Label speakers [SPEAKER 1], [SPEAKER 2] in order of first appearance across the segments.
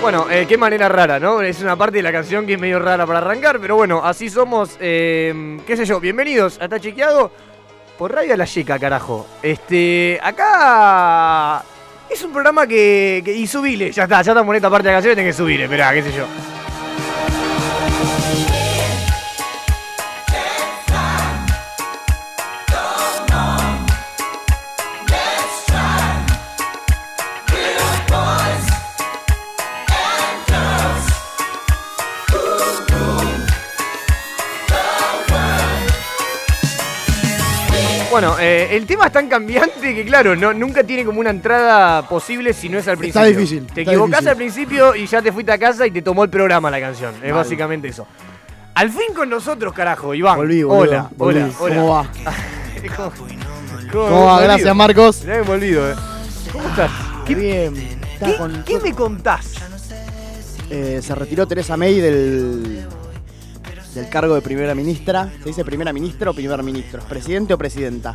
[SPEAKER 1] Bueno, eh, qué manera rara, ¿no? Es una parte de la canción que es medio rara para arrancar, pero bueno, así somos, eh, qué sé yo, bienvenidos a Está Chequeado por Radio La Chica, carajo. Este, acá es un programa que, que- Y subile, ya está, ya está en esta parte de la canción, tenés que subir, esperá, qué sé yo. Bueno, eh, el tema es tan cambiante que, claro, no, nunca tiene como una entrada posible si no es al
[SPEAKER 2] Está
[SPEAKER 1] principio.
[SPEAKER 2] difícil,
[SPEAKER 1] Te
[SPEAKER 2] está
[SPEAKER 1] equivocás
[SPEAKER 2] difícil.
[SPEAKER 1] al principio y ya te fuiste a casa y te tomó el programa la canción. Es
[SPEAKER 2] Mal.
[SPEAKER 1] básicamente eso. Al fin con nosotros, carajo, Iván.
[SPEAKER 2] Volví, boludo,
[SPEAKER 1] Hola,
[SPEAKER 2] volví.
[SPEAKER 1] hola, hola.
[SPEAKER 2] ¿Cómo va?
[SPEAKER 1] ¿Cómo,
[SPEAKER 2] ¿Cómo va? Gracias, Marcos.
[SPEAKER 1] Ya me he volvido, eh. ¿Cómo estás? ¿Qué,
[SPEAKER 2] Bien.
[SPEAKER 1] qué-
[SPEAKER 2] Está con-
[SPEAKER 1] qué me contás?
[SPEAKER 2] Eh, se retiró Teresa May del, del cargo de primera ministra. ¿Se dice primera ministra o primer ministro? ¿Presidente o presidenta?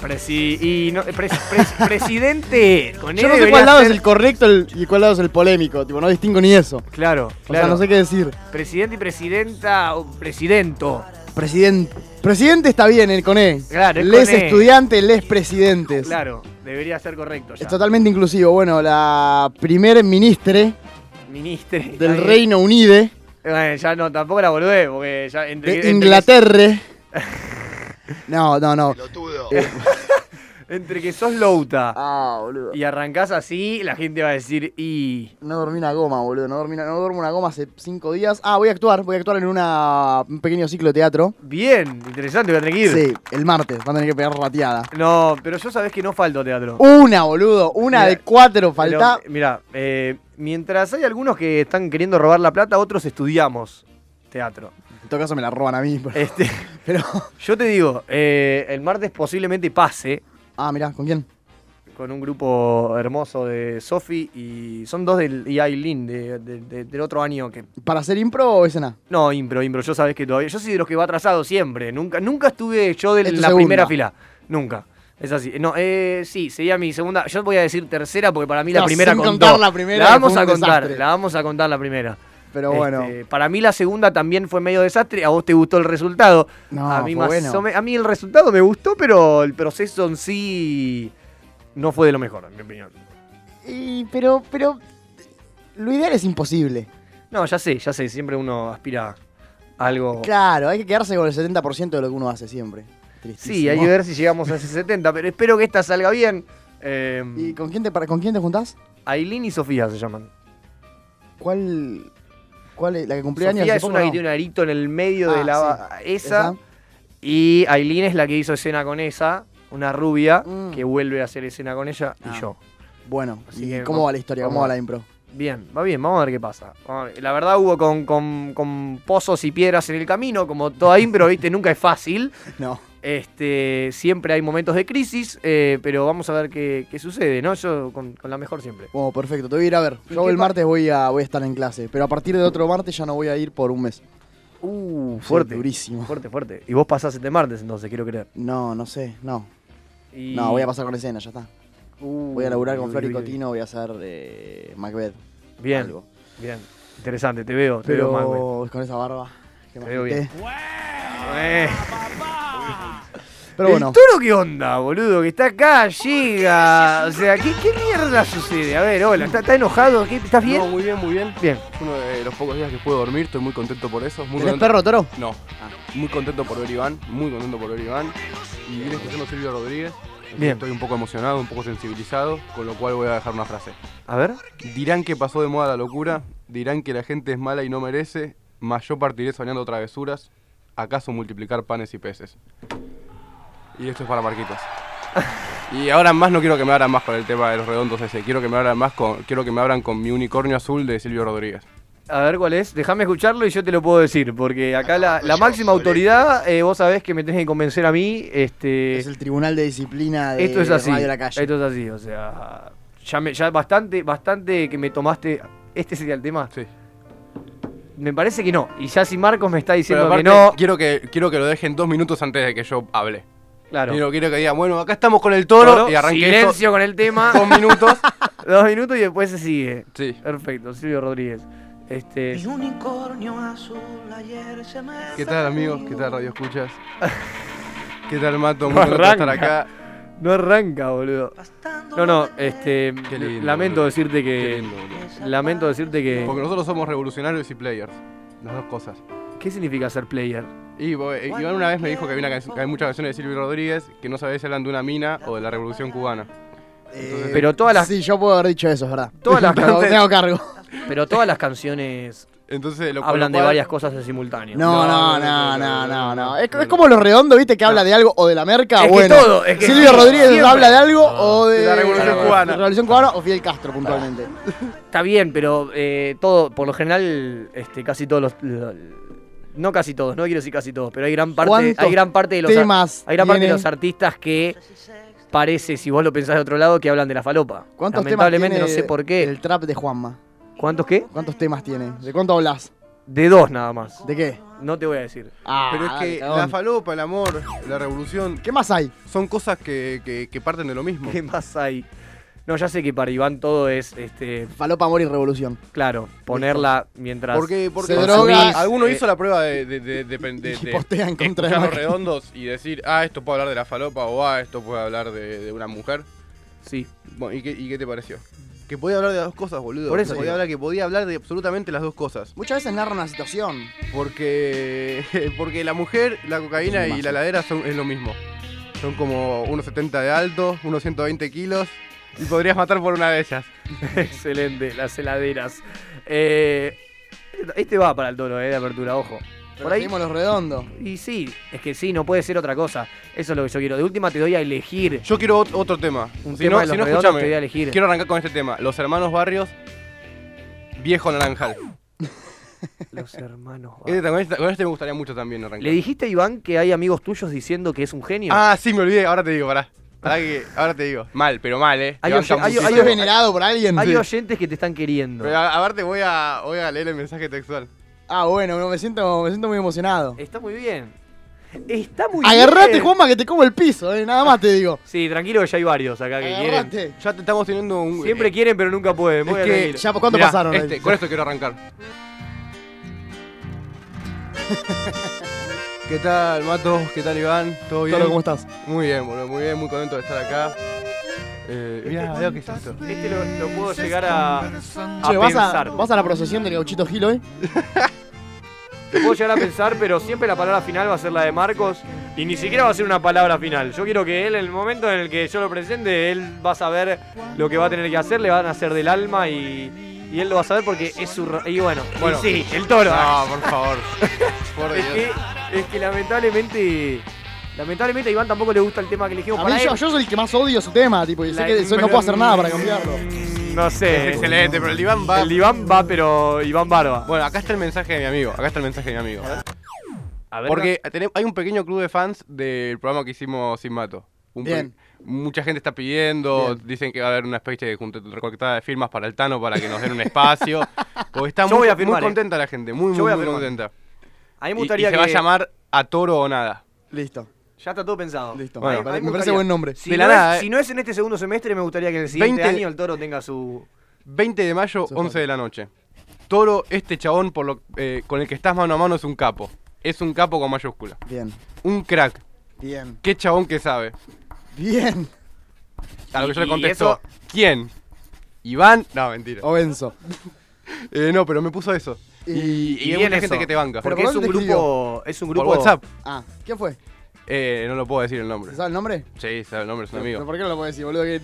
[SPEAKER 1] Presi- y no- pres- pres- presidente, con
[SPEAKER 2] Yo
[SPEAKER 1] él
[SPEAKER 2] no sé
[SPEAKER 1] debería
[SPEAKER 2] cuál lado
[SPEAKER 1] ser-
[SPEAKER 2] es el correcto el- y cuál lado es el polémico. Tipo, no distingo ni eso.
[SPEAKER 1] Claro,
[SPEAKER 2] O sea,
[SPEAKER 1] claro.
[SPEAKER 2] no sé qué decir.
[SPEAKER 1] Presidente y presidenta, o presidento.
[SPEAKER 2] Presidente. Presidente está bien, el con E.
[SPEAKER 1] Claro, es
[SPEAKER 2] les
[SPEAKER 1] con E.
[SPEAKER 2] estudiantes, les presidentes.
[SPEAKER 1] Claro, debería ser correcto ya.
[SPEAKER 2] Es totalmente inclusivo. Bueno, la primer ministre
[SPEAKER 1] Ministre. está
[SPEAKER 2] del
[SPEAKER 1] bien.
[SPEAKER 2] Reino Unido,
[SPEAKER 1] Eh, ya no, tampoco la volvé, porque ya entre,
[SPEAKER 2] de
[SPEAKER 1] entre-
[SPEAKER 2] Inglaterra. No, no, no.
[SPEAKER 1] entre que sos louta
[SPEAKER 2] Ah, boludo.
[SPEAKER 1] y arrancás así, la gente va a decir, y...
[SPEAKER 2] No dormí una goma, boludo. No, dormí, no duermo una goma hace cinco días. Ah, voy a actuar. Voy a actuar en una, un pequeño ciclo de teatro.
[SPEAKER 1] Bien, interesante, voy a tener que ir.
[SPEAKER 2] Sí, el martes. Van a tener que pegar rateada.
[SPEAKER 1] No, pero yo sabés que no falto a teatro.
[SPEAKER 2] Una, boludo. Una
[SPEAKER 1] Mirá,
[SPEAKER 2] de cuatro falta.
[SPEAKER 1] Mira, eh, mientras hay algunos que están queriendo robar la plata, otros estudiamos teatro.
[SPEAKER 2] En todo caso me la roban a mí. Pero...
[SPEAKER 1] Este,
[SPEAKER 2] pero-
[SPEAKER 1] yo te digo, eh, el martes posiblemente pase
[SPEAKER 2] Ah, mirá, ¿con quién?
[SPEAKER 1] con un grupo hermoso de Sofi y son dos del y Aileen de- de- de- del otro año que
[SPEAKER 2] ¿Para hacer impro o escena?
[SPEAKER 1] no impro impro yo sabés que todavía yo soy de los que va atrasado siempre nunca nunca estuve yo de
[SPEAKER 2] Es tu
[SPEAKER 1] la
[SPEAKER 2] segunda.
[SPEAKER 1] primera fila nunca es así no eh, sí sería mi segunda yo voy a decir tercera porque para mí la
[SPEAKER 2] No,
[SPEAKER 1] primera
[SPEAKER 2] sin
[SPEAKER 1] contó.
[SPEAKER 2] contar la primera, que
[SPEAKER 1] vamos
[SPEAKER 2] fue
[SPEAKER 1] a
[SPEAKER 2] un
[SPEAKER 1] contar
[SPEAKER 2] desastre.
[SPEAKER 1] la vamos a contar la primera
[SPEAKER 2] Pero bueno.
[SPEAKER 1] Este, para mí la segunda también fue medio desastre. A vos te gustó el resultado.
[SPEAKER 2] No,
[SPEAKER 1] a mí
[SPEAKER 2] fue
[SPEAKER 1] más
[SPEAKER 2] bueno.
[SPEAKER 1] o me- a mí el resultado me gustó, pero el proceso en sí no fue de lo mejor, en mi opinión.
[SPEAKER 2] Y, pero, pero. Lo ideal es imposible.
[SPEAKER 1] No, ya sé, ya sé. Siempre uno aspira a algo.
[SPEAKER 2] Claro, hay que quedarse con el 70% de lo que uno hace siempre. Tristísimo.
[SPEAKER 1] sí, hay que ver si llegamos a ese 70, pero espero que esta salga bien. Eh,
[SPEAKER 2] ¿Y con quién te, para- con quién te juntás?
[SPEAKER 1] Aileen y Sofía se llaman.
[SPEAKER 2] ¿Cuál. ¿Cuál es? ¿La que cumplió años?
[SPEAKER 1] Sofía
[SPEAKER 2] hace
[SPEAKER 1] es
[SPEAKER 2] poco,
[SPEAKER 1] una que
[SPEAKER 2] no?
[SPEAKER 1] tiene un arito en el medio de
[SPEAKER 2] Ah,
[SPEAKER 1] la.
[SPEAKER 2] sí.
[SPEAKER 1] Esa. Y Aileen es la que hizo escena con esa, una rubia,
[SPEAKER 2] Mm.
[SPEAKER 1] que vuelve a hacer escena con ella
[SPEAKER 2] Ah.
[SPEAKER 1] y yo.
[SPEAKER 2] Bueno,
[SPEAKER 1] Así
[SPEAKER 2] ¿y
[SPEAKER 1] que
[SPEAKER 2] cómo
[SPEAKER 1] vamos-
[SPEAKER 2] va la historia? ¿Cómo
[SPEAKER 1] vamos.
[SPEAKER 2] va la impro?
[SPEAKER 1] Bien, va bien, vamos a ver qué pasa. Vamos a ver. La verdad hubo con, con- con pozos y piedras en el camino, como toda impro, viste, nunca es fácil.
[SPEAKER 2] No.
[SPEAKER 1] Este, siempre hay momentos de crisis, eh, pero vamos a ver qué, qué sucede, ¿no? Yo con, con la mejor siempre.
[SPEAKER 2] Bueno, perfecto, te voy a ir a ver.
[SPEAKER 1] ¿Y
[SPEAKER 2] Yo
[SPEAKER 1] qué
[SPEAKER 2] el
[SPEAKER 1] pa-
[SPEAKER 2] martes voy a, voy a estar en clase, pero a partir de otro martes ya no voy a ir por un mes.
[SPEAKER 1] Uh,
[SPEAKER 2] Sí,
[SPEAKER 1] fuerte.
[SPEAKER 2] durísimo.
[SPEAKER 1] Fuerte, fuerte. Y vos pasás este martes, entonces, quiero creer.
[SPEAKER 2] No, no sé, no.
[SPEAKER 1] Y-
[SPEAKER 2] No, voy a pasar con escena, ya está.
[SPEAKER 1] Uh,
[SPEAKER 2] Voy a laburar con
[SPEAKER 1] uy,
[SPEAKER 2] Flor y
[SPEAKER 1] uy, uy.
[SPEAKER 2] Cotino, voy a hacer eh, Macbeth.
[SPEAKER 1] Bien,
[SPEAKER 2] algo.
[SPEAKER 1] bien. Interesante, te veo, te veo más, güey.
[SPEAKER 2] Pero con esa barba. que me
[SPEAKER 1] Te veo bien.
[SPEAKER 2] afeité.
[SPEAKER 1] Eh.
[SPEAKER 2] Pero bueno,
[SPEAKER 1] ¿El toro qué onda, boludo? Que está acá, llega. O sea, ¿qué, qué mierda sucede? A ver, hola, ¿está- ¿está enojado? ¿Qué- ¿Estás
[SPEAKER 3] No,
[SPEAKER 1] bien?
[SPEAKER 3] muy bien, muy bien.
[SPEAKER 1] Bien.
[SPEAKER 3] Uno de los pocos días que puedo dormir, estoy muy contento por eso. Muy
[SPEAKER 2] ¿tenés
[SPEAKER 3] contento-
[SPEAKER 2] perro, Toro?
[SPEAKER 3] No, muy contento por ver Iván, muy contento por ver Iván. Y vine escuchando a Silvio Rodríguez. así
[SPEAKER 1] Bien.
[SPEAKER 3] Estoy un poco emocionado, un poco sensibilizado, con lo cual voy a dejar una frase.
[SPEAKER 1] A ver.
[SPEAKER 3] Dirán que pasó de moda la locura, dirán que la gente es mala y no merece, mas yo partiré soñando travesuras, acaso multiplicar panes y peces. Y esto es para Marquitos. Y ahora más no quiero que me abran más con el tema de los redondos ese, quiero que me abran más con, quiero que me abran con mi unicornio azul de Silvio Rodríguez.
[SPEAKER 1] A ver cuál es. Déjame escucharlo y yo te lo puedo decir. Porque acá la,
[SPEAKER 3] Pues
[SPEAKER 1] la máxima autoridad, eh, vos sabés que me tenés que convencer a mí. Este,
[SPEAKER 2] Es el tribunal de disciplina de
[SPEAKER 1] esto es así.
[SPEAKER 2] Radio La Calle.
[SPEAKER 1] Esto es así. O sea, ya, me- ya bastante, bastante que me tomaste. Este sería el tema.
[SPEAKER 3] Sí.
[SPEAKER 1] Me parece que no. Y ya si Marcos me está
[SPEAKER 3] Pero
[SPEAKER 1] diciendo
[SPEAKER 3] aparte,
[SPEAKER 1] que no.
[SPEAKER 3] quiero que quiero que lo dejen dos minutos antes de que yo hable.
[SPEAKER 1] Claro.
[SPEAKER 3] Quiero, quiero que digan, bueno, acá estamos con el toro,
[SPEAKER 1] Toro,
[SPEAKER 3] y arranque
[SPEAKER 1] silencio
[SPEAKER 3] esto
[SPEAKER 1] con el tema.
[SPEAKER 3] dos minutos
[SPEAKER 1] Dos minutos y después se sigue.
[SPEAKER 3] Sí.
[SPEAKER 1] Perfecto, Silvio Rodríguez. Este,
[SPEAKER 4] Mi unicornio azul ayer se me
[SPEAKER 3] ¿Qué tal, amigos? ¿Qué tal, Radio Escuchas? ¿Qué tal, Mato?
[SPEAKER 1] No
[SPEAKER 3] Muy contento de estar
[SPEAKER 1] arranca.
[SPEAKER 3] acá.
[SPEAKER 1] no arranca, boludo. No, no, este.
[SPEAKER 3] Qué lindo,
[SPEAKER 1] lamento
[SPEAKER 3] boludo.
[SPEAKER 1] decirte
[SPEAKER 3] Qué
[SPEAKER 1] que.
[SPEAKER 3] lindo, boludo.
[SPEAKER 1] Lamento decirte
[SPEAKER 3] Porque
[SPEAKER 1] que.
[SPEAKER 3] nosotros somos revolucionarios y players. Las dos cosas.
[SPEAKER 1] ¿Qué significa ser player?
[SPEAKER 3] Y bo- eh, Iván una vez me dijo que había, una canción- que hay muchas canciones de Silvio Rodríguez que no sabés si hablan de una mina o de la revolución cubana.
[SPEAKER 2] Eh,
[SPEAKER 1] Pero todas las-
[SPEAKER 2] Sí, yo puedo haber dicho eso, es verdad.
[SPEAKER 1] Todas las
[SPEAKER 2] Pero
[SPEAKER 1] canciones-
[SPEAKER 2] me hago cargo.
[SPEAKER 1] Pero todas las canciones
[SPEAKER 3] Entonces, lo con lo
[SPEAKER 1] hablan de
[SPEAKER 3] cual-
[SPEAKER 1] varias cosas en simultáneo.
[SPEAKER 2] No, no,
[SPEAKER 3] No,
[SPEAKER 2] no, no,
[SPEAKER 3] no, no,
[SPEAKER 2] no,
[SPEAKER 3] no,
[SPEAKER 2] no.
[SPEAKER 3] no.
[SPEAKER 2] Es, es como los redondos, ¿viste? Que habla de algo o de la merca.
[SPEAKER 1] Es que
[SPEAKER 2] bueno,
[SPEAKER 1] todo, es que
[SPEAKER 2] Silvio
[SPEAKER 1] sí,
[SPEAKER 2] Rodríguez
[SPEAKER 1] siempre.
[SPEAKER 2] habla de algo o de,
[SPEAKER 3] de la Revolución
[SPEAKER 2] de la
[SPEAKER 3] Cubana.
[SPEAKER 2] Revolución Cubana o Fidel Castro, puntualmente.
[SPEAKER 1] Está bien, pero eh, todo, por lo general, este, casi todos los. lo- no casi todos, no quiero decir casi todos, pero hay gran parte,
[SPEAKER 2] ¿Cuántos
[SPEAKER 1] hay gran parte de los ar-
[SPEAKER 2] temas
[SPEAKER 1] hay gran parte de
[SPEAKER 2] tiene?
[SPEAKER 1] los artistas que parece, si vos lo pensás de otro lado, que hablan de la falopa.
[SPEAKER 2] ¿Cuántos
[SPEAKER 1] Lamentablemente
[SPEAKER 2] temas tiene
[SPEAKER 1] no sé por qué.
[SPEAKER 2] El trap de Juanma.
[SPEAKER 1] ¿Cuántos qué?
[SPEAKER 2] ¿Cuántos temas tiene? ¿De cuánto hablas?
[SPEAKER 1] De dos nada más.
[SPEAKER 2] ¿De qué?
[SPEAKER 1] No te voy a decir.
[SPEAKER 2] Ah,
[SPEAKER 3] Pero es que
[SPEAKER 2] dale, cagón.
[SPEAKER 3] la falopa, el amor, la revolución,
[SPEAKER 2] ¿Qué más hay?
[SPEAKER 3] son cosas que, que- que parten de lo mismo.
[SPEAKER 1] ¿Qué más hay? No, ya sé que para Iván todo es, este,
[SPEAKER 2] Falopa, amor y revolución.
[SPEAKER 1] claro, ponerla mientras.
[SPEAKER 3] Porque, porque
[SPEAKER 2] Se
[SPEAKER 3] alguno-
[SPEAKER 2] droga,
[SPEAKER 3] alguno
[SPEAKER 1] eh,
[SPEAKER 3] hizo la prueba de, de, de- de- de- de-
[SPEAKER 2] Y
[SPEAKER 3] de
[SPEAKER 2] postea en contra de
[SPEAKER 3] escuchar los
[SPEAKER 2] Macri.
[SPEAKER 3] redondos y decir, ah, esto puede hablar de la falopa o ah, esto puede hablar de, de una mujer.
[SPEAKER 1] Sí.
[SPEAKER 3] Bueno, ¿y, qué, y qué te pareció? Que podía hablar de las dos cosas, boludo.
[SPEAKER 1] Por eso
[SPEAKER 3] podía
[SPEAKER 1] digo.
[SPEAKER 3] hablar, que podía hablar de absolutamente las dos cosas.
[SPEAKER 2] Muchas veces narra una situación.
[SPEAKER 3] Porque, porque la mujer, la cocaína
[SPEAKER 2] Es un
[SPEAKER 3] y la ladera son, es lo mismo. Son como unos 70 de alto, unos 120 kilos y podrías matar por una de ellas.
[SPEAKER 1] Excelente, las heladeras. Eh, este va para el toro, eh, de apertura, ojo.
[SPEAKER 2] Pero
[SPEAKER 1] Por ahí.
[SPEAKER 2] seguimos los redondos.
[SPEAKER 1] Y sí, es que sí, no puede ser otra cosa. Eso es lo que yo quiero. De última te doy a elegir.
[SPEAKER 3] Yo quiero ot- otro tema.
[SPEAKER 1] Un
[SPEAKER 3] si
[SPEAKER 1] tema
[SPEAKER 3] no,
[SPEAKER 1] de los
[SPEAKER 3] si no,
[SPEAKER 1] redondos
[SPEAKER 3] escúchame.
[SPEAKER 1] te voy a elegir.
[SPEAKER 3] Quiero arrancar con este tema. Los hermanos Barrios, Viejo Naranjal.
[SPEAKER 1] Los hermanos.
[SPEAKER 3] Este, con, este, con este me gustaría mucho también arrancar.
[SPEAKER 1] ¿Le dijiste a Iván que hay amigos tuyos diciendo que es un genio?
[SPEAKER 3] Ah, sí, me olvidé. Ahora te digo, pará. Pará que- ahora te digo. Mal, pero mal, eh.
[SPEAKER 1] Hay
[SPEAKER 3] Te banca
[SPEAKER 1] oye- hay-
[SPEAKER 2] Yo
[SPEAKER 3] muchísimo.
[SPEAKER 2] soy venerado por alguien.
[SPEAKER 1] hay
[SPEAKER 2] Sí.
[SPEAKER 1] oyentes que te están queriendo.
[SPEAKER 3] Pero a- aparte voy a, voy a leer el mensaje textual.
[SPEAKER 2] Ah, bueno, me siento, me siento muy emocionado.
[SPEAKER 1] Está muy bien. Está muy bien.
[SPEAKER 2] Agarrate, Juanma, que te como el piso, eh, nada más te digo.
[SPEAKER 1] Sí, tranquilo que ya hay varios acá que quieren.
[SPEAKER 2] Agarrate.
[SPEAKER 3] Ya te estamos teniendo un... eh,
[SPEAKER 1] Siempre quieren, pero nunca pueden.
[SPEAKER 3] Es
[SPEAKER 1] Muy
[SPEAKER 3] que
[SPEAKER 1] tranquilo.
[SPEAKER 2] Ya, ¿cuánto
[SPEAKER 3] Mirá,
[SPEAKER 2] pasaron? ahí?
[SPEAKER 3] Este, con esto quiero arrancar. ¿Qué tal, Matos? ¿Qué tal, Iván? ¿Todo bien?
[SPEAKER 2] Tolo, ¿cómo estás?
[SPEAKER 3] Muy bien, boludo, muy bien, muy contento de estar acá. Eh, mirá, veo que es esto.
[SPEAKER 1] Este lo, lo puedo llegar a, a
[SPEAKER 2] Che, ¿vas, a,
[SPEAKER 1] pensar.
[SPEAKER 2] vas a la procesión del gauchito Gil hoy?
[SPEAKER 1] Lo puedo llegar a pensar, pero siempre la palabra final va a ser la de Marcos. Y ni siquiera va a ser una palabra final. Yo quiero que él, en el momento en el que yo lo presente, él va a saber lo que va a tener que hacer, le van a hacer del alma y, y él lo va a saber porque es su... ra- Y bueno, y
[SPEAKER 3] Bueno.
[SPEAKER 1] sí, el toro.
[SPEAKER 3] No, por favor. Por
[SPEAKER 1] es,
[SPEAKER 3] Dios.
[SPEAKER 1] que, es que lamentablemente... Lamentablemente a Iván tampoco le gusta el tema que elegimos
[SPEAKER 2] A
[SPEAKER 1] para
[SPEAKER 2] mí yo,
[SPEAKER 1] él.
[SPEAKER 2] yo soy el que más odio su tema, tipo, y sé
[SPEAKER 1] La-
[SPEAKER 2] que soy- no puedo hacer nada para cambiarlo.
[SPEAKER 1] Mm, No sé.
[SPEAKER 3] Es excelente, pero el Iván va...
[SPEAKER 1] El Iván va, pero Iván Barba.
[SPEAKER 3] Bueno, acá está el mensaje de mi amigo, acá está el mensaje de mi amigo.
[SPEAKER 1] A ver,
[SPEAKER 3] Porque tenem- hay un pequeño club de fans del programa que hicimos Sin Mato. Un pe-
[SPEAKER 2] Bien.
[SPEAKER 3] Mucha gente está pidiendo, dicen que va a haber una especie de junta- recolectada de firmas para el Tano para que nos den un espacio. Porque está
[SPEAKER 1] Yo
[SPEAKER 3] muy,
[SPEAKER 1] voy a
[SPEAKER 3] muy
[SPEAKER 1] firmar, eh.
[SPEAKER 3] contenta la gente, muy,
[SPEAKER 1] Yo voy
[SPEAKER 3] muy,
[SPEAKER 1] a
[SPEAKER 3] muy
[SPEAKER 1] firmar.
[SPEAKER 3] contenta.
[SPEAKER 1] a mí me
[SPEAKER 3] Y- y
[SPEAKER 1] gustaría
[SPEAKER 3] se
[SPEAKER 1] que...
[SPEAKER 3] va a llamar A Toro o Nada.
[SPEAKER 2] Listo,
[SPEAKER 1] Ya está todo pensado.
[SPEAKER 2] listo.
[SPEAKER 1] a
[SPEAKER 2] me
[SPEAKER 3] Bueno,
[SPEAKER 1] mí
[SPEAKER 2] parece,
[SPEAKER 1] me
[SPEAKER 2] me parece
[SPEAKER 1] gustaría-
[SPEAKER 2] buen nombre.
[SPEAKER 1] Si,
[SPEAKER 3] De
[SPEAKER 1] no
[SPEAKER 3] la nada,
[SPEAKER 1] es,
[SPEAKER 3] eh.
[SPEAKER 1] si no es en este segundo semestre, me gustaría que en el siguiente
[SPEAKER 3] 20
[SPEAKER 1] año el toro tenga su.
[SPEAKER 3] 20 de mayo,
[SPEAKER 2] Eso es
[SPEAKER 3] 11 de la noche. Toro, este chabón por lo- eh, con el que estás mano a mano es un capo. Es un capo con mayúscula.
[SPEAKER 2] Bien,
[SPEAKER 3] Un crack.
[SPEAKER 2] bien,
[SPEAKER 3] Qué chabón que sabe.
[SPEAKER 2] bien.
[SPEAKER 3] A lo que yo le
[SPEAKER 1] Y- y
[SPEAKER 3] contesto,
[SPEAKER 1] eso-
[SPEAKER 3] ¿quién? ¿Iván? No, mentira.
[SPEAKER 2] O Enzo.
[SPEAKER 3] Eh, no, pero me puso eso. Y, y hay
[SPEAKER 1] bien
[SPEAKER 3] mucha
[SPEAKER 1] eso.
[SPEAKER 3] gente que te banca.
[SPEAKER 2] Pero
[SPEAKER 1] Porque
[SPEAKER 2] ¿por
[SPEAKER 1] es un
[SPEAKER 2] dónde te
[SPEAKER 1] grupo. Es un
[SPEAKER 3] Por
[SPEAKER 1] grupo.
[SPEAKER 3] WhatsApp.
[SPEAKER 2] Ah, ¿qué fue?
[SPEAKER 3] Eh, no lo puedo decir el nombre.
[SPEAKER 2] ¿Se sabe el nombre?
[SPEAKER 3] Sí, sabe el nombre, es un
[SPEAKER 2] ¿Pero
[SPEAKER 3] amigo.
[SPEAKER 2] ¿Por qué no lo puedo decir, boludo? Que...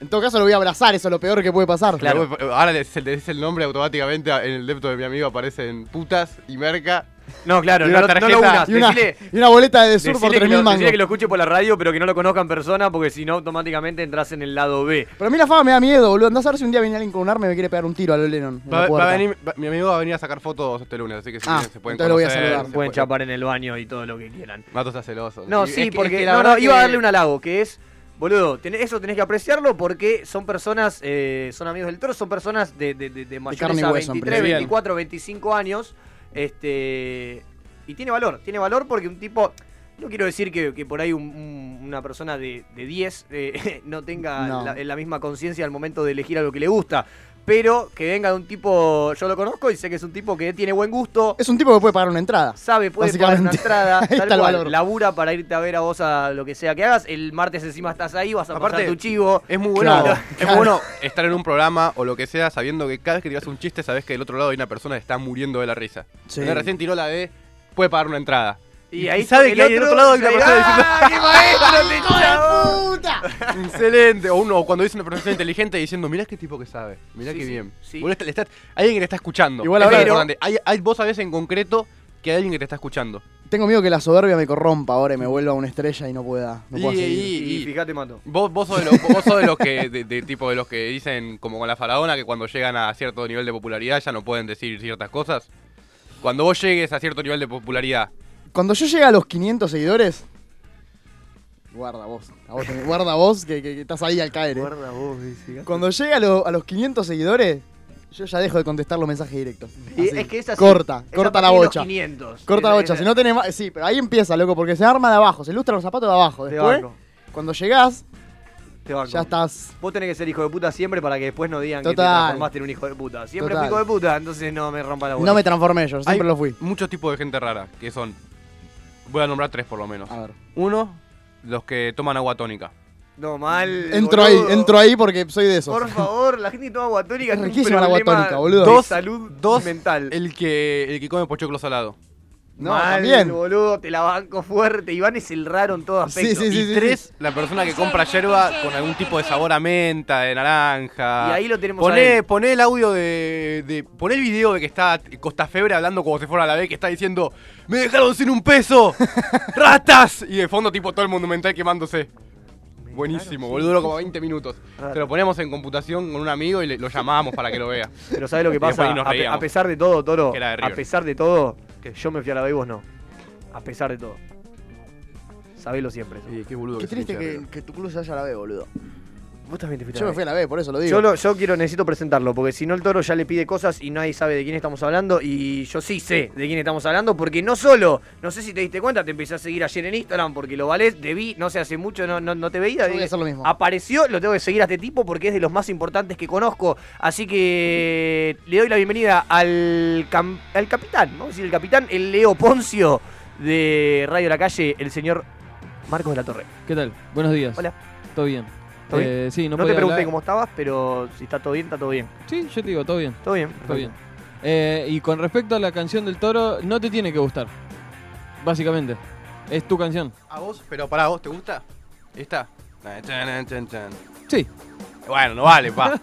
[SPEAKER 2] En todo caso lo voy a abrazar, eso es lo peor que puede pasar.
[SPEAKER 1] Claro.
[SPEAKER 3] Pero vos- Ahora le se le dice el nombre automáticamente a- en el depto de mi amigo aparecen putas y merca.
[SPEAKER 1] No, claro,
[SPEAKER 3] Y
[SPEAKER 1] no,
[SPEAKER 3] una
[SPEAKER 1] lo- no lo
[SPEAKER 3] tarjeta.
[SPEAKER 1] unas.
[SPEAKER 2] Y una,
[SPEAKER 1] Decile,
[SPEAKER 2] y una boleta de sur
[SPEAKER 1] decile
[SPEAKER 2] por
[SPEAKER 1] que,
[SPEAKER 2] 3.000
[SPEAKER 1] lo,
[SPEAKER 2] mangos.
[SPEAKER 1] decile que lo escuche por la radio, pero que no lo conozca en persona, porque si no, automáticamente entras en el lado B.
[SPEAKER 2] Pero a mí la fama me da miedo, boludo. Andás a ver si un día viene alguien con un arma y me quiere pegar un tiro a lo Lennon. en la
[SPEAKER 3] Va, va
[SPEAKER 2] puerta.
[SPEAKER 3] a venir, va- mi amigo va a venir a sacar fotos este lunes, así que si
[SPEAKER 2] Ah,
[SPEAKER 3] quieren se pueden
[SPEAKER 2] entonces lo voy a
[SPEAKER 3] conocer.
[SPEAKER 2] saludar.
[SPEAKER 3] se
[SPEAKER 1] Pueden
[SPEAKER 3] pueden-
[SPEAKER 1] chapar en el baño y todo lo que quieran.
[SPEAKER 3] Mato está celoso.
[SPEAKER 1] No,
[SPEAKER 3] Y-
[SPEAKER 1] sí,
[SPEAKER 3] es que-
[SPEAKER 1] porque.
[SPEAKER 3] es que la
[SPEAKER 1] no,
[SPEAKER 3] verdad
[SPEAKER 1] no, iba a
[SPEAKER 3] que-
[SPEAKER 1] darle un halago, que es. Boludo, tenés- eso tenés que apreciarlo porque son personas, eh, son amigos del toro, son personas de, de, de, de mayores
[SPEAKER 2] carne y
[SPEAKER 1] a
[SPEAKER 2] hueso, en
[SPEAKER 1] 23,
[SPEAKER 3] principio.
[SPEAKER 1] 24, 25 años. Este. Y tiene valor, tiene valor porque un tipo. No quiero decir que, que por ahí un- un- una persona de, de 10 eh, no tenga
[SPEAKER 2] No.
[SPEAKER 1] La, la misma conciencia al momento de elegir algo que le gusta. Pero que venga de un tipo, yo lo conozco y sé que es un tipo que tiene buen gusto,
[SPEAKER 2] Es un tipo que puede pagar una entrada.
[SPEAKER 1] sabe, puede pagar una
[SPEAKER 2] Básicamente.
[SPEAKER 1] entrada,
[SPEAKER 2] Ahí
[SPEAKER 1] tal
[SPEAKER 2] está el
[SPEAKER 1] cual,
[SPEAKER 2] valor.
[SPEAKER 1] labura para irte a ver a vos a lo que sea que hagas. El martes encima estás ahí, vas a
[SPEAKER 3] Aparte- eh,
[SPEAKER 1] pasar tu chivo.
[SPEAKER 3] Es muy bueno,
[SPEAKER 2] Claro,
[SPEAKER 3] es
[SPEAKER 2] claro.
[SPEAKER 3] bueno estar en un programa o lo que sea sabiendo que cada vez que tiras un chiste sabes que del otro lado hay una persona que está muriendo de la risa.
[SPEAKER 2] Sí.
[SPEAKER 3] Entonces, Recién tiró la de puede pagar una entrada.
[SPEAKER 1] Y ahí
[SPEAKER 3] sabe
[SPEAKER 1] el
[SPEAKER 3] que hay del otro lado hay una
[SPEAKER 1] se-
[SPEAKER 3] persona diciendo-
[SPEAKER 1] ¡Ah, qué maestro, te chabón!
[SPEAKER 3] Excelente. O uno o cuando dice una persona inteligente diciendo, mirá qué tipo que sabe, mirá
[SPEAKER 1] Sí,
[SPEAKER 3] qué
[SPEAKER 1] sí,
[SPEAKER 3] bien.
[SPEAKER 1] sí.
[SPEAKER 3] Vos le estás- le estás- alguien que te está escuchando.
[SPEAKER 2] Igual
[SPEAKER 3] Es
[SPEAKER 2] ahora-
[SPEAKER 3] muy importante. Hay, hay- vos sabés en concreto que hay alguien que te está escuchando.
[SPEAKER 2] Tengo miedo que la soberbia me corrompa ahora y me vuelva una estrella y no pueda. No
[SPEAKER 3] Y-
[SPEAKER 2] pueda seguir.
[SPEAKER 3] y-
[SPEAKER 1] Y fíjate, Mato.
[SPEAKER 3] Vos, vos sos de los, vos sos de los que, de, de tipo de los que dicen, como con la faraona, que cuando llegan a cierto nivel de popularidad ya no pueden decir ciertas cosas. Cuando vos llegues a cierto nivel de popularidad,
[SPEAKER 2] Cuando yo llegue a los 500 seguidores. Guarda vos. a vos tenés- guarda vos que, que- que estás ahí al caer. eh.
[SPEAKER 1] vos,
[SPEAKER 2] Cuando llegue a, lo- a los 500 seguidores, yo ya dejo de contestar los mensajes directos.
[SPEAKER 1] Y
[SPEAKER 2] Así.
[SPEAKER 1] es que es así.
[SPEAKER 2] Corta,
[SPEAKER 1] Es a
[SPEAKER 2] corta la
[SPEAKER 1] partir de los
[SPEAKER 2] bocha.
[SPEAKER 1] 500.
[SPEAKER 2] Corta la
[SPEAKER 1] Esa-
[SPEAKER 2] bocha.
[SPEAKER 1] esa-
[SPEAKER 2] Si no tenés más. Sí, pero ahí empieza, loco, porque se arma de abajo. Se ilustran los zapatos de abajo.
[SPEAKER 1] Te
[SPEAKER 2] Después,
[SPEAKER 1] banco,
[SPEAKER 2] cuando llegás,
[SPEAKER 1] te banco.
[SPEAKER 2] ya estás.
[SPEAKER 1] Vos tenés que ser hijo de puta siempre para que después no digan que te
[SPEAKER 2] Total.
[SPEAKER 1] transformaste en un hijo de puta. Siempre fui
[SPEAKER 2] Total.
[SPEAKER 1] hijo de puta, entonces no me rompa la bola.
[SPEAKER 2] No me transformé yo, siempre
[SPEAKER 3] Hay
[SPEAKER 2] lo fui.
[SPEAKER 3] Muchos tipos de gente rara, que son. Voy a nombrar tres por lo menos.
[SPEAKER 1] Ah.
[SPEAKER 2] A ver.
[SPEAKER 1] Eh,
[SPEAKER 3] Uno, los que toman agua tónica.
[SPEAKER 1] No, mal.
[SPEAKER 2] Entro
[SPEAKER 1] boludo.
[SPEAKER 2] ahí, entro ahí porque soy de esos.
[SPEAKER 1] Por favor, la gente que toma agua tónica.
[SPEAKER 2] Es
[SPEAKER 1] tiene un
[SPEAKER 2] riquísima la agua
[SPEAKER 1] problema
[SPEAKER 2] tónica, boludo.
[SPEAKER 1] de
[SPEAKER 2] Dos-
[SPEAKER 1] salud
[SPEAKER 3] dos-
[SPEAKER 1] mental.
[SPEAKER 3] El que, el que come pochoclo salado.
[SPEAKER 2] No,
[SPEAKER 1] mal,
[SPEAKER 2] también.
[SPEAKER 1] boludo, te la banco fuerte. Iván es el raro en todo
[SPEAKER 2] Sí,
[SPEAKER 1] aspecto.
[SPEAKER 2] sí, sí,
[SPEAKER 3] y
[SPEAKER 2] sí,
[SPEAKER 3] tres, la persona que compra yerba con algún tipo de sabor a menta, de naranja.
[SPEAKER 1] Y ahí lo tenemos a
[SPEAKER 3] Poné,
[SPEAKER 1] él.
[SPEAKER 3] poné el audio de, de- Poné el video de que está Costa Febre hablando como si fuera la B que está diciendo ¡Me dejaron sin un peso! ¡Ratas! Y de fondo tipo todo el monumental quemándose. Buenísimo, boludo, duró como 20 minutos.
[SPEAKER 1] Ratas.
[SPEAKER 3] Te lo poníamos en computación con un amigo y le- lo llamábamos para que lo vea.
[SPEAKER 1] Pero ¿sabes lo que
[SPEAKER 3] Y después
[SPEAKER 1] pasa?
[SPEAKER 3] ahí nos
[SPEAKER 1] A, pe-
[SPEAKER 3] reíamos.
[SPEAKER 1] a pesar de todo, Toro.
[SPEAKER 3] Que era de
[SPEAKER 1] A
[SPEAKER 3] River.
[SPEAKER 1] pesar de todo,
[SPEAKER 3] ¿Qué?
[SPEAKER 1] yo me fui a la B y vos no. A pesar de todo. Sabelo siempre. eso.
[SPEAKER 3] Sí, qué boludo
[SPEAKER 2] Qué
[SPEAKER 3] que se
[SPEAKER 2] triste
[SPEAKER 3] hincha de
[SPEAKER 2] que,
[SPEAKER 3] River.
[SPEAKER 2] que tu club se haya a la B, boludo.
[SPEAKER 1] Vos también te fuiste a
[SPEAKER 2] Yo
[SPEAKER 1] la
[SPEAKER 2] me
[SPEAKER 1] B.
[SPEAKER 2] fui a la B, por eso lo digo.
[SPEAKER 1] eh. Yo, lo- yo quiero, necesito presentarlo, porque si no el toro ya le pide cosas y nadie sabe de quién estamos hablando. Y yo sí sé de quién estamos hablando, porque no solo, no sé si te diste cuenta, te empecé a seguir ayer en Instagram porque lo valés, te vi, no sé, hace mucho no, no, no te veía.
[SPEAKER 2] Yo voy a hacer lo mismo.
[SPEAKER 1] Apareció, lo tengo que seguir a este tipo porque es de los más importantes que conozco. Así que le doy la bienvenida al, cam- al capitán, vamos a decir, el capitán, el Leo Poncio de Radio La Calle, el señor Marcos de la Torre.
[SPEAKER 5] ¿Qué tal? Buenos días.
[SPEAKER 1] Hola.
[SPEAKER 5] ¿Todo bien?
[SPEAKER 1] ¿Todo bien?
[SPEAKER 5] Eh, sí, no,
[SPEAKER 1] No, te
[SPEAKER 5] podía
[SPEAKER 1] pregunté
[SPEAKER 5] hablar.
[SPEAKER 1] cómo estabas, pero si está todo bien, está todo bien.
[SPEAKER 5] Sí, yo te digo, todo bien.
[SPEAKER 1] Todo bien.
[SPEAKER 5] Todo bien. Eh, y con respecto a la canción del toro, no te tiene que gustar. Básicamente. Es tu canción.
[SPEAKER 3] A vos, pero para vos, ¿te gusta? ¿Esta? Nah, chan, chan, chan.
[SPEAKER 5] Sí.
[SPEAKER 3] Bueno, no vale, pa.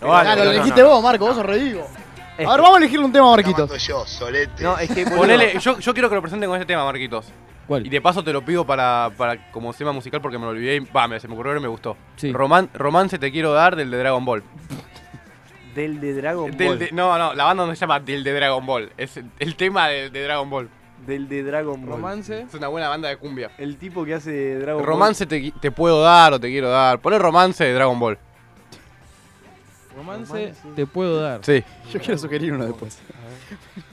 [SPEAKER 3] No vale.
[SPEAKER 2] Claro,
[SPEAKER 3] no,
[SPEAKER 2] lo
[SPEAKER 3] no, no.
[SPEAKER 2] dijiste vos, Marco, vos sos redigo.
[SPEAKER 1] Este.
[SPEAKER 2] A ver, vamos a elegirle un tema,
[SPEAKER 6] Llamando
[SPEAKER 2] Marquitos.
[SPEAKER 6] yo, solete.
[SPEAKER 1] No, es que boludo,
[SPEAKER 3] Ponele, yo, yo quiero que lo presenten con este tema, Marquitos.
[SPEAKER 5] ¿Cuál?
[SPEAKER 3] Y de paso te lo pido para, para como tema musical porque me lo olvidé y va, me- se me ocurrió y me gustó.
[SPEAKER 5] Sí.
[SPEAKER 3] Roman- romance te quiero dar del de Dragon Ball.
[SPEAKER 1] del de Dragon
[SPEAKER 3] Del
[SPEAKER 1] Ball.
[SPEAKER 3] de- no, no, la banda no se llama Del de Dragon Ball. Es el, el tema de, de Dragon Ball.
[SPEAKER 1] Del de Dragon Ball.
[SPEAKER 5] Romance.
[SPEAKER 3] Es una buena banda de cumbia.
[SPEAKER 1] El tipo que hace de Dragon
[SPEAKER 3] Romance te, qui- te puedo dar o te quiero dar. Poné romance de Dragon Ball.
[SPEAKER 5] Romance te puedo dar.
[SPEAKER 3] Sí.
[SPEAKER 2] Yo quiero sugerir uno después.
[SPEAKER 1] Ball.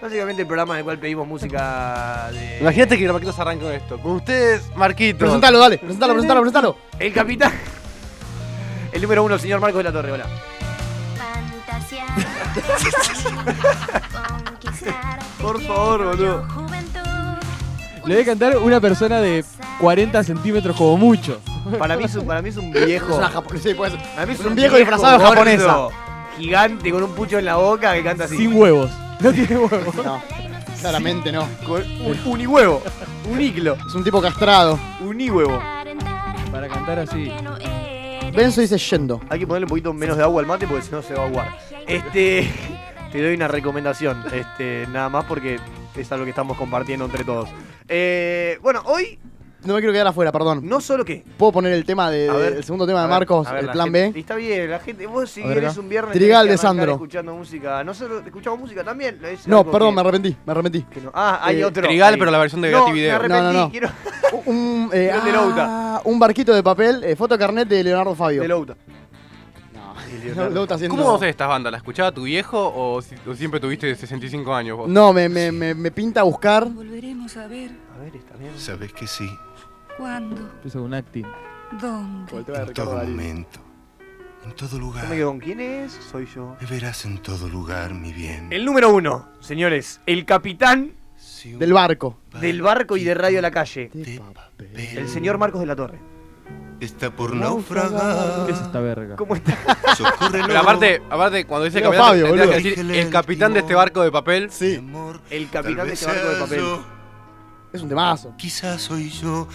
[SPEAKER 1] Básicamente el programa en el cual pedimos música de.
[SPEAKER 3] Imagínate que Marquitos arranque con esto. Con ustedes, Marquitos.
[SPEAKER 2] Presentalo, dale, presentalo, presentalo, presentalo.
[SPEAKER 1] El capitán. El número uno, señor Marcos de la Torre, hola.
[SPEAKER 7] Fantasía.
[SPEAKER 1] Por favor, boludo.
[SPEAKER 5] Le voy a cantar una persona de 40 centímetros como mucho.
[SPEAKER 1] Para mí es un, para mí es un viejo.
[SPEAKER 2] Es una japo- sí, puede ser.
[SPEAKER 1] Para mí es
[SPEAKER 2] un viejo disfrazado de
[SPEAKER 1] gordo,
[SPEAKER 2] japonesa.
[SPEAKER 1] Gigante con un pucho en la boca que canta así.
[SPEAKER 5] Sin huevos. No tiene huevos.
[SPEAKER 2] No, claramente no.
[SPEAKER 1] Con un unihuevo. Un iclo.
[SPEAKER 2] Es un tipo castrado.
[SPEAKER 1] Unihuevo.
[SPEAKER 5] Para cantar así.
[SPEAKER 2] Benzo dice yendo.
[SPEAKER 1] Hay que ponerle un poquito menos de agua al mate porque si no se va a aguar. Este. Te doy una recomendación, este, nada más porque es algo que estamos compartiendo entre todos. Eh, bueno, hoy
[SPEAKER 2] No me quiero quedar afuera, perdón.
[SPEAKER 1] no solo que.
[SPEAKER 2] ¿Puedo poner el tema de,
[SPEAKER 1] A ver,
[SPEAKER 2] el segundo tema
[SPEAKER 1] a
[SPEAKER 2] de
[SPEAKER 1] ver,
[SPEAKER 2] Marcos,
[SPEAKER 1] a ver,
[SPEAKER 2] el
[SPEAKER 1] la
[SPEAKER 2] plan
[SPEAKER 1] gente-
[SPEAKER 2] B?
[SPEAKER 1] Está bien, la gente, vos si
[SPEAKER 2] A ver,
[SPEAKER 1] eres
[SPEAKER 2] acá.
[SPEAKER 1] un viernes.
[SPEAKER 2] Trigal
[SPEAKER 1] tenés que
[SPEAKER 2] de
[SPEAKER 1] arrancar
[SPEAKER 2] Sandro.
[SPEAKER 1] escuchando música. No solo escuchamos música también. es
[SPEAKER 2] No,
[SPEAKER 1] algo
[SPEAKER 2] perdón,
[SPEAKER 1] que-
[SPEAKER 2] me arrepentí, me arrepentí.
[SPEAKER 1] que no- Ah, hay
[SPEAKER 2] Eh,
[SPEAKER 1] otro.
[SPEAKER 3] Trigal,
[SPEAKER 1] ahí.
[SPEAKER 3] pero la versión de
[SPEAKER 1] no,
[SPEAKER 3] Gatti Video.
[SPEAKER 1] Me arrepentí,
[SPEAKER 2] No, no, no.
[SPEAKER 1] quiero.
[SPEAKER 2] Un, eh,
[SPEAKER 1] El de Louta.
[SPEAKER 2] ah, un barquito de papel, eh, foto carnet de Leonardo Fabio.
[SPEAKER 1] De Louta.
[SPEAKER 2] No.
[SPEAKER 1] personaje, Leonardo.
[SPEAKER 2] Lau está haciendo-
[SPEAKER 3] ¿Cómo vos estas bandas? ¿La escuchaba tu viejo o, si- o siempre tuviste 65 años vos?
[SPEAKER 2] No, me, me, me, me pinta buscar.
[SPEAKER 6] Volveremos a ver
[SPEAKER 1] A ver, está bien.
[SPEAKER 8] Sabes que sí,
[SPEAKER 6] cuándo,
[SPEAKER 5] Puso un acting.
[SPEAKER 6] dónde.
[SPEAKER 2] Volteo a
[SPEAKER 8] en
[SPEAKER 2] Ricardo
[SPEAKER 8] todo
[SPEAKER 2] Darín.
[SPEAKER 8] momento, en todo lugar.
[SPEAKER 1] Yo me quedo con quién es, soy yo.
[SPEAKER 8] Me verás en todo lugar, mi bien.
[SPEAKER 1] El número uno, señores, el capitán
[SPEAKER 8] Si un
[SPEAKER 2] Del barco.
[SPEAKER 1] del barco y de Radio a la Calle,
[SPEAKER 8] de papel
[SPEAKER 1] el señor Marcos de la Torre.
[SPEAKER 8] Está por
[SPEAKER 2] Naufragar.
[SPEAKER 8] naufragar.
[SPEAKER 5] ¿Qué es esta verga?
[SPEAKER 1] ¿Cómo está?
[SPEAKER 8] Socórrelo.
[SPEAKER 3] Pero aparte, aparte cuando dice
[SPEAKER 2] Mira,
[SPEAKER 3] capitán,
[SPEAKER 2] Fabio,
[SPEAKER 3] tendrías
[SPEAKER 2] boludo.
[SPEAKER 3] que decir el capitán de este barco de papel.
[SPEAKER 8] Mi
[SPEAKER 2] Sí,
[SPEAKER 8] amor,
[SPEAKER 1] El
[SPEAKER 8] tal
[SPEAKER 1] capitán de
[SPEAKER 8] vez
[SPEAKER 1] este barco de
[SPEAKER 8] sea
[SPEAKER 1] papel.
[SPEAKER 8] yo,
[SPEAKER 2] es un temazo.
[SPEAKER 8] Quizás soy yo,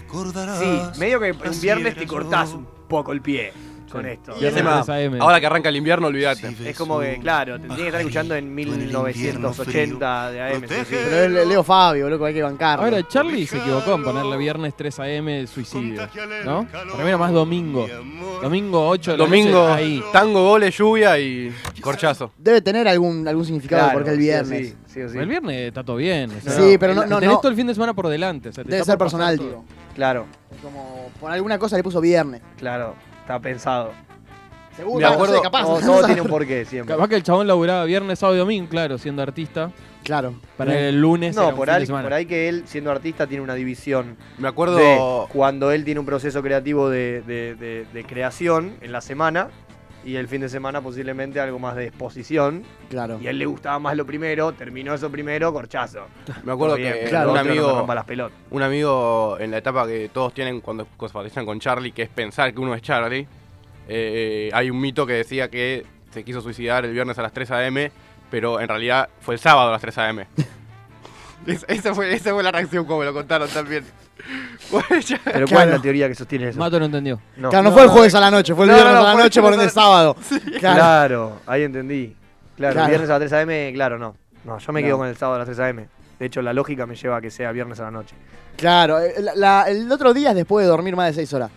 [SPEAKER 1] Sí,
[SPEAKER 8] recordarás.
[SPEAKER 1] medio que un
[SPEAKER 8] así
[SPEAKER 1] viernes
[SPEAKER 8] era
[SPEAKER 1] te
[SPEAKER 8] yo.
[SPEAKER 1] cortás un poco el pie con
[SPEAKER 5] Sí.
[SPEAKER 1] esto.
[SPEAKER 2] Y
[SPEAKER 1] Es
[SPEAKER 2] encima-
[SPEAKER 1] más,
[SPEAKER 5] Viernes AM.
[SPEAKER 3] Ahora que arranca el invierno, olvídate.
[SPEAKER 8] Si ves
[SPEAKER 1] Es como que,
[SPEAKER 8] un
[SPEAKER 1] claro, tendría que estar escuchando en
[SPEAKER 8] pajarito el invierno
[SPEAKER 1] 1980 de AM. sí, sí.
[SPEAKER 8] Protege.
[SPEAKER 2] Pero es Le- Leo Fabio, loco, hay que bancar.
[SPEAKER 5] Ahora, Charlie se equivocó en ponerle viernes 3 AM suicidio.
[SPEAKER 8] Contágiale el
[SPEAKER 5] ¿No?
[SPEAKER 8] calor,
[SPEAKER 5] Primero más domingo.
[SPEAKER 8] mi amor.
[SPEAKER 5] Domingo 8 de la
[SPEAKER 3] Domingo,
[SPEAKER 5] noche, ahí.
[SPEAKER 3] tango, goles, lluvia y corchazo.
[SPEAKER 2] Debe tener algún, algún significado
[SPEAKER 1] Claro,
[SPEAKER 2] porque el
[SPEAKER 1] sí o
[SPEAKER 2] viernes.
[SPEAKER 1] sí, sí o sí.
[SPEAKER 5] El viernes está todo bien. o sea,
[SPEAKER 1] Sí,
[SPEAKER 5] no,
[SPEAKER 2] pero no-
[SPEAKER 5] te
[SPEAKER 2] no-
[SPEAKER 5] Tenés
[SPEAKER 2] no.
[SPEAKER 5] todo el fin de semana por delante. o sea, te
[SPEAKER 2] Debe
[SPEAKER 5] está
[SPEAKER 2] ser
[SPEAKER 5] por
[SPEAKER 2] personal,
[SPEAKER 5] pasar todo.
[SPEAKER 2] digo.
[SPEAKER 1] Claro,
[SPEAKER 2] Es Como por alguna cosa le puso viernes.
[SPEAKER 1] claro, está pensado.
[SPEAKER 2] Seguro,
[SPEAKER 3] Me
[SPEAKER 2] no sé,
[SPEAKER 3] acuerdo-
[SPEAKER 2] Uh, capaz.
[SPEAKER 1] Todo, todo tiene un porqué siempre.
[SPEAKER 5] Capaz que el chabón laburaba viernes, sábado y domingo, claro, siendo artista.
[SPEAKER 2] Claro. Eh,
[SPEAKER 5] Para el lunes. era
[SPEAKER 1] No,
[SPEAKER 5] un
[SPEAKER 1] por
[SPEAKER 5] fin de
[SPEAKER 1] ahí,
[SPEAKER 5] semana.
[SPEAKER 1] por ahí que él, siendo artista, tiene una división
[SPEAKER 3] Me
[SPEAKER 1] de
[SPEAKER 3] acuerdo.
[SPEAKER 1] cuando él tiene un proceso creativo de, de- de- de creación en la semana y el fin de semana posiblemente algo más de exposición.
[SPEAKER 2] Claro.
[SPEAKER 1] Y a él le gustaba más lo primero, terminó eso primero, corchazo.
[SPEAKER 3] Me
[SPEAKER 1] Todo
[SPEAKER 3] acuerdo
[SPEAKER 1] bien,
[SPEAKER 3] que
[SPEAKER 1] lo
[SPEAKER 2] claro,
[SPEAKER 3] un
[SPEAKER 1] otro no me
[SPEAKER 3] amigo,
[SPEAKER 1] rompa las pelotas.
[SPEAKER 3] un amigo en la etapa que todos tienen cuando cosfatizan con Charlie, que es pensar que uno es Charlie. eh, hay un mito que decía que se quiso suicidar el viernes a las 3 a.m., pero en realidad fue el sábado a las 3 a.m. Es- esa, fue, esa fue la reacción como me lo contaron también.
[SPEAKER 1] Pero ¿cuál
[SPEAKER 2] Claro.
[SPEAKER 1] es la teoría que sostiene eso?
[SPEAKER 5] Mato no entendió.
[SPEAKER 1] No.
[SPEAKER 2] Claro, no,
[SPEAKER 1] No,
[SPEAKER 2] fue el
[SPEAKER 1] no,
[SPEAKER 2] jueves a la noche, fue el
[SPEAKER 3] No,
[SPEAKER 2] viernes
[SPEAKER 3] no,
[SPEAKER 2] a la
[SPEAKER 3] fue-
[SPEAKER 2] noche por ende es sábado. Claro.
[SPEAKER 1] Claro, ahí entendí. Claro,
[SPEAKER 2] Claro.
[SPEAKER 1] viernes a las 3 AM, claro, no. No, yo me
[SPEAKER 2] No.
[SPEAKER 1] quedo con el sábado a las 3 AM. De hecho, la lógica me lleva a que sea viernes a la noche.
[SPEAKER 2] Claro, eh, la- la- el otro día es después de dormir más de 6 horas.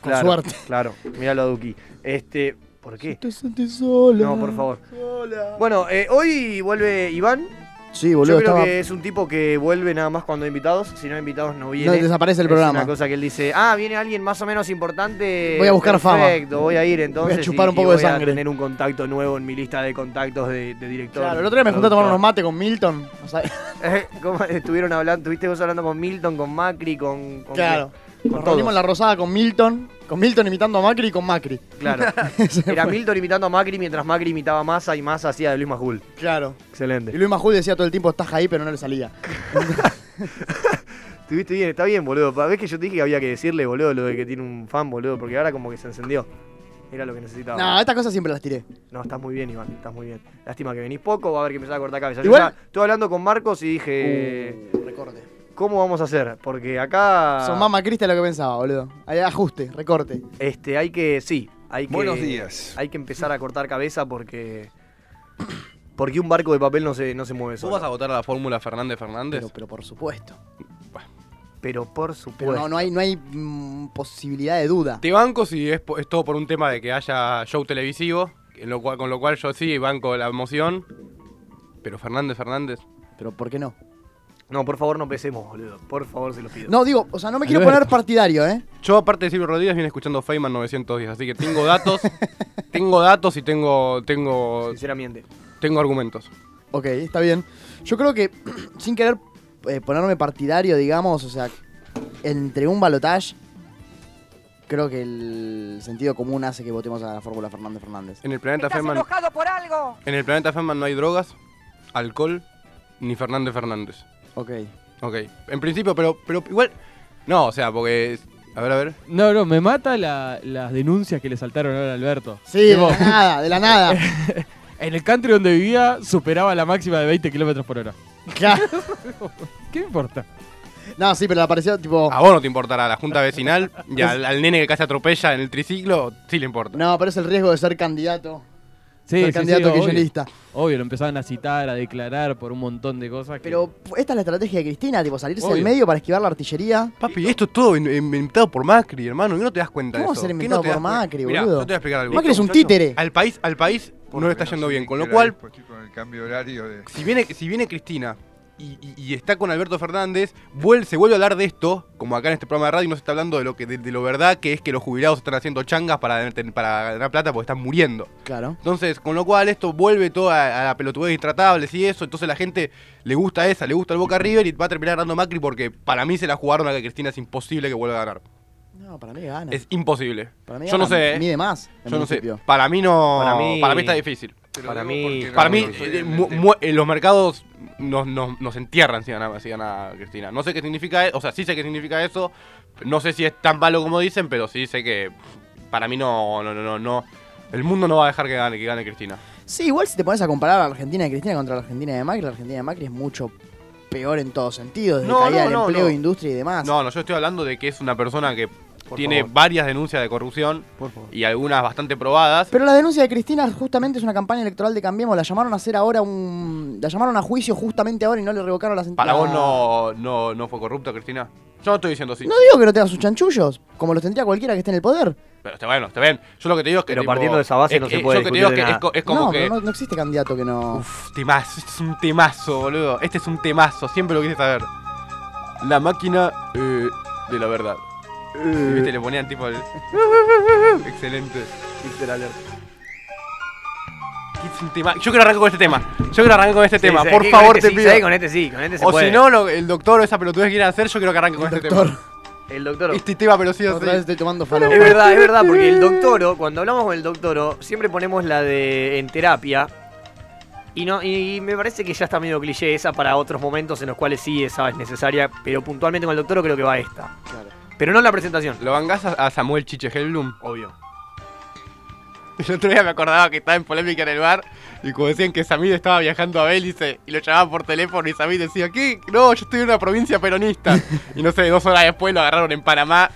[SPEAKER 2] Con
[SPEAKER 1] Claro,
[SPEAKER 2] suerte.
[SPEAKER 1] Claro, míralo a Duki. Este, ¿por qué?
[SPEAKER 2] Te sentís sola.
[SPEAKER 1] No, por favor.
[SPEAKER 2] Sola.
[SPEAKER 1] Bueno, eh, hoy vuelve Iván.
[SPEAKER 2] Sí, boludo,
[SPEAKER 1] Yo creo
[SPEAKER 2] estaba.
[SPEAKER 1] que es un tipo que vuelve nada más cuando hay invitados. Si no hay invitados, no
[SPEAKER 2] No,
[SPEAKER 1] viene.
[SPEAKER 2] desaparece el
[SPEAKER 1] Es
[SPEAKER 2] programa.
[SPEAKER 1] una cosa que él dice, ah, viene alguien más o menos importante.
[SPEAKER 2] Voy a buscar fama.
[SPEAKER 1] Perfecto, voy a ir entonces.
[SPEAKER 2] Voy a chupar
[SPEAKER 1] y-
[SPEAKER 2] un poco
[SPEAKER 1] y
[SPEAKER 2] de
[SPEAKER 1] voy
[SPEAKER 2] sangre.
[SPEAKER 1] a tener un contacto nuevo en mi lista de contactos de, de director.
[SPEAKER 2] Claro, el otro día me junté a tomar
[SPEAKER 1] productor.
[SPEAKER 2] unos mates con Milton. o sea,
[SPEAKER 1] Eh, ¿Cómo estuvieron hablando? ¿Estuviste vos hablando con Milton, con Macri, con. con
[SPEAKER 2] claro.
[SPEAKER 1] con
[SPEAKER 2] Nos
[SPEAKER 1] todos.
[SPEAKER 2] reunimos en la rosada con Milton. Con Milton imitando a Macri y con Macri.
[SPEAKER 1] Claro. Era Milton imitando a Macri mientras Macri imitaba a Massa y Massa hacía de Luis Majul.
[SPEAKER 2] Claro. Y
[SPEAKER 1] Excelente.
[SPEAKER 2] Luis Majul decía todo el tiempo, estás ahí, pero no le salía.
[SPEAKER 1] Estuviste bien, está bien, boludo. Pa- ¿Ves que yo te dije que había que decirle, boludo, lo de que tiene un fan, boludo? Porque ahora como que se encendió. Era lo que necesitaba.
[SPEAKER 2] No, estas cosas siempre las tiré.
[SPEAKER 1] No, estás muy bien, Iván, estás muy bien. Lástima que venís poco, va a haber que empezar a cortar cabeza. Yo
[SPEAKER 2] Igual-
[SPEAKER 1] ya estuve hablando con Marcos y dije,
[SPEAKER 2] Uh, recorte. Ah.
[SPEAKER 1] ¿cómo vamos a hacer? Porque acá
[SPEAKER 2] Son más macristas de lo que pensaba, boludo. Ahí, Ajuste, recorte.
[SPEAKER 1] este, hay que, sí, hay que...
[SPEAKER 8] Buenos días.
[SPEAKER 1] Hay que empezar a cortar cabeza porque... Porque un barco de papel no se, no se mueve
[SPEAKER 3] ¿Vos vas
[SPEAKER 1] solo.
[SPEAKER 3] a votar a la fórmula Fernández Fernández?
[SPEAKER 2] Pero, pero por supuesto.
[SPEAKER 1] Pero por
[SPEAKER 2] Pero
[SPEAKER 1] supuesto.
[SPEAKER 2] no, no hay, no hay mm, posibilidad de duda.
[SPEAKER 3] Te banco si es, po- es todo por un tema de que haya show televisivo, en lo cual, con lo cual yo sí banco la emoción. Pero Fernández Fernández.
[SPEAKER 2] Pero ¿por qué no?
[SPEAKER 1] No, por favor no empecemos, boludo. Por favor, se lo pido.
[SPEAKER 2] No, digo, o sea, no me quiero
[SPEAKER 5] Alberto.
[SPEAKER 2] poner partidario, ¿eh?
[SPEAKER 3] Yo, aparte de Silvio Rodríguez, vine escuchando Feynman 910, así que tengo datos, tengo datos y tengo, tengo,
[SPEAKER 1] Sinceramente.
[SPEAKER 3] tengo argumentos.
[SPEAKER 2] Ok, está bien. Yo creo que, sin querer eh, ponerme partidario, digamos, o sea, entre un balotage, creo que el sentido común hace que votemos a la fórmula Fernández Fernández.
[SPEAKER 3] En el planeta Feynman,
[SPEAKER 6] por algo?
[SPEAKER 3] en el planeta Feynman no hay drogas, alcohol, ni Fernández Fernández.
[SPEAKER 2] Ok.
[SPEAKER 3] Ok, en principio, pero, pero igual, no, o sea, porque, a ver, a ver.
[SPEAKER 5] No, no, me mata la- las denuncias que le saltaron ahora a Alberto.
[SPEAKER 2] Sí, de
[SPEAKER 5] Tipo,
[SPEAKER 2] la nada, de la nada.
[SPEAKER 5] en el country donde vivía superaba la máxima de 20 kilómetros por hora.
[SPEAKER 2] Claro.
[SPEAKER 5] ¿Qué me importa?
[SPEAKER 2] No, sí, pero le apareció tipo...
[SPEAKER 3] A vos no te importará la junta vecinal y al, al nene que casi atropella en el triciclo, sí le importa.
[SPEAKER 2] No, pero es el riesgo de ser candidato.
[SPEAKER 5] Sí,
[SPEAKER 2] ser
[SPEAKER 5] sí, sí,
[SPEAKER 2] candidato
[SPEAKER 5] obvio.
[SPEAKER 2] kirchnerista.
[SPEAKER 5] Obvio, lo empezaban a citar, a declarar por un montón de cosas. que-
[SPEAKER 2] Pero esta es la estrategia de Cristina, tipo salirse del
[SPEAKER 5] Obvio.
[SPEAKER 2] medio para esquivar la artillería.
[SPEAKER 3] Papi, esto es todo in- inventado por Macri, hermano, y no te das cuenta de
[SPEAKER 2] ¿Cómo
[SPEAKER 3] eso.
[SPEAKER 2] va a ser
[SPEAKER 3] ¿Qué
[SPEAKER 2] inventado
[SPEAKER 3] te das
[SPEAKER 2] por
[SPEAKER 3] cuenta?
[SPEAKER 2] Macri,
[SPEAKER 3] Mirá,
[SPEAKER 2] boludo?
[SPEAKER 3] yo te voy a explicar algo.
[SPEAKER 2] Macri es un títere.
[SPEAKER 3] Al país, al país no le está yendo bien, con lo cual,
[SPEAKER 9] Con
[SPEAKER 3] si viene, si viene Cristina y, y- y está con Alberto Fernández, vuel- se vuelve a hablar de esto, como acá en este programa de radio no se está hablando de lo que de, de lo verdad que es que los jubilados están haciendo changas para, para ganar plata porque están muriendo.
[SPEAKER 2] Claro.
[SPEAKER 3] Entonces, con lo cual esto vuelve todo a, a la pelotudez de intratables y eso. Entonces la gente le gusta esa, le gusta el Boca River y va a terminar ganando Macri porque para mí se la jugaron a que Cristina es imposible que vuelva a ganar.
[SPEAKER 2] No, para mí gana.
[SPEAKER 3] Es imposible.
[SPEAKER 2] para mí
[SPEAKER 3] yo no
[SPEAKER 2] gana.
[SPEAKER 3] sé, ¿eh?
[SPEAKER 2] Mide más. en
[SPEAKER 3] Yo no sé.
[SPEAKER 2] principio.
[SPEAKER 3] Para mí no.
[SPEAKER 1] Para mí-
[SPEAKER 3] para mí está difícil.
[SPEAKER 1] Para mí-
[SPEAKER 3] Para mí,
[SPEAKER 1] no,
[SPEAKER 3] eh, mu- mu- eh, los mercados nos, nos- nos entierran si gana, si gana Cristina. No sé qué significa, e- o sea, sí sé qué significa eso. No sé si es tan malo como dicen, pero sí sé que para mí no, no, no, no. no. El mundo no va a dejar que gane, que gane Cristina.
[SPEAKER 2] Sí, igual si te pones a comparar a la Argentina de Cristina contra la Argentina de Macri, la Argentina de Macri es mucho peor en todos sentidos, desde
[SPEAKER 3] No,
[SPEAKER 2] caída
[SPEAKER 3] no,
[SPEAKER 2] del
[SPEAKER 3] no,
[SPEAKER 2] empleo,
[SPEAKER 3] no.
[SPEAKER 2] industria y demás.
[SPEAKER 3] No, no, yo estoy hablando de que es una persona que
[SPEAKER 1] Por
[SPEAKER 3] tiene
[SPEAKER 1] favor.
[SPEAKER 3] varias denuncias de corrupción
[SPEAKER 2] Por favor.
[SPEAKER 3] y algunas bastante probadas.
[SPEAKER 2] Pero la denuncia de Cristina justamente es una campaña electoral de Cambiemos, la llamaron a hacer ahora un... La llamaron a juicio justamente ahora y no le revocaron la sentencia.
[SPEAKER 3] Para vos no, no, no fue corrupta, Cristina. Yo no estoy diciendo sí.
[SPEAKER 2] No digo que no tenga sus chanchullos, como los tendría cualquiera que esté en el poder.
[SPEAKER 3] Pero está bueno, está bien. Yo lo que te digo es que.
[SPEAKER 1] Pero partiendo de esa base
[SPEAKER 3] es
[SPEAKER 1] no
[SPEAKER 3] que-
[SPEAKER 1] se puede
[SPEAKER 3] Yo lo que te digo es
[SPEAKER 1] discutir
[SPEAKER 3] que
[SPEAKER 1] de
[SPEAKER 3] es, co- es como
[SPEAKER 2] No,
[SPEAKER 3] que.
[SPEAKER 2] pero no, no existe candidato que no...
[SPEAKER 3] Uf, temazo, este es un temazo, boludo. Este es un temazo, siempre lo quise saber. La máquina eh, de la verdad.
[SPEAKER 2] Eh.
[SPEAKER 3] Y, ¿Viste? Le ponían tipo el. Excelente. Es un tema. Yo quiero arrancar con este tema. Yo quiero arrancar con este tema.
[SPEAKER 1] Sí, sí,
[SPEAKER 3] Por
[SPEAKER 1] sí,
[SPEAKER 3] favor,
[SPEAKER 1] con
[SPEAKER 3] te
[SPEAKER 1] este sí,
[SPEAKER 3] pido.
[SPEAKER 1] sí, con este sí, con este se
[SPEAKER 3] o
[SPEAKER 1] puede.
[SPEAKER 3] si no, lo- el doctor o esa pelotudez que quieran hacer, yo quiero que arranque con este
[SPEAKER 2] Doctor,
[SPEAKER 3] tema.
[SPEAKER 1] El doctor.
[SPEAKER 3] Este tema, pero sí o sí.
[SPEAKER 2] otra vez estoy tomando falo.
[SPEAKER 1] Es verdad, es verdad, porque el doctoro, cuando hablamos con el doctoro, siempre ponemos la de en terapia. Y, no, y me parece que ya está medio cliché esa para otros momentos en los cuales sí esa es necesaria, pero puntualmente con el doctoro creo que va esta. Pero no en la presentación.
[SPEAKER 3] ¿Lo vangás a, a Samuel Chiche Hellblum? Obvio. El otro día me acordaba que estaba en polémica en el bar y como decían que Samid estaba viajando a Bélice y lo llamaban por teléfono y Samid decía, ¿qué? No, yo estoy en una provincia peronista. y no sé, dos horas después lo agarraron en Panamá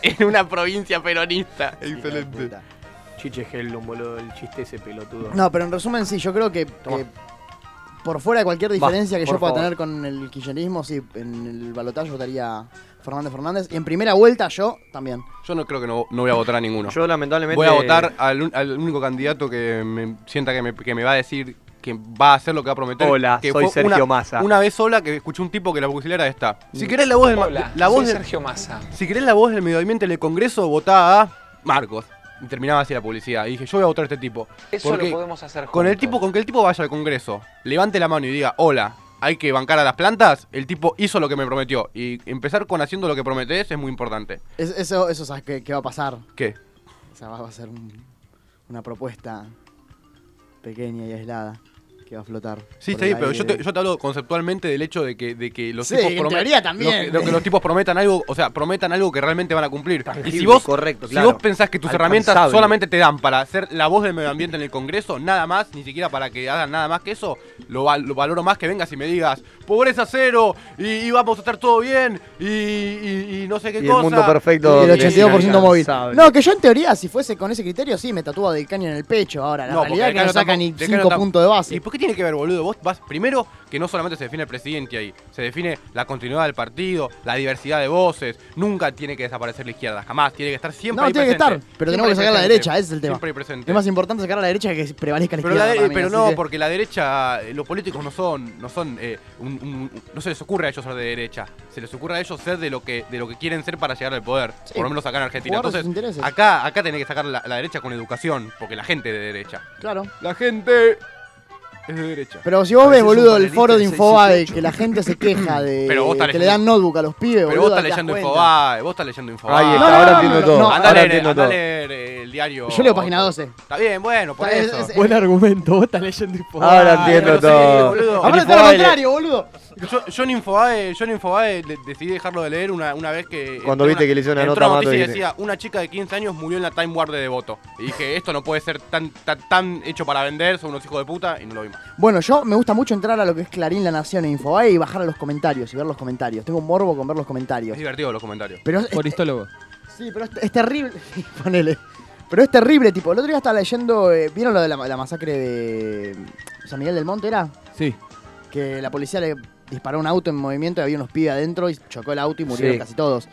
[SPEAKER 3] en una provincia peronista. Excelente.
[SPEAKER 1] Chiche Hellum, boludo, el chiste ese pelotudo.
[SPEAKER 2] No, pero en resumen sí, yo creo que,
[SPEAKER 1] Toma.
[SPEAKER 2] que por fuera de cualquier diferencia que
[SPEAKER 1] por
[SPEAKER 2] yo pueda
[SPEAKER 1] favor.
[SPEAKER 2] tener con el kirchnerismo, sí, en el balotaje votaría Fernández Fernández. Y en primera vuelta yo también.
[SPEAKER 3] Yo no creo que no, no voy a votar a ninguno.
[SPEAKER 1] Yo lamentablemente...
[SPEAKER 3] Voy a votar al, un- al único candidato que me sienta que me, que me va a decir que va a hacer lo que va a prometer.
[SPEAKER 1] Hola,
[SPEAKER 3] que
[SPEAKER 1] soy
[SPEAKER 3] fue
[SPEAKER 1] Sergio
[SPEAKER 3] una,
[SPEAKER 1] Massa. Mm.
[SPEAKER 3] Una vez sola que escuché un tipo que la bucilera está. Si querés la voz del, la voz del-
[SPEAKER 9] Massa.
[SPEAKER 3] si querés la voz del medioambiente del Congreso, votá a Marcos. Y terminaba así la publicidad. Y dije, yo voy a votar a este tipo. Porque
[SPEAKER 9] hacer
[SPEAKER 3] con el tipo, con que el tipo vaya al Congreso, levante la mano y diga, hola, hay que bancar a las plantas, el tipo hizo lo que me prometió. Y empezar con haciendo lo que prometés es muy importante.
[SPEAKER 2] Es- eso, eso sabes que, que va a pasar.
[SPEAKER 3] ¿Qué?
[SPEAKER 2] O sea, va, va a ser un- una propuesta pequeña y aislada que va a flotar.
[SPEAKER 3] Sí,
[SPEAKER 2] por
[SPEAKER 3] sí,
[SPEAKER 2] el
[SPEAKER 3] pero
[SPEAKER 2] aire.
[SPEAKER 3] yo te, yo te hablo conceptualmente del hecho de que, de que los
[SPEAKER 2] Sí,
[SPEAKER 3] tipos
[SPEAKER 2] en
[SPEAKER 3] prome-
[SPEAKER 2] teoría también.
[SPEAKER 3] lo que- lo que los tipos prometan algo, o sea, prometan algo que realmente van a cumplir. y si
[SPEAKER 1] Tangible,
[SPEAKER 3] vos,
[SPEAKER 1] correcto,
[SPEAKER 3] si
[SPEAKER 1] claro.
[SPEAKER 3] vos pensás que tus
[SPEAKER 1] Alcanzable.
[SPEAKER 3] herramientas solamente te dan para ser la voz del medio ambiente en el Congreso, nada más, ni siquiera para que hagan nada más que eso, lo, val- lo valoro más que vengas y me digas, pobreza cero, y, y vamos a estar todo bien, y, y- y no sé qué
[SPEAKER 1] Y el
[SPEAKER 3] cosa.
[SPEAKER 1] mundo perfecto
[SPEAKER 2] Y el
[SPEAKER 1] de-
[SPEAKER 2] 82% móvil.
[SPEAKER 1] Inalcanzable.
[SPEAKER 2] No, que yo en teoría, si fuese con ese criterio, sí, me tatuaba del caño en el pecho. Ahora, la
[SPEAKER 3] porque
[SPEAKER 2] realidad es
[SPEAKER 3] Decano
[SPEAKER 2] que no saca
[SPEAKER 3] tampoco-
[SPEAKER 2] ni
[SPEAKER 3] Decano
[SPEAKER 2] 5
[SPEAKER 3] tam-
[SPEAKER 2] puntos de base.
[SPEAKER 3] ¿Y por qué tiene que ver, boludo? Vos vas primero que no solamente se define el presidente ahí, se define la continuidad del partido, la diversidad de voces. Nunca tiene que desaparecer la izquierda, jamás. Tiene que estar siempre
[SPEAKER 2] No,
[SPEAKER 3] ahí
[SPEAKER 2] tiene que
[SPEAKER 3] presente.
[SPEAKER 2] estar, pero
[SPEAKER 3] Siempre
[SPEAKER 2] tenemos que
[SPEAKER 3] ahí
[SPEAKER 2] sacar la
[SPEAKER 3] presente.
[SPEAKER 2] derecha, ese es el tema.
[SPEAKER 3] Siempre ahí presente.
[SPEAKER 2] Es más importante sacar a la derecha que prevalezca la
[SPEAKER 3] pero la
[SPEAKER 2] izquierda.
[SPEAKER 3] de-
[SPEAKER 2] para mí,
[SPEAKER 3] pero
[SPEAKER 2] así
[SPEAKER 3] no,
[SPEAKER 2] que-
[SPEAKER 3] porque la derecha, eh, los políticos no son, no son, eh, un- un- un- no se les ocurre a ellos ser de derecha, se les ocurre a ellos ser de lo que, de lo que quieren ser para llegar al poder,
[SPEAKER 2] Sí.
[SPEAKER 3] por lo menos acá en Argentina.
[SPEAKER 2] Jugar de sus
[SPEAKER 3] Entonces,
[SPEAKER 2] intereses.
[SPEAKER 3] acá, acá tenés que sacar la, la derecha con educación, porque la gente es de derecha.
[SPEAKER 2] Claro.
[SPEAKER 3] La gente es de derecha.
[SPEAKER 2] Pero si vos ves,
[SPEAKER 9] Pareces un
[SPEAKER 2] boludo, el
[SPEAKER 9] panelista
[SPEAKER 2] foro de
[SPEAKER 9] de
[SPEAKER 2] Infoba de
[SPEAKER 9] 668.
[SPEAKER 2] que la gente se queja de
[SPEAKER 3] Pero vos estás
[SPEAKER 2] que le
[SPEAKER 3] leyendo-
[SPEAKER 2] dan notebook a los pibes,
[SPEAKER 3] Pero
[SPEAKER 2] boludo.
[SPEAKER 3] vos estás
[SPEAKER 2] te das
[SPEAKER 3] leyendo
[SPEAKER 2] cuenta.
[SPEAKER 3] Infobae, vos estás leyendo Infobae.
[SPEAKER 1] Ahí
[SPEAKER 2] No,
[SPEAKER 1] está,
[SPEAKER 2] no,
[SPEAKER 1] ahora
[SPEAKER 2] no,
[SPEAKER 1] entiendo
[SPEAKER 2] no,
[SPEAKER 1] todo.
[SPEAKER 2] no,
[SPEAKER 3] Andá
[SPEAKER 1] ahora
[SPEAKER 3] a leer,
[SPEAKER 1] entiendo
[SPEAKER 3] andá a
[SPEAKER 1] todo.
[SPEAKER 3] leer, eh, el diario.
[SPEAKER 2] Yo leo página 12.
[SPEAKER 3] Está bien, bueno, por
[SPEAKER 2] Está- es-
[SPEAKER 3] eso.
[SPEAKER 2] es-
[SPEAKER 5] Buen argumento, vos estás leyendo Infobae.
[SPEAKER 1] Ahora
[SPEAKER 3] Ah,
[SPEAKER 1] entiendo
[SPEAKER 3] pero sí,
[SPEAKER 1] todo.
[SPEAKER 3] boludo.
[SPEAKER 2] Ahora
[SPEAKER 1] El
[SPEAKER 2] está lo
[SPEAKER 1] Infobae le-
[SPEAKER 2] contrario, boludo.
[SPEAKER 3] Yo, yo en Infobae, yo en Infobae de- decidí dejarlo de leer una, una vez que.
[SPEAKER 1] Cuando
[SPEAKER 3] entró
[SPEAKER 1] viste que le hizo una
[SPEAKER 3] entró
[SPEAKER 1] nota a Mato
[SPEAKER 3] noticia y
[SPEAKER 1] y-
[SPEAKER 3] decía: Una chica de 15 años murió en la Time War de Devoto. Y dije: Esto no puede ser tan, tan, tan hecho para vender, son unos hijos de puta, y no lo vi más.
[SPEAKER 2] Bueno, yo me gusta mucho entrar a lo que es Clarín, La Nación e Infobae y bajar a los comentarios y ver los comentarios. Tengo un morbo con ver los
[SPEAKER 3] Es
[SPEAKER 2] comentarios.
[SPEAKER 3] divertido los comentarios.
[SPEAKER 2] Pero es-
[SPEAKER 5] Foristólogo.
[SPEAKER 2] Sí, pero es, es terrible. Ponele. Pero es terrible, tipo. El otro día estaba leyendo. eh, ¿Vieron lo de la, la masacre de San Miguel del Monte? ¿Era?
[SPEAKER 5] Sí.
[SPEAKER 2] Que la policía le disparó un auto en movimiento y había unos pibes adentro y chocó el auto y murieron
[SPEAKER 1] Sí.
[SPEAKER 2] casi todos.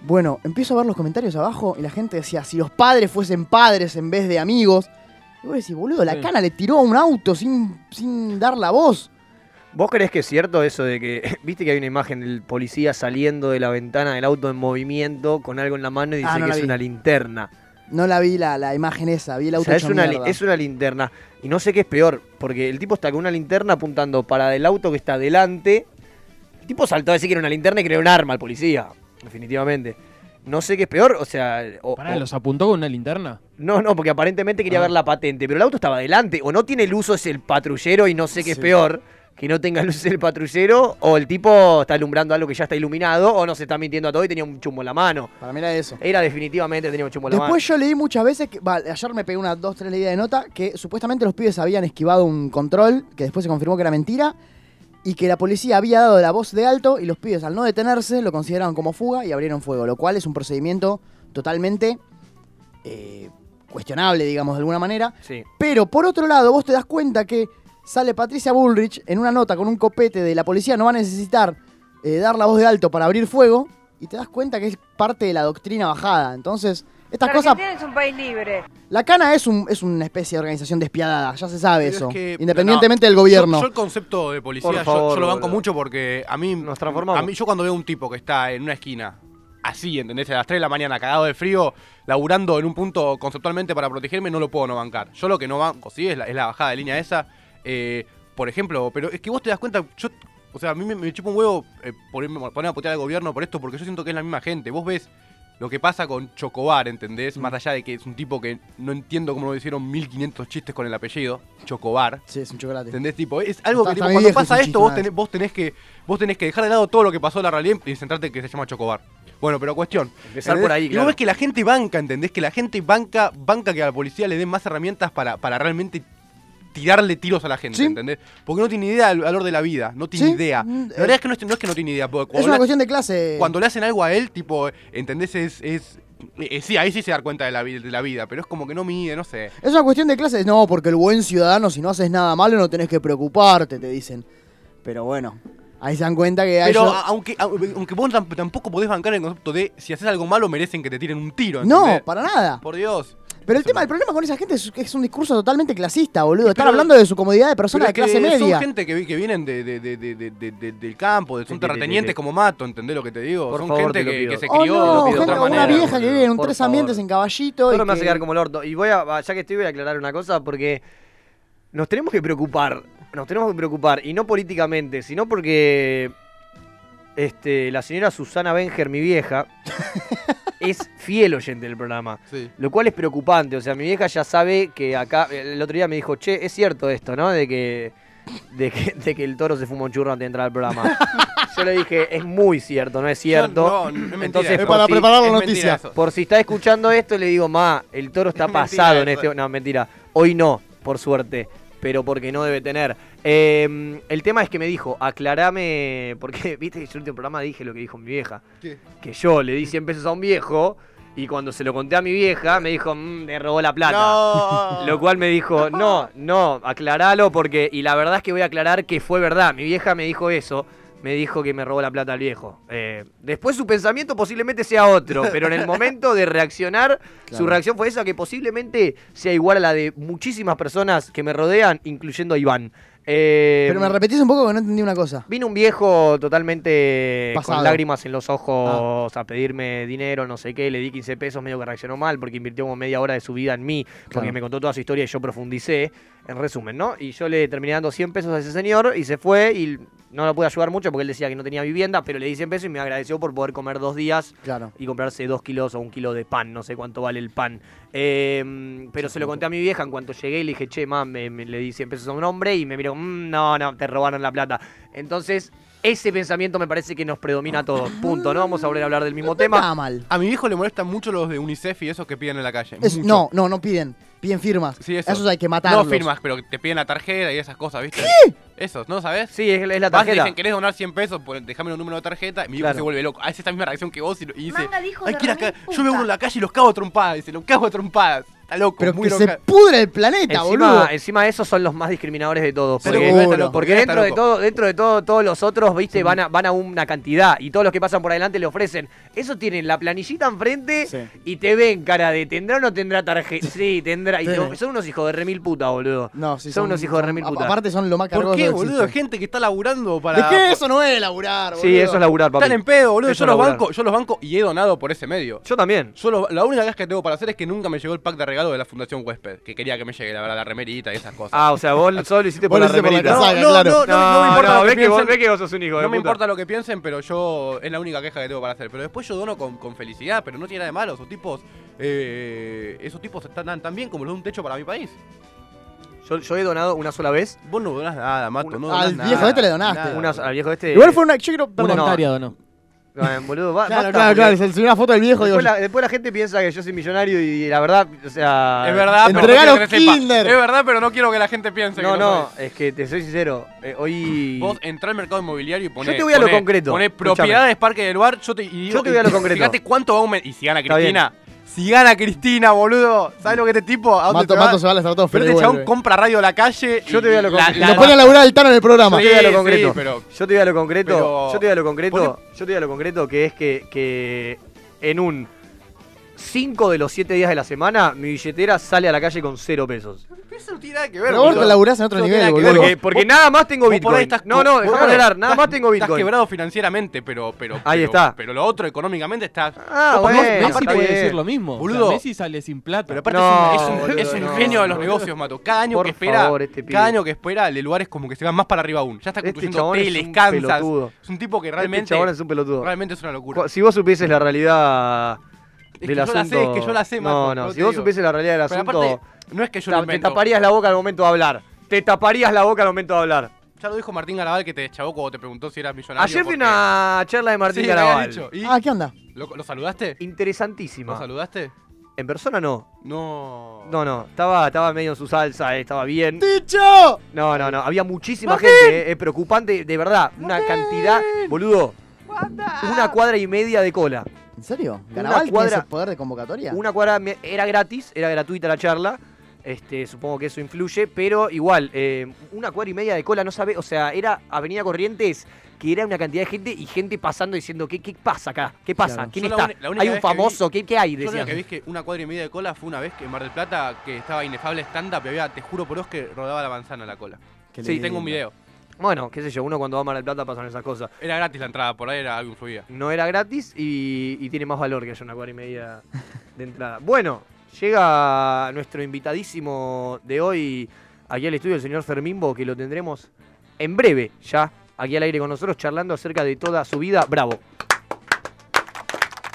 [SPEAKER 2] Bueno, empiezo a ver los comentarios abajo y la gente decía: si los padres fuesen padres en vez de amigos. Y vos decís, boludo, la
[SPEAKER 5] Sí.
[SPEAKER 2] cana le tiró a un auto sin, sin dar la voz.
[SPEAKER 1] ¿Vos crees que es cierto eso de que, viste que hay una imagen del policía saliendo de la ventana del auto en movimiento con algo en la mano y dice
[SPEAKER 2] Ah, no
[SPEAKER 1] que
[SPEAKER 2] la
[SPEAKER 1] es
[SPEAKER 2] vi.
[SPEAKER 1] una linterna?
[SPEAKER 2] No la vi la, la imagen esa, vi el
[SPEAKER 1] O
[SPEAKER 2] auto
[SPEAKER 1] sea, es
[SPEAKER 2] hecho
[SPEAKER 1] una, li-
[SPEAKER 2] mierda.
[SPEAKER 1] es una linterna. Y no sé qué es peor, porque el tipo está con una linterna apuntando para el auto que está delante. El tipo saltó a decir que era una linterna y creó un arma al policía, definitivamente. No sé qué es peor, o sea... o-
[SPEAKER 5] Pará,
[SPEAKER 1] o-
[SPEAKER 5] ¿los apuntó con una linterna?
[SPEAKER 1] No, no, porque aparentemente quería
[SPEAKER 5] Ah.
[SPEAKER 1] ver la patente, pero el auto estaba adelante. O no tiene luz, o es el patrullero y no sé qué es
[SPEAKER 2] Sí.
[SPEAKER 1] peor. Que no tenga luz el patrullero, o el tipo está alumbrando algo que ya está iluminado, o no se está mintiendo a todo y tenía un chumbo en la mano.
[SPEAKER 2] Para mí era eso.
[SPEAKER 1] Era definitivamente tenía un chumbo en la mano.
[SPEAKER 2] Después yo leí muchas veces, que, va, ayer me pegué unas dos, tres leídas de nota, que supuestamente los pibes habían esquivado un control, que después se confirmó que era mentira, y que la policía había dado la voz de alto y los pibes al no detenerse lo consideraron como fuga y abrieron fuego, lo cual es un procedimiento totalmente eh, cuestionable, digamos, de alguna manera.
[SPEAKER 1] Sí.
[SPEAKER 2] Pero por otro lado, vos te das cuenta que sale Patricia Bullrich en una nota con un copete de la policía no va a necesitar eh, dar la voz de alto para abrir fuego y te das cuenta que es parte de la doctrina bajada. Entonces, estas cosas...
[SPEAKER 6] Argentina es un país libre.
[SPEAKER 2] La cana es, un, es una especie de organización despiadada, ya se sabe
[SPEAKER 3] Pero
[SPEAKER 2] eso.
[SPEAKER 3] es que-
[SPEAKER 2] independientemente
[SPEAKER 3] no,
[SPEAKER 2] del
[SPEAKER 3] yo-
[SPEAKER 2] gobierno.
[SPEAKER 3] Yo, el concepto de policía,
[SPEAKER 1] Por
[SPEAKER 3] yo- yo,
[SPEAKER 1] favor,
[SPEAKER 3] lo banco
[SPEAKER 1] boludo.
[SPEAKER 3] mucho porque a mí.
[SPEAKER 1] Nos transformamos.
[SPEAKER 3] A mí, yo cuando veo un tipo que está en una esquina, así, ¿entendés? A las 3 de la mañana, cagado de frío, laburando en un punto conceptualmente para protegerme, no lo puedo no bancar. Yo lo que no banco, sí, es la, es la bajada de línea esa. eh, por ejemplo, pero es que vos te das cuenta, yo. O sea, a mí me, me chupa un huevo eh, ponerme- poner a putear al gobierno por esto, porque yo siento que es la misma gente. Vos ves lo que pasa con Chocobar, ¿entendés? Más allá de que es un tipo que no entiendo cómo lo hicieron 1500 chistes con el apellido, Chocobar.
[SPEAKER 2] Sí, es un chocolate.
[SPEAKER 3] ¿Entendés? Tipo, es algo
[SPEAKER 2] Hasta-
[SPEAKER 3] que tipo,
[SPEAKER 2] hasta mi
[SPEAKER 3] cuando
[SPEAKER 2] viejo
[SPEAKER 3] pasa
[SPEAKER 2] hizo un chiste
[SPEAKER 3] esto, vos
[SPEAKER 2] una vez.
[SPEAKER 3] tenés, vos tenés que vos tenés que dejar de lado todo lo que pasó en la realidad y centrarte en que se llama Chocobar. Bueno, pero cuestión.
[SPEAKER 1] Empezar
[SPEAKER 3] ¿entendés?
[SPEAKER 1] por ahí,
[SPEAKER 3] Y
[SPEAKER 1] claro.
[SPEAKER 3] vos ves que la gente banca, ¿entendés? Que la gente banca, banca que a la policía le den más herramientas para, para realmente tirarle tiros a la gente,
[SPEAKER 2] Sí.
[SPEAKER 3] ¿entendés? Porque no tiene idea del valor de la vida, no tiene
[SPEAKER 2] Sí.
[SPEAKER 3] idea.
[SPEAKER 2] Mm,
[SPEAKER 3] La
[SPEAKER 2] eh.
[SPEAKER 3] verdad es que no es, no es que no tiene idea. porque
[SPEAKER 2] Es
[SPEAKER 3] cuando
[SPEAKER 2] una
[SPEAKER 3] la-
[SPEAKER 2] cuestión de clase.
[SPEAKER 3] cuando le hacen algo a él, tipo, ¿entendés? Es, es, eh, sí, ahí sí se da cuenta de la, vi- de la vida, pero es como que no mide, no sé.
[SPEAKER 2] Es una cuestión de clase. No, porque el buen ciudadano, si no haces nada malo, no tenés que preocuparte, te dicen. Pero bueno, ahí se dan cuenta que hay.
[SPEAKER 3] Pero
[SPEAKER 2] yo-
[SPEAKER 3] a- aunque, a- aunque vos tam- tampoco podés bancar el concepto de si haces algo malo merecen que te tiren un tiro.
[SPEAKER 2] No,
[SPEAKER 3] ¿entendés?
[SPEAKER 2] para nada.
[SPEAKER 3] Por Dios.
[SPEAKER 2] Pero el
[SPEAKER 3] Eso
[SPEAKER 2] tema,
[SPEAKER 3] no.
[SPEAKER 2] el problema con esa gente es que es un discurso totalmente clasista, boludo. Están
[SPEAKER 3] Pero-
[SPEAKER 2] hablando de su comodidad de persona
[SPEAKER 3] Pero
[SPEAKER 2] de
[SPEAKER 3] es que
[SPEAKER 2] clase media.
[SPEAKER 3] Son gente que, vi- que vienen de, de- de- de- de- de- de- del campo, de- son
[SPEAKER 1] Sí, sí, sí,
[SPEAKER 3] terratenientes
[SPEAKER 1] sí.
[SPEAKER 3] como Mato, ¿entendés lo que te digo?
[SPEAKER 1] Por
[SPEAKER 3] son
[SPEAKER 1] favor, te
[SPEAKER 3] gente
[SPEAKER 1] lo
[SPEAKER 3] que,
[SPEAKER 1] pido.
[SPEAKER 3] que se
[SPEAKER 2] Oh
[SPEAKER 3] crió
[SPEAKER 2] no,
[SPEAKER 1] pido de
[SPEAKER 3] de
[SPEAKER 2] gente,
[SPEAKER 3] otra
[SPEAKER 1] o
[SPEAKER 2] una
[SPEAKER 3] manera.
[SPEAKER 2] vieja que
[SPEAKER 1] boludo,
[SPEAKER 2] vive en un
[SPEAKER 1] por
[SPEAKER 2] tres
[SPEAKER 1] favor.
[SPEAKER 2] ambientes en caballito. y
[SPEAKER 1] Todo me hace
[SPEAKER 2] que-
[SPEAKER 1] quedar como el orto. Y voy a, ya que estoy, voy a aclarar una cosa porque nos tenemos que preocupar. Nos tenemos que preocupar. Y no políticamente, sino porque este, la señora Susana Benger, mi vieja, es fiel oyente del programa.
[SPEAKER 3] Sí.
[SPEAKER 1] Lo cual es preocupante. O sea, mi vieja ya sabe que acá. El otro día me dijo, che, es cierto esto, ¿no? De que. De que, de que el toro se fuma un churro antes de entrar al programa. Yo le dije, es muy cierto, no es cierto.
[SPEAKER 3] No, no, es mentira
[SPEAKER 1] Entonces,
[SPEAKER 3] eso.
[SPEAKER 1] por si-
[SPEAKER 3] Es
[SPEAKER 2] preparar
[SPEAKER 3] mentira eso.
[SPEAKER 1] por si está escuchando esto, le digo, ma, el toro está
[SPEAKER 3] Es mentira
[SPEAKER 1] pasado en
[SPEAKER 3] eso.
[SPEAKER 1] este. No, mentira. Hoy no, por suerte. Pero porque no debe tener. Eh, el tema es que me dijo, aclarame. Porque, viste que yo en el último programa dije lo que dijo mi vieja.
[SPEAKER 3] ¿Qué?
[SPEAKER 1] Que yo le di 100 pesos a un viejo. Y cuando se lo conté a mi vieja, me dijo, mmm, me robó la plata.
[SPEAKER 3] No.
[SPEAKER 1] Lo cual me dijo, no, no, aclaralo porque... Y la verdad es que voy a aclarar que fue verdad. Mi vieja me dijo eso. Me dijo que me robó la plata al viejo. Eh, después su pensamiento posiblemente sea otro, pero en el momento de reaccionar, su reacción fue esa que posiblemente sea igual a la de muchísimas personas que me rodean, incluyendo a Iván. Eh,
[SPEAKER 2] Pero me repetís un poco que no entendí una cosa.
[SPEAKER 1] Vino un viejo totalmente
[SPEAKER 2] Pasado. Ah.
[SPEAKER 1] con lágrimas en los ojos a pedirme dinero, no sé qué. Le di 15 pesos, medio que reaccionó mal porque invirtió como media hora de su vida en mí, porque
[SPEAKER 2] Claro.
[SPEAKER 1] me contó toda su historia y yo profundicé. En resumen, ¿no? Y yo le terminé dando 100 pesos a ese señor y se fue y no lo pude ayudar mucho porque él decía que no tenía vivienda, pero le di 100 pesos y me agradeció por poder comer dos días
[SPEAKER 2] Claro.
[SPEAKER 1] y comprarse dos kilos o un kilo de pan, no sé cuánto vale el pan. Eh, pero se lo conté a mi vieja en cuanto llegué y le dije, che, mam, me, me- le di 100 pesos a un hombre y me miró, "Mm, no, no, te robaron la plata. Entonces, ese pensamiento me parece que nos predomina a todos. Punto, no vamos a volver a hablar del mismo
[SPEAKER 2] Está
[SPEAKER 1] tema.
[SPEAKER 2] mal.
[SPEAKER 3] A mi viejo le molestan mucho los de UNICEF y esos que piden en la calle.
[SPEAKER 2] Es-
[SPEAKER 3] mucho.
[SPEAKER 2] no, no, no piden. Piden firmas.
[SPEAKER 3] Sí, eso.
[SPEAKER 2] Esos hay que matarlos.
[SPEAKER 3] No firmas, pero te piden la tarjeta y esas cosas, ¿viste? ¿Qué? Esos, ¿no sabes?
[SPEAKER 1] Sí, es, es la
[SPEAKER 3] Vas y
[SPEAKER 1] tarjeta.
[SPEAKER 3] dicen, ¿querés donar 100 pesos? Por, déjame un número de tarjeta. Y mi hijo
[SPEAKER 1] Claro.
[SPEAKER 3] se vuelve loco. Ah, es esta misma reacción que vos y, lo- y dice,
[SPEAKER 7] Manga de hijo
[SPEAKER 3] "Ay,
[SPEAKER 7] de
[SPEAKER 3] que ir
[SPEAKER 7] remil
[SPEAKER 3] acá, yo me
[SPEAKER 7] puta".
[SPEAKER 3] uno en la calle y los cago a trompadas. Dice, los cago a trompadas. está loco,
[SPEAKER 2] Pero
[SPEAKER 3] muy
[SPEAKER 2] que
[SPEAKER 3] loca.
[SPEAKER 2] se pudre el planeta, boludo.
[SPEAKER 1] Encima, encima esos son los más discriminadores de todos.
[SPEAKER 3] Pero
[SPEAKER 1] Porque,
[SPEAKER 3] que está loco,
[SPEAKER 1] porque
[SPEAKER 3] que está
[SPEAKER 1] dentro de
[SPEAKER 3] loco.
[SPEAKER 1] todo, dentro de todo, todos los otros, viste, van a, van a una cantidad y todos los que pasan por adelante le ofrecen. Eso tienen la planillita enfrente
[SPEAKER 2] Sí.
[SPEAKER 1] y te ven cara de ¿tendrá o no tendrá tarjeta? Sí, tendrá. Y
[SPEAKER 2] Sí.
[SPEAKER 1] lo- son unos hijos de remil puta, boludo.
[SPEAKER 2] No, sí,
[SPEAKER 1] son, unos hijos de remil
[SPEAKER 2] a-
[SPEAKER 1] puta.
[SPEAKER 2] Aparte son lo más cargosos
[SPEAKER 9] ¿Por qué,
[SPEAKER 2] que
[SPEAKER 9] boludo?
[SPEAKER 2] existen.
[SPEAKER 9] Gente que está laburando para.
[SPEAKER 2] ¿De qué eso no es laburar, boludo?
[SPEAKER 1] sí, eso es laburar, papi.
[SPEAKER 3] Están en pedo, boludo.
[SPEAKER 1] Eso
[SPEAKER 3] Yo los,
[SPEAKER 1] laburar.
[SPEAKER 3] banco, yo los banco y he donado por ese medio.
[SPEAKER 1] Yo también.
[SPEAKER 3] Yo lo- la única gas que tengo para hacer es que nunca me llegó el pack de regalo de la Fundación Huésped, que quería que me llegue, la verdad, la remerita y esas cosas.
[SPEAKER 1] Ah, o sea, vos solo lo hiciste por
[SPEAKER 2] Vos
[SPEAKER 1] la
[SPEAKER 2] lo hiciste por la
[SPEAKER 1] remerita.
[SPEAKER 2] casa.
[SPEAKER 1] No,
[SPEAKER 2] saga, claro.
[SPEAKER 3] no, no, no me importa lo que
[SPEAKER 1] ves que, vos,
[SPEAKER 3] piensen.
[SPEAKER 1] ves que vos sos un hijo de
[SPEAKER 3] No me
[SPEAKER 1] puta.
[SPEAKER 3] importa lo que piensen, pero yo es la única queja que tengo para hacer. Pero después yo dono con, con felicidad, pero no tiene nada de malo. Esos tipos, eh, esos tipos están tan, tan bien como los de un techo para mi país.
[SPEAKER 1] Yo, yo he donado una sola vez.
[SPEAKER 3] Vos no donás nada, Mato.
[SPEAKER 1] Una-
[SPEAKER 3] no
[SPEAKER 2] al
[SPEAKER 3] donás nada,
[SPEAKER 2] viejo este le donaste.
[SPEAKER 3] nada.
[SPEAKER 1] Una, al viejo este.
[SPEAKER 2] Igual fue una. Yo quiero.
[SPEAKER 5] Eh, Una
[SPEAKER 2] Perdón.
[SPEAKER 5] hectárea donó.
[SPEAKER 1] Eh, Boludo, va-
[SPEAKER 2] Claro,
[SPEAKER 1] basta,
[SPEAKER 2] claro,
[SPEAKER 1] porque-
[SPEAKER 2] claro. Se subió una foto del viejo. Digo,
[SPEAKER 1] Después la, después la gente piensa que yo soy millonario y la verdad, o sea.
[SPEAKER 3] Es verdad, pero no
[SPEAKER 2] Entregalo
[SPEAKER 3] quiero que sepa.
[SPEAKER 2] Kinder.
[SPEAKER 3] Es verdad, pero no quiero que la gente piense
[SPEAKER 1] No,
[SPEAKER 3] que no.
[SPEAKER 1] no,
[SPEAKER 3] sabes.
[SPEAKER 1] es que te soy sincero. eh, hoy.
[SPEAKER 3] Vos entrá al mercado inmobiliario y poné.
[SPEAKER 1] Yo te voy a lo
[SPEAKER 3] poné-
[SPEAKER 1] concreto.
[SPEAKER 3] Poné
[SPEAKER 1] Escuchame.
[SPEAKER 3] propiedades, parque del bar. Yo te, y digo-
[SPEAKER 1] te voy a lo
[SPEAKER 3] y
[SPEAKER 1] concreto.
[SPEAKER 3] Fíjate cuánto va a aumentar. Y si gana
[SPEAKER 1] Está bien.
[SPEAKER 3] Cristina. Si gana Cristina, boludo. ¿Sabes lo que este tipo? ¿A dónde
[SPEAKER 2] Mato,
[SPEAKER 3] se va?
[SPEAKER 2] Mato se va a la estratosfera.
[SPEAKER 3] Pero
[SPEAKER 2] y
[SPEAKER 3] este chabón
[SPEAKER 2] vuelve.
[SPEAKER 3] compra radio a la calle.
[SPEAKER 1] Yo
[SPEAKER 3] y
[SPEAKER 1] te voy a lo
[SPEAKER 3] la-
[SPEAKER 1] concreto.
[SPEAKER 3] la-
[SPEAKER 2] Lo pone a laburar el Tano en el programa.
[SPEAKER 1] yo te voy a lo
[SPEAKER 3] Sí,
[SPEAKER 1] concreto.
[SPEAKER 3] sí, pero-
[SPEAKER 1] Yo te voy a lo concreto.
[SPEAKER 3] pero-
[SPEAKER 1] Yo te voy a lo concreto.
[SPEAKER 3] Porque-
[SPEAKER 1] Yo te voy a lo concreto que es que, que en un 5 de los 7 días de la semana, mi billetera sale a la calle con 0 pesos.
[SPEAKER 3] Pero eso no tiene nada que ver,
[SPEAKER 2] Pero vos te
[SPEAKER 3] boludo.
[SPEAKER 2] laburás en otro
[SPEAKER 3] No tiene
[SPEAKER 2] nivel,
[SPEAKER 3] nada que
[SPEAKER 2] boludo.
[SPEAKER 3] ver,
[SPEAKER 1] Porque, porque nada más tengo
[SPEAKER 3] vos por ahí
[SPEAKER 1] Bitcoin.
[SPEAKER 3] estás
[SPEAKER 1] No, no,
[SPEAKER 3] co-
[SPEAKER 1] déjame
[SPEAKER 3] vos-
[SPEAKER 1] hablar. Nada
[SPEAKER 3] estás-
[SPEAKER 1] más tengo
[SPEAKER 3] Estás
[SPEAKER 1] Bitcoin.
[SPEAKER 3] quebrado financieramente, pero. pero
[SPEAKER 1] Ahí
[SPEAKER 3] pero-
[SPEAKER 1] está.
[SPEAKER 3] Pero lo otro económicamente está.
[SPEAKER 1] Ah,
[SPEAKER 3] Vos podés-
[SPEAKER 1] bueno,
[SPEAKER 5] Messi
[SPEAKER 1] está
[SPEAKER 5] puede
[SPEAKER 1] bien.
[SPEAKER 5] decir lo mismo. O sea,
[SPEAKER 3] Boludo.
[SPEAKER 5] Messi sale sin plata.
[SPEAKER 3] Pero aparte
[SPEAKER 1] No,
[SPEAKER 3] es un, es un-
[SPEAKER 1] boludo,
[SPEAKER 3] es un
[SPEAKER 1] no,
[SPEAKER 3] genio de los
[SPEAKER 1] boludo.
[SPEAKER 3] negocios, Mato. Cada año
[SPEAKER 1] Por
[SPEAKER 3] que espera,
[SPEAKER 1] favor, este pibe.
[SPEAKER 3] cada año que espera, el lugar es como que se va más para arriba aún. Ya está
[SPEAKER 1] Este
[SPEAKER 3] construyendo
[SPEAKER 1] chabón es
[SPEAKER 3] teles,
[SPEAKER 1] un
[SPEAKER 3] Kansas.
[SPEAKER 1] pelotudo.
[SPEAKER 3] Es un tipo que
[SPEAKER 1] Este
[SPEAKER 3] realmente,
[SPEAKER 1] chabón es un pelotudo.
[SPEAKER 3] realmente es una locura.
[SPEAKER 1] Cu- Si vos supieses la realidad
[SPEAKER 3] Es que
[SPEAKER 1] del
[SPEAKER 3] yo la
[SPEAKER 1] asunto.
[SPEAKER 3] sé, es que yo la sé,
[SPEAKER 1] No, no,
[SPEAKER 3] Marco, no
[SPEAKER 1] si
[SPEAKER 3] te
[SPEAKER 1] vos
[SPEAKER 3] digo.
[SPEAKER 1] supieses la realidad del
[SPEAKER 3] Pero
[SPEAKER 1] asunto.
[SPEAKER 3] apaparte, no es que yo lo
[SPEAKER 1] ta- te
[SPEAKER 3] invento.
[SPEAKER 1] taparías la boca al momento de hablar. Te taparías la boca al momento de hablar.
[SPEAKER 3] Ya lo dijo Martín Garabal que te deschavó cuando te preguntó si eras millonario.
[SPEAKER 1] Ayer fui
[SPEAKER 3] porque-
[SPEAKER 1] a una charla de Martín
[SPEAKER 3] Sí, me habías
[SPEAKER 1] Garabal.
[SPEAKER 3] dicho. ¿Y?
[SPEAKER 2] Ah, ¿qué onda?
[SPEAKER 3] ¿Lo, lo saludaste? ¿Lo
[SPEAKER 1] Interesantísima.
[SPEAKER 3] saludaste?
[SPEAKER 1] En persona no.
[SPEAKER 3] No.
[SPEAKER 1] No, no. Estaba, estaba medio en su salsa, eh, estaba bien.
[SPEAKER 2] ¡Ticho!
[SPEAKER 1] No, no, no. Había muchísima gente. eh, Es preocupante, de verdad. Una cantidad. Boludo. Una cuadra y media de cola.
[SPEAKER 2] ¿En serio?
[SPEAKER 1] Una
[SPEAKER 2] ¿Carnaval tiene
[SPEAKER 1] cuadra-
[SPEAKER 2] ese poder de convocatoria?
[SPEAKER 1] Una cuadra me- era gratis, era gratuita la charla. Este, supongo que eso influye, pero igual, eh, una cuadra y media de cola, no sabe, o sea, era Avenida Corrientes, que era una cantidad de gente y gente pasando diciendo, ¿qué, qué pasa acá? ¿Qué pasa?
[SPEAKER 2] Claro.
[SPEAKER 1] ¿Quién
[SPEAKER 3] Yo la
[SPEAKER 1] está?
[SPEAKER 3] uni- la única
[SPEAKER 1] ¿Hay un
[SPEAKER 3] vez que
[SPEAKER 1] famoso? ¿Qué, qué hay?
[SPEAKER 3] Yo lo
[SPEAKER 1] Decían.
[SPEAKER 3] que vi es que una cuadra y media de cola fue una vez que en Mar del Plata, que estaba inefable stand-up, y había, te juro por Dios, que rodaba la manzana la cola.
[SPEAKER 2] Qué
[SPEAKER 3] sí,
[SPEAKER 2] lindo.
[SPEAKER 3] tengo un video.
[SPEAKER 1] Bueno, qué sé yo, uno cuando va a Mar del Plata pasan esas cosas.
[SPEAKER 3] Era gratis la entrada, por ahí era algo influía.
[SPEAKER 1] No era gratis y, y tiene más valor que haya una cuadra y media de entrada. Bueno, llega nuestro invitadísimo de hoy aquí al estudio, el señor Fermimbo, que lo tendremos en breve ya aquí al aire con nosotros, charlando acerca de toda su vida. Bravo.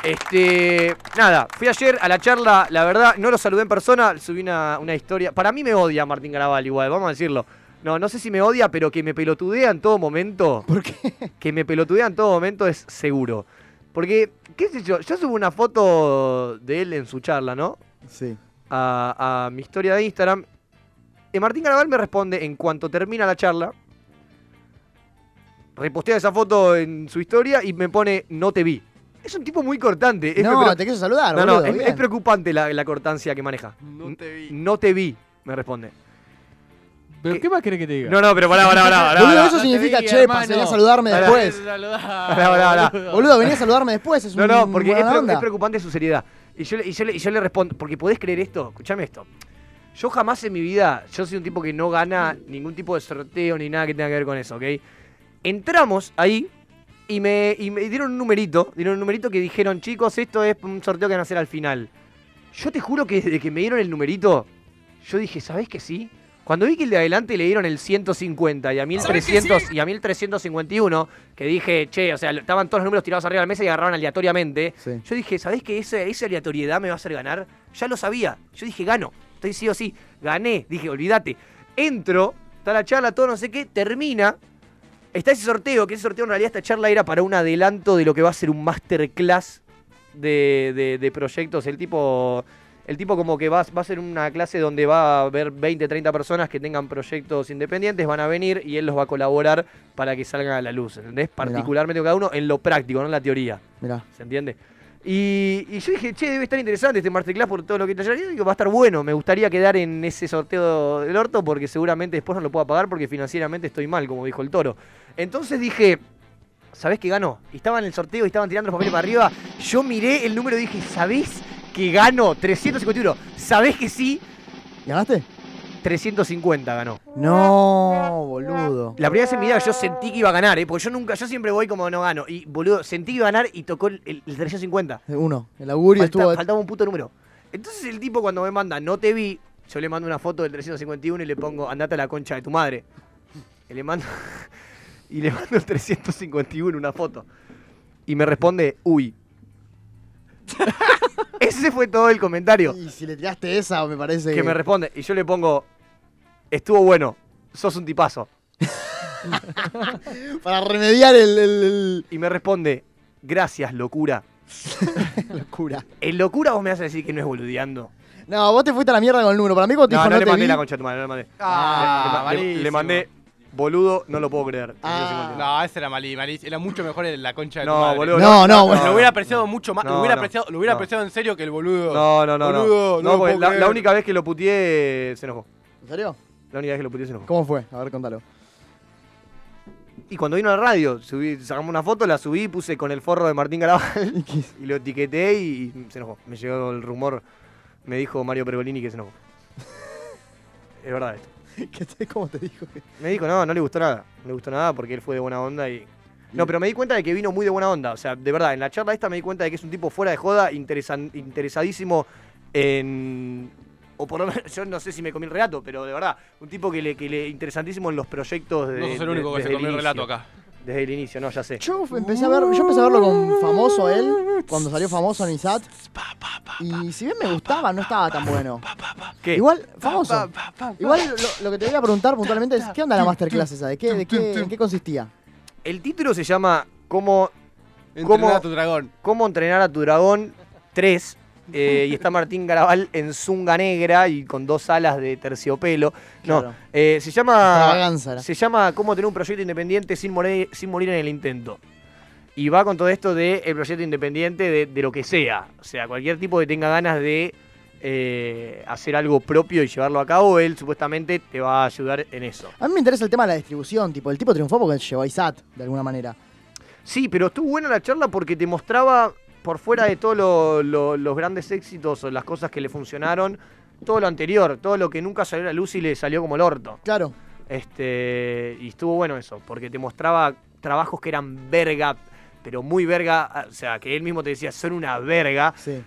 [SPEAKER 1] Este, nada, fui ayer a la charla, la verdad, no lo saludé en persona, subí una, una historia. Para mí me odia Martín Garabal igual, vamos a decirlo. No, no sé si me odia, pero que me pelotudea en todo momento.
[SPEAKER 2] ¿Por qué?
[SPEAKER 1] Que me pelotudea en todo momento es seguro. Porque, qué sé yo, yo subo una foto de él en su charla, ¿no?
[SPEAKER 2] Sí.
[SPEAKER 1] a, a mi historia de Instagram. Y Martín Garabal me responde en cuanto termina la charla. Repostea esa foto en su historia y me pone no te vi. Es un tipo muy cortante. Es
[SPEAKER 2] No,
[SPEAKER 1] pre-
[SPEAKER 2] te quiso saludar,
[SPEAKER 1] no, no,
[SPEAKER 2] boludo.
[SPEAKER 1] es,
[SPEAKER 2] bien.
[SPEAKER 1] es preocupante la, la cortancia que maneja.
[SPEAKER 3] No te vi.
[SPEAKER 1] No te vi, me responde.
[SPEAKER 5] ¿Pero qué más querés que te diga?
[SPEAKER 1] No, no, pero pará, pará, pará. pará,
[SPEAKER 2] Boludo,
[SPEAKER 1] pará.
[SPEAKER 2] eso significa,
[SPEAKER 5] vi,
[SPEAKER 2] che,
[SPEAKER 5] hermano.
[SPEAKER 2] pasé a saludarme
[SPEAKER 1] Pará.
[SPEAKER 2] después.
[SPEAKER 1] Pará, pará, pará.
[SPEAKER 2] Boludo, venía a saludarme después, es
[SPEAKER 1] No,
[SPEAKER 2] un
[SPEAKER 1] no, porque es,
[SPEAKER 2] buena
[SPEAKER 1] pre-
[SPEAKER 2] onda.
[SPEAKER 1] es preocupante su seriedad. Y yo, le- y, yo le, y yo le respondo, porque podés creer esto, escúchame esto. Yo jamás en mi vida, yo soy un tipo que no gana ningún tipo de sorteo ni nada que tenga que ver con eso, ¿ok? Entramos ahí y me, y me dieron un numerito, dieron un numerito que dijeron, chicos, esto es un sorteo que van a hacer al final. Yo te juro que desde que me dieron el numerito, yo dije, ¿sabés que sí? Cuando vi que el de adelante le dieron el 150 y a 1300 y a 1351, que dije, che, o sea, lo- estaban todos los números tirados arriba de la mesa y agarraron aleatoriamente.
[SPEAKER 2] Sí.
[SPEAKER 1] Yo dije, ¿sabés que esa, esa aleatoriedad me va a hacer ganar? Ya lo sabía. Yo dije, gano. Estoy sí o sí. Gané. Dije, olvídate. Entro, está la charla, todo no sé qué, termina. Está ese sorteo, que ese sorteo en realidad esta charla era para un adelanto de lo que va a ser un masterclass de, de- de proyectos. El tipo, el tipo como que va, va a ser una clase donde va a haber 20, 30 personas que tengan proyectos independientes, van a venir y él los va a colaborar para que salgan a la luz, ¿entendés? Particularmente cada uno en lo práctico, no en la teoría,
[SPEAKER 2] Mirá,
[SPEAKER 1] ¿se entiende? Y, y yo dije, che, debe estar interesante este masterclass por todo lo que te haya digo, va a estar bueno, me gustaría quedar en ese sorteo del orto porque seguramente después no lo pueda pagar porque financieramente estoy mal, como dijo el toro. Entonces dije, ¿sabés que ganó? Y estaba en el sorteo y estaban tirando los papeles para arriba. Yo miré el número y dije, ¿sabés que ganó? 351. ¿Sabés que sí?
[SPEAKER 2] ¿Ganaste?
[SPEAKER 1] 350 ganó.
[SPEAKER 2] No, boludo.
[SPEAKER 1] La primera vez en mi vida que yo sentí que iba a ganar, ¿eh? porque yo nunca, yo siempre voy como no gano. Y boludo, sentí que iba a ganar y tocó el, el- el 350.
[SPEAKER 2] Uno. El augurio
[SPEAKER 1] Falta-
[SPEAKER 2] estuvo.
[SPEAKER 1] Faltaba un puto número. Entonces el tipo cuando me manda, no te vi, yo le mando una foto del 351 y le pongo, andate a la concha de tu madre. Y le mando, y le mando el 351, una foto. Y me responde, uy. Ese fue todo el comentario
[SPEAKER 2] Y si le tiraste esa, me parece.
[SPEAKER 1] que me responde. Y yo le pongo, estuvo bueno, sos un tipazo.
[SPEAKER 2] Para remediar el, el- el-
[SPEAKER 1] Y me responde, gracias, locura.
[SPEAKER 2] la locura.
[SPEAKER 1] En locura vos me haces decir que no es boludeando.
[SPEAKER 2] No, vos te fuiste a la mierda con el número. Para mí, cuando te
[SPEAKER 1] No,
[SPEAKER 2] dijo
[SPEAKER 1] no,
[SPEAKER 2] no,
[SPEAKER 1] le
[SPEAKER 2] te
[SPEAKER 1] mandé
[SPEAKER 2] vi-
[SPEAKER 1] la concha de tu madre, no le mandé.
[SPEAKER 9] Ah,
[SPEAKER 1] Le- le, le
[SPEAKER 9] malísimo.
[SPEAKER 1] mandé, boludo, no lo puedo creer.
[SPEAKER 2] Ah.
[SPEAKER 9] No, ese era malí, malí. Era mucho mejor el- la concha de
[SPEAKER 1] No,
[SPEAKER 9] tu madre.
[SPEAKER 1] boludo,
[SPEAKER 2] No, no,
[SPEAKER 9] Lo
[SPEAKER 2] bueno.
[SPEAKER 9] hubiera apreciado mucho más.
[SPEAKER 1] No,
[SPEAKER 9] lo hubiera,
[SPEAKER 1] no.
[SPEAKER 9] apreciado, lo hubiera
[SPEAKER 1] No.
[SPEAKER 9] apreciado en serio que el boludo.
[SPEAKER 1] No, no, no, no.
[SPEAKER 9] Boludo, no
[SPEAKER 1] no,
[SPEAKER 9] lo
[SPEAKER 1] porque
[SPEAKER 9] puedo
[SPEAKER 1] la,
[SPEAKER 9] creer.
[SPEAKER 1] la única vez que lo puteé eh, se enojó.
[SPEAKER 2] ¿En serio?
[SPEAKER 1] La única vez que lo puteé se enojó.
[SPEAKER 2] ¿Cómo fue? A ver, contalo.
[SPEAKER 1] Y cuando vino a la radio, subí, sacamos una foto, la subí, puse con el forro de Martín Caraval
[SPEAKER 2] ¿Y qué hizo?
[SPEAKER 1] y lo etiqueté y, y se enojó. Me llegó el rumor, me dijo Mario Pergolini que se enojó. es verdad esto.
[SPEAKER 2] ¿Qué te- ¿Cómo te dijo? que-
[SPEAKER 1] Me dijo, no, no le gustó nada. No le gustó nada porque él fue de buena onda y. No, pero me di cuenta de que vino muy de buena onda. O sea, de verdad, en la charla esta me di cuenta de que es un tipo fuera de joda, interesan- interesadísimo en. O por lo menos, yo no sé si me comí el relato, pero de verdad, un tipo que le, que le interesantísimo en los proyectos de.
[SPEAKER 9] No sos el
[SPEAKER 1] de-
[SPEAKER 9] único que
[SPEAKER 1] desde
[SPEAKER 9] se comió el
[SPEAKER 1] inicio.
[SPEAKER 9] relato acá.
[SPEAKER 1] Desde el inicio, no, ya sé.
[SPEAKER 2] Yo fue- empecé a ver, yo empecé a verlo con famoso él, cuando salió famoso en ISAT. Y si bien me gustaba, no estaba tan bueno.
[SPEAKER 1] ¿Qué?
[SPEAKER 2] Igual, famoso. Igual lo, lo que te voy a preguntar puntualmente es, ¿qué onda la masterclass esa? ¿De qué, de qué, en qué consistía?
[SPEAKER 1] El título se llama Cómo,
[SPEAKER 9] Entrenar
[SPEAKER 1] ¿Cómo?
[SPEAKER 9] a tu dragón.
[SPEAKER 1] cómo entrenar a tu dragón 3. eh, y está Martín Garabal en zunga negra y con dos alas de terciopelo. No,
[SPEAKER 2] Claro.
[SPEAKER 1] eh, se llama.
[SPEAKER 2] Extravaganza era.
[SPEAKER 1] Se llama Cómo tener un proyecto independiente sin morir, sin morir en el intento. Y va con todo esto de el proyecto independiente de, de lo que sea. O sea, cualquier tipo que tenga ganas de eh, hacer algo propio y llevarlo a cabo, él supuestamente te va a ayudar en eso.
[SPEAKER 2] A mí me interesa el tema de la distribución, tipo, el tipo triunfó porque llegó a ISAT, de alguna manera.
[SPEAKER 1] Sí, pero estuvo buena la charla porque te mostraba por fuera de todos los grandes éxitos o las cosas que le funcionaron, todo lo anterior, todo lo que nunca salió a la luz y le salió como el orto.
[SPEAKER 2] Claro.
[SPEAKER 1] Este, y estuvo bueno eso, porque te mostraba trabajos que eran verga, pero muy verga, ah, o sea, que él mismo te decía, son una verga,
[SPEAKER 2] Sí.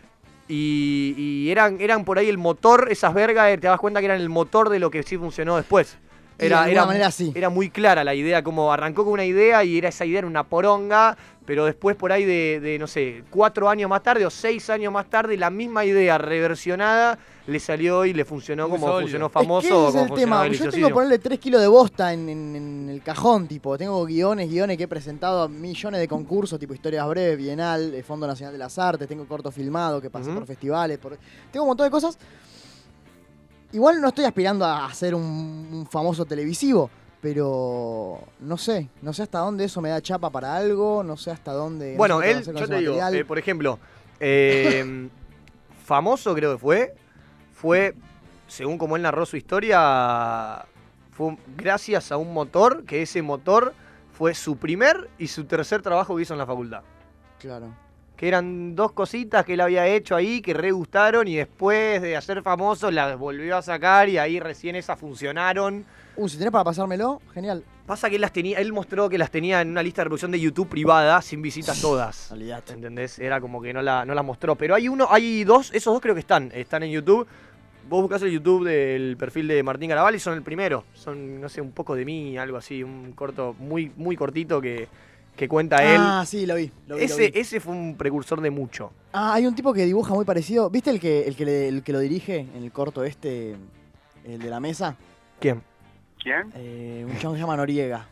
[SPEAKER 1] y, y eran, eran por ahí el motor, esas vergas, eh, te das cuenta que eran el motor de lo que sí funcionó después.
[SPEAKER 2] Y de
[SPEAKER 1] Era,
[SPEAKER 2] alguna
[SPEAKER 1] era,
[SPEAKER 2] manera sí.
[SPEAKER 1] era muy clara la idea, como arrancó con una idea y era esa idea era una poronga, pero después por ahí de, de, no sé, cuatro años más tarde o seis años más tarde, la misma idea reversionada le salió y le funcionó
[SPEAKER 9] Muy
[SPEAKER 1] como
[SPEAKER 9] sólido.
[SPEAKER 1] funcionó
[SPEAKER 2] es que
[SPEAKER 1] famoso.
[SPEAKER 2] ese
[SPEAKER 1] o
[SPEAKER 2] es
[SPEAKER 1] como
[SPEAKER 2] el
[SPEAKER 1] funcionó
[SPEAKER 2] tema. Yo tengo que
[SPEAKER 1] Deliciosísimo.
[SPEAKER 2] ponerle 3 kilos de bosta en, en- en el cajón, tipo. Tengo guiones, guiones que he presentado a millones de concursos, tipo historias breves, Bienal, eh, Fondo Nacional de las Artes, tengo corto filmado que pasé
[SPEAKER 1] Ujú.
[SPEAKER 2] por festivales, por... tengo un montón de cosas. Igual no estoy aspirando a ser un, un famoso televisivo, pero no sé, no sé hasta dónde eso me da chapa para algo, no sé hasta dónde... no
[SPEAKER 1] Bueno,
[SPEAKER 2] sé qué
[SPEAKER 1] él,
[SPEAKER 2] hacer con
[SPEAKER 1] yo
[SPEAKER 2] ese
[SPEAKER 1] te digo,
[SPEAKER 2] material.
[SPEAKER 1] eh, por ejemplo, eh, famoso creo que fue, fue, según como él narró su historia, fue un- gracias a un motor, que ese motor fue su primer y su tercer trabajo que hizo en la facultad.
[SPEAKER 2] Claro.
[SPEAKER 1] Que eran dos cositas que él había hecho ahí que re gustaron y después de hacer famoso las volvió a sacar y ahí recién esas funcionaron.
[SPEAKER 2] Uh, si tenés para pasármelo, genial.
[SPEAKER 1] Pasa que él las tenía, él mostró que las tenía en una lista de reproducción de YouTube privada, sin visitas todas. ¿Entendés? Era como que no la, no la mostró. Pero hay uno, hay dos, esos dos creo que están. Están en YouTube. Vos buscás el YouTube del perfil de Martín Garabal y son el primero. Son, no sé, un poco de mí, algo así, un corto, muy, muy cortito que, que cuenta él.
[SPEAKER 2] Ah, sí, lo vi. lo vi, lo vi.
[SPEAKER 1] ese, ese fue un precursor de mucho.
[SPEAKER 2] Ah, hay un tipo que dibuja muy parecido. ¿Viste el que, el que, le- el que lo dirige en el corto este? El de la mesa.
[SPEAKER 1] ¿Quién?
[SPEAKER 2] Eh, un chabón que se llama Noriega.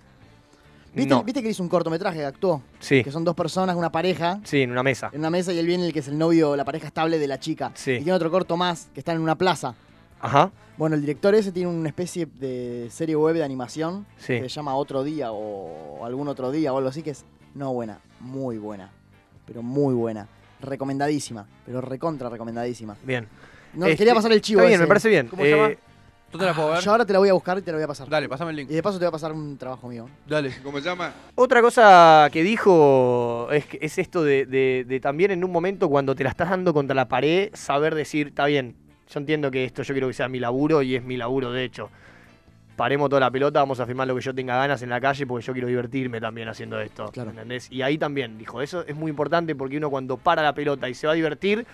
[SPEAKER 2] ¿Viste,
[SPEAKER 1] No.
[SPEAKER 2] ¿Viste que hizo un cortometraje que actuó?
[SPEAKER 1] Sí.
[SPEAKER 2] Que Eh, son dos personas, una pareja,
[SPEAKER 1] Sí, en una mesa.
[SPEAKER 2] en una mesa y él viene el que es el novio, la pareja estable de la chica.
[SPEAKER 1] Sí.
[SPEAKER 2] Y tiene otro corto más, que está en una plaza.
[SPEAKER 1] Ajá.
[SPEAKER 2] Bueno, el director ese tiene una especie de serie web de animación
[SPEAKER 1] Sí.
[SPEAKER 2] que se llama Otro Día o Algún Otro Día o algo así, que es no buena, muy buena, pero muy buena. recomendadísima, pero recontra recomendadísima.
[SPEAKER 1] Bien.
[SPEAKER 2] No,
[SPEAKER 1] Este,
[SPEAKER 2] quería pasar el chivo
[SPEAKER 1] Está bien,
[SPEAKER 2] ese.
[SPEAKER 1] me parece bien.
[SPEAKER 3] ¿Cómo se llama?
[SPEAKER 1] Eh,
[SPEAKER 3] ¿Tú te la puedo ver?
[SPEAKER 2] Yo ahora te la voy a buscar y te la voy a pasar.
[SPEAKER 3] Dale, pasame el link.
[SPEAKER 2] Y de paso te voy a pasar un trabajo mío.
[SPEAKER 3] Dale.
[SPEAKER 8] ¿Cómo se llama?
[SPEAKER 1] Otra cosa que dijo es, que- es esto de, de- de también en un momento cuando te la estás dando contra la pared, saber decir, está bien, yo entiendo que esto yo quiero que sea mi laburo y es mi laburo de hecho. Paremos toda la pelota, vamos a firmar lo que yo tenga ganas en la calle porque yo quiero divertirme también haciendo esto.
[SPEAKER 2] Claro.
[SPEAKER 1] ¿entendés? Y ahí también dijo, eso es muy importante porque uno cuando para la pelota y se va a divertir,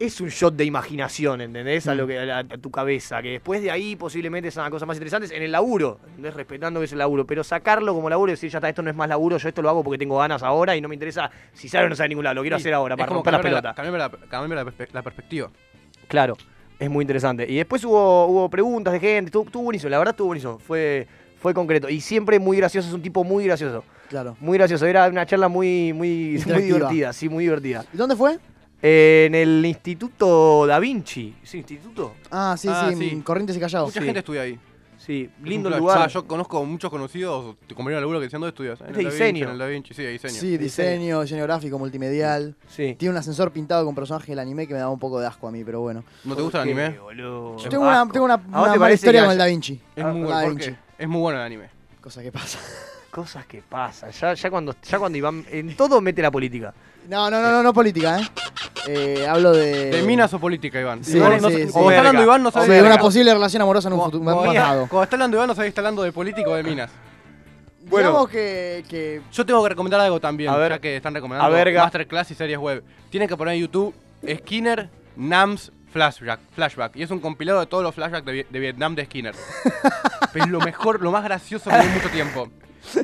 [SPEAKER 1] es un shot de imaginación, ¿entendés? A, lo que, a, la- a tu cabeza, que después de ahí posiblemente sean cosas más interesantes en el laburo, ¿entendés? Respetando que es el laburo, pero sacarlo como laburo y decir, ya está, esto no es más laburo, yo esto lo hago porque tengo ganas ahora y no me interesa si sale o no sale a ningún lado, lo quiero hacer ahora para romper la pelota.
[SPEAKER 3] Cambiame la, cambiame la perspe- la perspectiva.
[SPEAKER 1] Claro, es muy interesante. Y después hubo, hubo preguntas de gente, estuvo, estuvo buenísimo, la verdad estuvo buenísimo, fue, fue concreto. Y siempre muy gracioso, es un tipo muy gracioso,
[SPEAKER 2] Claro.
[SPEAKER 1] muy gracioso. Era una charla muy, muy, muy
[SPEAKER 2] Interactiva.
[SPEAKER 1] divertida, sí, muy divertida.
[SPEAKER 2] ¿Y dónde fue?
[SPEAKER 1] En el Instituto Da Vinci. ¿Sí, instituto?
[SPEAKER 2] Ah, sí,
[SPEAKER 3] Ah,
[SPEAKER 2] sí,
[SPEAKER 3] sí.
[SPEAKER 2] en Corrientes y Callao.
[SPEAKER 3] Mucha
[SPEAKER 1] Oh, Sí.
[SPEAKER 3] gente estudia ahí.
[SPEAKER 1] Sí,
[SPEAKER 3] Es
[SPEAKER 1] lindo
[SPEAKER 3] un flash.
[SPEAKER 1] lugar.
[SPEAKER 3] O sea, yo conozco muchos conocidos, te compañeros de laburo que decían, ¿dónde estudias? En
[SPEAKER 1] Es de
[SPEAKER 3] el Da Vinci,
[SPEAKER 1] diseño.
[SPEAKER 3] en el Da Vinci, sí, de diseño.
[SPEAKER 2] Sí, diseño, diseño gráfico, multimedial.
[SPEAKER 1] Sí.
[SPEAKER 2] Tiene un ascensor pintado con personajes del anime que me daba un poco de asco a mí, pero bueno.
[SPEAKER 3] ¿No te gusta el
[SPEAKER 1] Qué
[SPEAKER 3] anime?
[SPEAKER 1] boludo.
[SPEAKER 3] Yo
[SPEAKER 2] Tengo una, tengo una, una
[SPEAKER 1] te
[SPEAKER 2] mala
[SPEAKER 1] parece
[SPEAKER 2] historia
[SPEAKER 1] que
[SPEAKER 2] con el
[SPEAKER 1] haya-
[SPEAKER 2] Da Vinci.
[SPEAKER 3] Es
[SPEAKER 1] Ah,
[SPEAKER 3] muy
[SPEAKER 2] Da
[SPEAKER 3] bueno. ¿por
[SPEAKER 2] Vinci.
[SPEAKER 3] qué? Es muy bueno el anime.
[SPEAKER 2] Cosa que pasa.
[SPEAKER 1] Cosas que pasan. Ya, ya, cuando, ya cuando Iván. En todo mete la política.
[SPEAKER 2] No, no, no, no, no política, ¿eh? Eh, hablo de...
[SPEAKER 3] ¿De minas o política, Iván?
[SPEAKER 2] Sí,
[SPEAKER 3] Iván,
[SPEAKER 2] sí,
[SPEAKER 3] no-
[SPEAKER 2] sí.
[SPEAKER 3] Cuando está hablando Iván, no
[SPEAKER 2] Sí,
[SPEAKER 3] sabes
[SPEAKER 2] de
[SPEAKER 3] de
[SPEAKER 2] una
[SPEAKER 3] verga.
[SPEAKER 2] posible relación amorosa en un,
[SPEAKER 3] Cuando-
[SPEAKER 2] futuro, en un
[SPEAKER 3] cuando está-
[SPEAKER 2] pasado.
[SPEAKER 3] Cuando está hablando Iván, no sabes si está hablando de política o de minas.
[SPEAKER 2] Bueno. Digamos que... que-
[SPEAKER 3] Yo tengo que recomendar algo también,
[SPEAKER 1] A ver.
[SPEAKER 3] ya que están recomendando
[SPEAKER 1] A verga.
[SPEAKER 3] Masterclass y series web. Tienen que poner en YouTube Skinner Nams Flashback. Flashback. Y es un compilado de todos los flashbacks de, Vi- de Vietnam de Skinner. Pero es lo mejor, lo más gracioso que vi en mucho tiempo.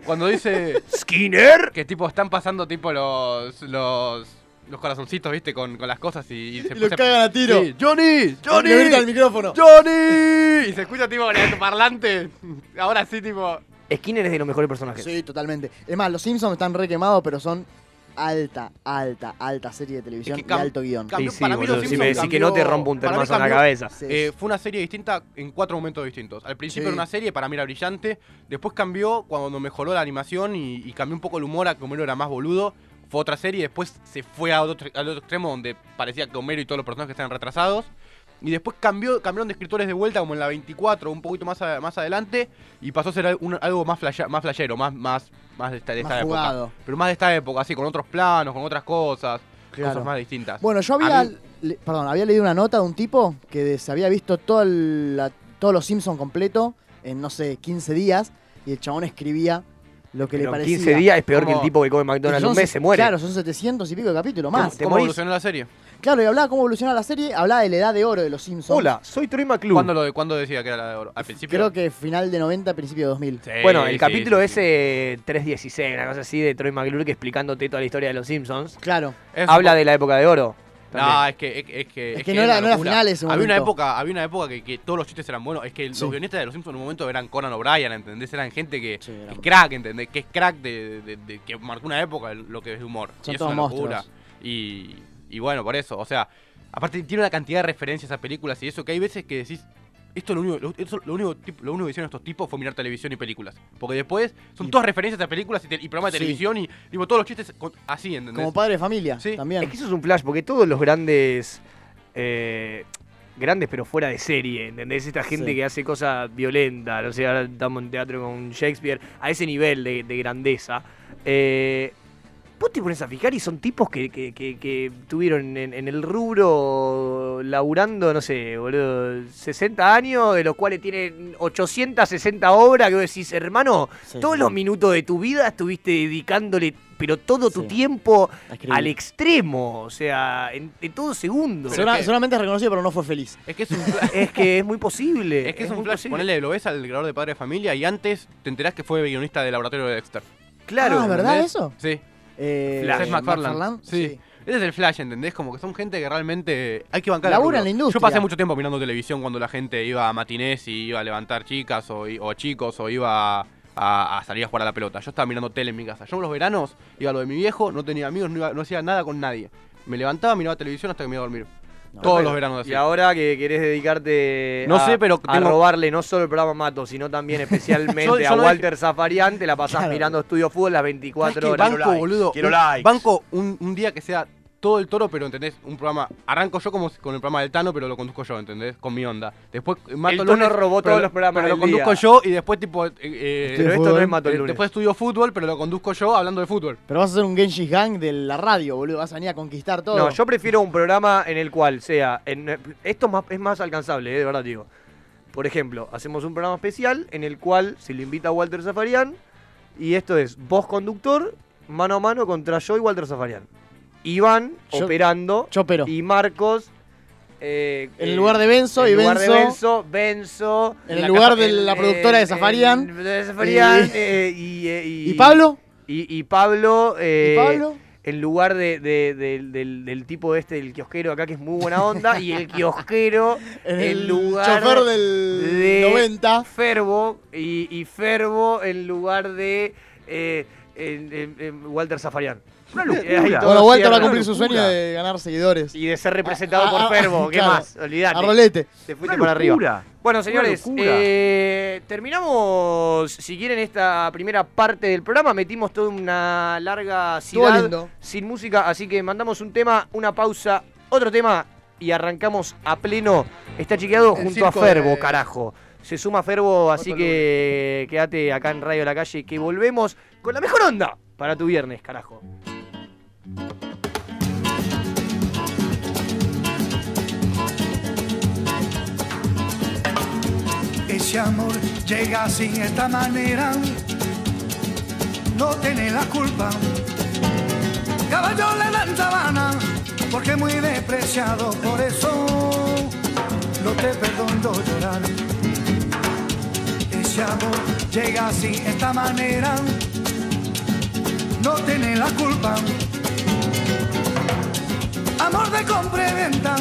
[SPEAKER 3] Cuando dice
[SPEAKER 1] ¡Skinner!
[SPEAKER 3] que tipo están pasando tipo los. los. los corazoncitos, viste, con, con las cosas y, y se
[SPEAKER 2] Y los
[SPEAKER 3] se-
[SPEAKER 2] cagan a tiro.
[SPEAKER 3] Sí, ¡Johnny! ¡Johnny!
[SPEAKER 2] Le grita al micrófono.
[SPEAKER 3] ¡Johnny! Y se escucha tipo en el parlante. Ahora sí, tipo.
[SPEAKER 1] Skinner es de los mejores personajes.
[SPEAKER 2] Sí, totalmente. Es más, los Simpsons están re quemados, pero son alta, alta, alta serie de televisión
[SPEAKER 3] Es que cam-
[SPEAKER 2] y alto guión.
[SPEAKER 3] cam-
[SPEAKER 1] Y
[SPEAKER 3] Cambió-
[SPEAKER 1] sí,
[SPEAKER 3] para mí
[SPEAKER 1] boludo,
[SPEAKER 3] los
[SPEAKER 1] si me decís
[SPEAKER 3] Simpsons
[SPEAKER 1] que no te
[SPEAKER 3] cambió-
[SPEAKER 1] rompo un
[SPEAKER 3] para mí
[SPEAKER 1] termazo en la
[SPEAKER 3] cambió-
[SPEAKER 1] cabeza.
[SPEAKER 2] Sí.
[SPEAKER 3] Eh, fue una serie distinta en cuatro momentos distintos. Al principio
[SPEAKER 2] Este Sí.
[SPEAKER 3] era una serie, para mí era brillante. Después cambió cuando mejoró la animación y, y cambió un poco el humor a que Homero era más boludo. Fue otra serie, después se fue a otro, al otro extremo donde parecía que Homero y todos los personajes estaban retrasados. Y después cambió, cambiaron de escritores de vuelta, como en la 24, un poquito más, a- más adelante. Y pasó a ser al- un- algo más, flasha- más flashero, más, más, más de esta, de
[SPEAKER 2] Más
[SPEAKER 3] esta época.
[SPEAKER 2] jugado.
[SPEAKER 3] Pero más de esta época, así, con otros planos, con otras cosas.
[SPEAKER 2] Claro.
[SPEAKER 3] Cosas más distintas.
[SPEAKER 2] Bueno, yo
[SPEAKER 3] A
[SPEAKER 2] había,
[SPEAKER 3] mí-
[SPEAKER 2] le- perdón, había leído una nota de un tipo que de- se había visto todo el- la- todos los Simpsons completo en, no sé, 15 días y el chabón escribía lo que
[SPEAKER 1] Pero
[SPEAKER 2] le
[SPEAKER 1] en
[SPEAKER 2] parecía.
[SPEAKER 1] 15 días es peor que
[SPEAKER 3] Como-
[SPEAKER 1] el tipo que come McDonald's
[SPEAKER 2] Son
[SPEAKER 1] un mes,
[SPEAKER 2] se-
[SPEAKER 1] se muere.
[SPEAKER 2] Claro, son 700 y pico de capítulos
[SPEAKER 3] ¿Cómo,
[SPEAKER 2] más.
[SPEAKER 1] te
[SPEAKER 3] cómo
[SPEAKER 1] morís.
[SPEAKER 3] evolucionó la serie?
[SPEAKER 2] Claro, y hablaba cómo evolucionó la serie, hablaba de la edad de oro de los Simpsons.
[SPEAKER 1] Hola, soy Troy McClure.
[SPEAKER 3] ¿Cuándo, lo de, ¿Cuándo decía que era la de oro? ¿Al principio?
[SPEAKER 2] Creo que final de 90, principio de 2000.
[SPEAKER 3] Sí,
[SPEAKER 1] Eh, Bueno, el
[SPEAKER 3] sí,
[SPEAKER 1] capítulo
[SPEAKER 3] sí, sí.
[SPEAKER 1] ese 316, una cosa así, de Troy McClure que explicándote toda la historia de los Simpsons,
[SPEAKER 2] Claro,
[SPEAKER 3] Es un
[SPEAKER 1] habla
[SPEAKER 3] po-
[SPEAKER 1] de la época de oro.
[SPEAKER 3] No,
[SPEAKER 1] también.
[SPEAKER 3] es que, es, que- es que.
[SPEAKER 2] Es que no era- no era
[SPEAKER 3] locura.
[SPEAKER 2] final ese
[SPEAKER 3] Había una
[SPEAKER 2] momento.
[SPEAKER 3] época, había una época que, que todos los chistes eran buenos. Es que
[SPEAKER 2] Sí.
[SPEAKER 3] los guionistas de los Simpsons en un momento eran Conan O'Brien, ¿entendés? Eran gente que,
[SPEAKER 2] Sí, eran-
[SPEAKER 3] que es crack, ¿entendés? Que es crack de, de- de- que marcó una época el- lo que es humor.
[SPEAKER 2] Son
[SPEAKER 3] y es
[SPEAKER 2] todos
[SPEAKER 3] una locura.
[SPEAKER 2] monstruos.
[SPEAKER 3] Y, y bueno, por eso. O sea, aparte tiene una cantidad de referencias a películas y eso que hay veces que decís. Esto lo único, lo, esto lo único, tip- lo único que hicieron estos tipos fue mirar televisión y películas. Porque después son todas referencias a películas y, te- y programas de
[SPEAKER 2] Sí.
[SPEAKER 3] televisión y digo, todos los chistes con- así, ¿entendés?
[SPEAKER 2] como padre de familia
[SPEAKER 3] Sí.
[SPEAKER 2] también.
[SPEAKER 1] Es que eso es un flash, porque todos los grandes. eh, grandes, pero fuera de serie, ¿entendés? Esta gente
[SPEAKER 2] Sí.
[SPEAKER 1] que hace cosas violentas, no sé, ahora estamos en teatro con Shakespeare, a ese nivel de, de grandeza. eh, Vos te pones a fijar y son tipos que, que- que- que tuvieron en, en el rubro laburando, no sé, boludo, 60 años, de los cuales tienen 860 obras, que vos decís, hermano,
[SPEAKER 2] Sí,
[SPEAKER 1] todos
[SPEAKER 2] sí.
[SPEAKER 1] los minutos de tu vida estuviste dedicándole, pero todo tu
[SPEAKER 2] Sí.
[SPEAKER 1] tiempo
[SPEAKER 2] A escribir.
[SPEAKER 1] al extremo, o sea, en, en todo segundo.
[SPEAKER 3] Pero
[SPEAKER 2] Sona-
[SPEAKER 3] es que-
[SPEAKER 2] Solamente es reconocido, pero no fue feliz.
[SPEAKER 3] Es que es un fla-
[SPEAKER 1] Es que es muy posible.
[SPEAKER 3] Eh, Es que es, un
[SPEAKER 1] muy
[SPEAKER 3] flash,
[SPEAKER 1] posible.
[SPEAKER 3] ponele, lo ves al creador de Padre de Familia y antes te enterás que fue guionista de Laboratorio de Dexter.
[SPEAKER 1] Claro.
[SPEAKER 2] Ah, ¿verdad
[SPEAKER 3] ¿entendés?
[SPEAKER 2] eso?
[SPEAKER 3] Sí.
[SPEAKER 2] Eh,
[SPEAKER 1] Flash.
[SPEAKER 3] Seth
[SPEAKER 2] eh,
[SPEAKER 3] McFarlane.
[SPEAKER 2] MacFarlane,
[SPEAKER 3] Sí. Ese es el flash, ¿entendés? Como que son gente que realmente hay que bancar. el
[SPEAKER 2] Labura en
[SPEAKER 3] rubro.
[SPEAKER 2] la industria.
[SPEAKER 3] Yo pasé mucho tiempo mirando televisión cuando la gente iba a matinés y iba a levantar chicas o, i- o chicos o iba a, a- a salir a jugar a la pelota. Yo estaba mirando tele en mi casa. Yo los veranos iba a lo de mi viejo, no tenía amigos, no, iba- no hacía nada con nadie. Me levantaba, miraba televisión hasta que me iba a dormir. Todos los veranos así.
[SPEAKER 1] Y ahora que querés dedicarte
[SPEAKER 3] No
[SPEAKER 1] a,
[SPEAKER 3] sé, pero
[SPEAKER 1] a
[SPEAKER 3] tengo-
[SPEAKER 1] robarle no solo el programa Mato, sino también especialmente
[SPEAKER 3] Yo- yo
[SPEAKER 1] a
[SPEAKER 3] no
[SPEAKER 1] Walter Zafarian, te la pasás
[SPEAKER 2] Claro.
[SPEAKER 1] mirando Estudio Fútbol las
[SPEAKER 3] ¿Sabes
[SPEAKER 1] 24
[SPEAKER 3] qué?
[SPEAKER 1] horas.
[SPEAKER 3] banco, boludo.
[SPEAKER 8] Quiero
[SPEAKER 3] un-
[SPEAKER 8] likes.
[SPEAKER 3] Banco un, un día que sea todo el toro, pero entendés, un programa. Arranco yo como si- con el programa del Tano, pero lo conduzco yo, ¿entendés? Con mi onda. Después eh, mato
[SPEAKER 1] El Tano
[SPEAKER 3] Lunes,
[SPEAKER 1] robó
[SPEAKER 3] pero
[SPEAKER 1] todos
[SPEAKER 3] lo-
[SPEAKER 1] los programas
[SPEAKER 3] Pero
[SPEAKER 1] del
[SPEAKER 3] lo conduzco
[SPEAKER 1] día.
[SPEAKER 3] yo y después tipo. eh, eh,
[SPEAKER 1] Pero esto no es Mato el
[SPEAKER 3] eh,
[SPEAKER 1] Lunes.
[SPEAKER 3] después estudio fútbol, pero lo conduzco yo hablando de fútbol.
[SPEAKER 2] Pero vas a ser un Genji Gang de la radio, boludo. Vas a venir a conquistar todo.
[SPEAKER 1] No, yo prefiero un programa en el cual sea. en- esto es más, es más alcanzable, eh, de verdad digo. Por ejemplo, hacemos un programa especial en el cual se lo invita a Walter Zafarian. Y esto es voz conductor, mano a mano contra yo y Walter Zafarian. Iván
[SPEAKER 2] Yo-
[SPEAKER 1] operando
[SPEAKER 2] Chopero.
[SPEAKER 1] y Marcos. eh,
[SPEAKER 2] En
[SPEAKER 1] eh,
[SPEAKER 2] lugar de Benzo
[SPEAKER 1] en
[SPEAKER 2] y
[SPEAKER 1] lugar de
[SPEAKER 2] Benzo.
[SPEAKER 1] Benzo, Benzo.
[SPEAKER 2] En el lugar de la
[SPEAKER 1] en-
[SPEAKER 2] productora de
[SPEAKER 1] en-
[SPEAKER 2] Zafarian.
[SPEAKER 1] de Zafarian,
[SPEAKER 2] Y-
[SPEAKER 1] eh, y, eh, y-
[SPEAKER 2] ¿Y Pablo?
[SPEAKER 1] Y, y Pablo. eh,
[SPEAKER 2] ¿Y Pablo?
[SPEAKER 1] en lugar de, de- del- del, del tipo este, del kiosquero acá, que es muy buena onda, y el kiosquero en,
[SPEAKER 2] En el
[SPEAKER 1] lugar
[SPEAKER 2] chofer del
[SPEAKER 1] de
[SPEAKER 2] 90.
[SPEAKER 1] Ferbo, y, y Ferbo en lugar de eh, en- en- en Walter Zafarian. Eh, ahí todo
[SPEAKER 2] Bueno, Walter va a
[SPEAKER 1] cierra.
[SPEAKER 2] cumplir su sueño de ganar seguidores.
[SPEAKER 1] Y de ser representado
[SPEAKER 2] Ah, ah,
[SPEAKER 1] por Ferbo,
[SPEAKER 2] ah,
[SPEAKER 1] ¿qué
[SPEAKER 2] claro.
[SPEAKER 1] más?
[SPEAKER 2] A
[SPEAKER 1] Olvidate.
[SPEAKER 2] rolete.
[SPEAKER 1] Te fuiste para arriba. Bueno, señores,
[SPEAKER 10] locura.
[SPEAKER 1] eh, terminamos, si quieren, esta primera parte del programa. Metimos toda una larga
[SPEAKER 2] Estuvo
[SPEAKER 1] ciudad
[SPEAKER 2] lindo.
[SPEAKER 1] sin música, así que mandamos un tema, una pausa, otro tema y arrancamos a pleno. Está chiqueado
[SPEAKER 3] El
[SPEAKER 1] junto a
[SPEAKER 3] circo
[SPEAKER 1] Ferbo,
[SPEAKER 3] de-
[SPEAKER 1] carajo. Se suma Ferbo, así
[SPEAKER 3] Otro
[SPEAKER 1] que quédate acá en Radio La Calle que volvemos con la mejor onda para tu viernes, carajo.
[SPEAKER 11] Ese amor llega así, de esta manera. No tiene la culpa. Caballo le dan sabana, porque es muy despreciado. Por eso no te perdono llorar. Ese amor llega así, de esta manera. No tiene la culpa. Amor de compra y venta,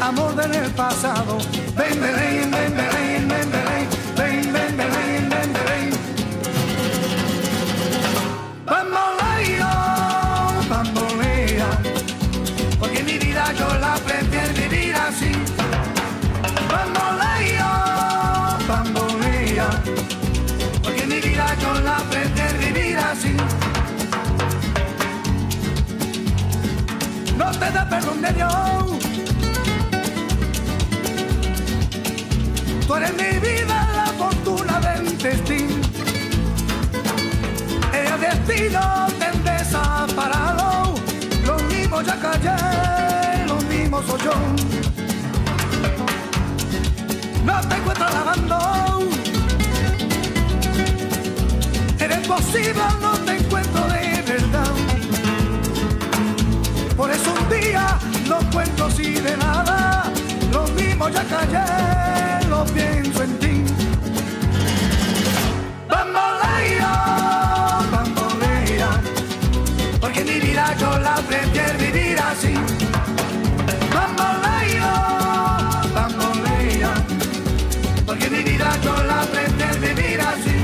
[SPEAKER 11] amor del el pasado. Ven, ven, ven, ven, ven, ven, ven, ven, ven, ven, ven, ven, ven, ven. Bamboleo, bamboleo, porque mi vida yo la prefiero vivir así. Bamboleo, bamboleo, porque mi vida yo la prefiero vivir así. no te da perdón de Dios. Tú eres mi vida, la fortuna del destino. El destino te ha desamparado. Lo mismo ya callé, lo mismo soy yo. No te encuentro lavando. Eres posible, no te encuentro de verdad. Por eso un día no cuento así de nada. Lo mismo ya callé, lo pienso en ti. Bamboleo, bamboleo, porque mi vida yo la prefiero vivir así. Bamboleo, bamboleo, porque mi vida yo la prefiero vivir así.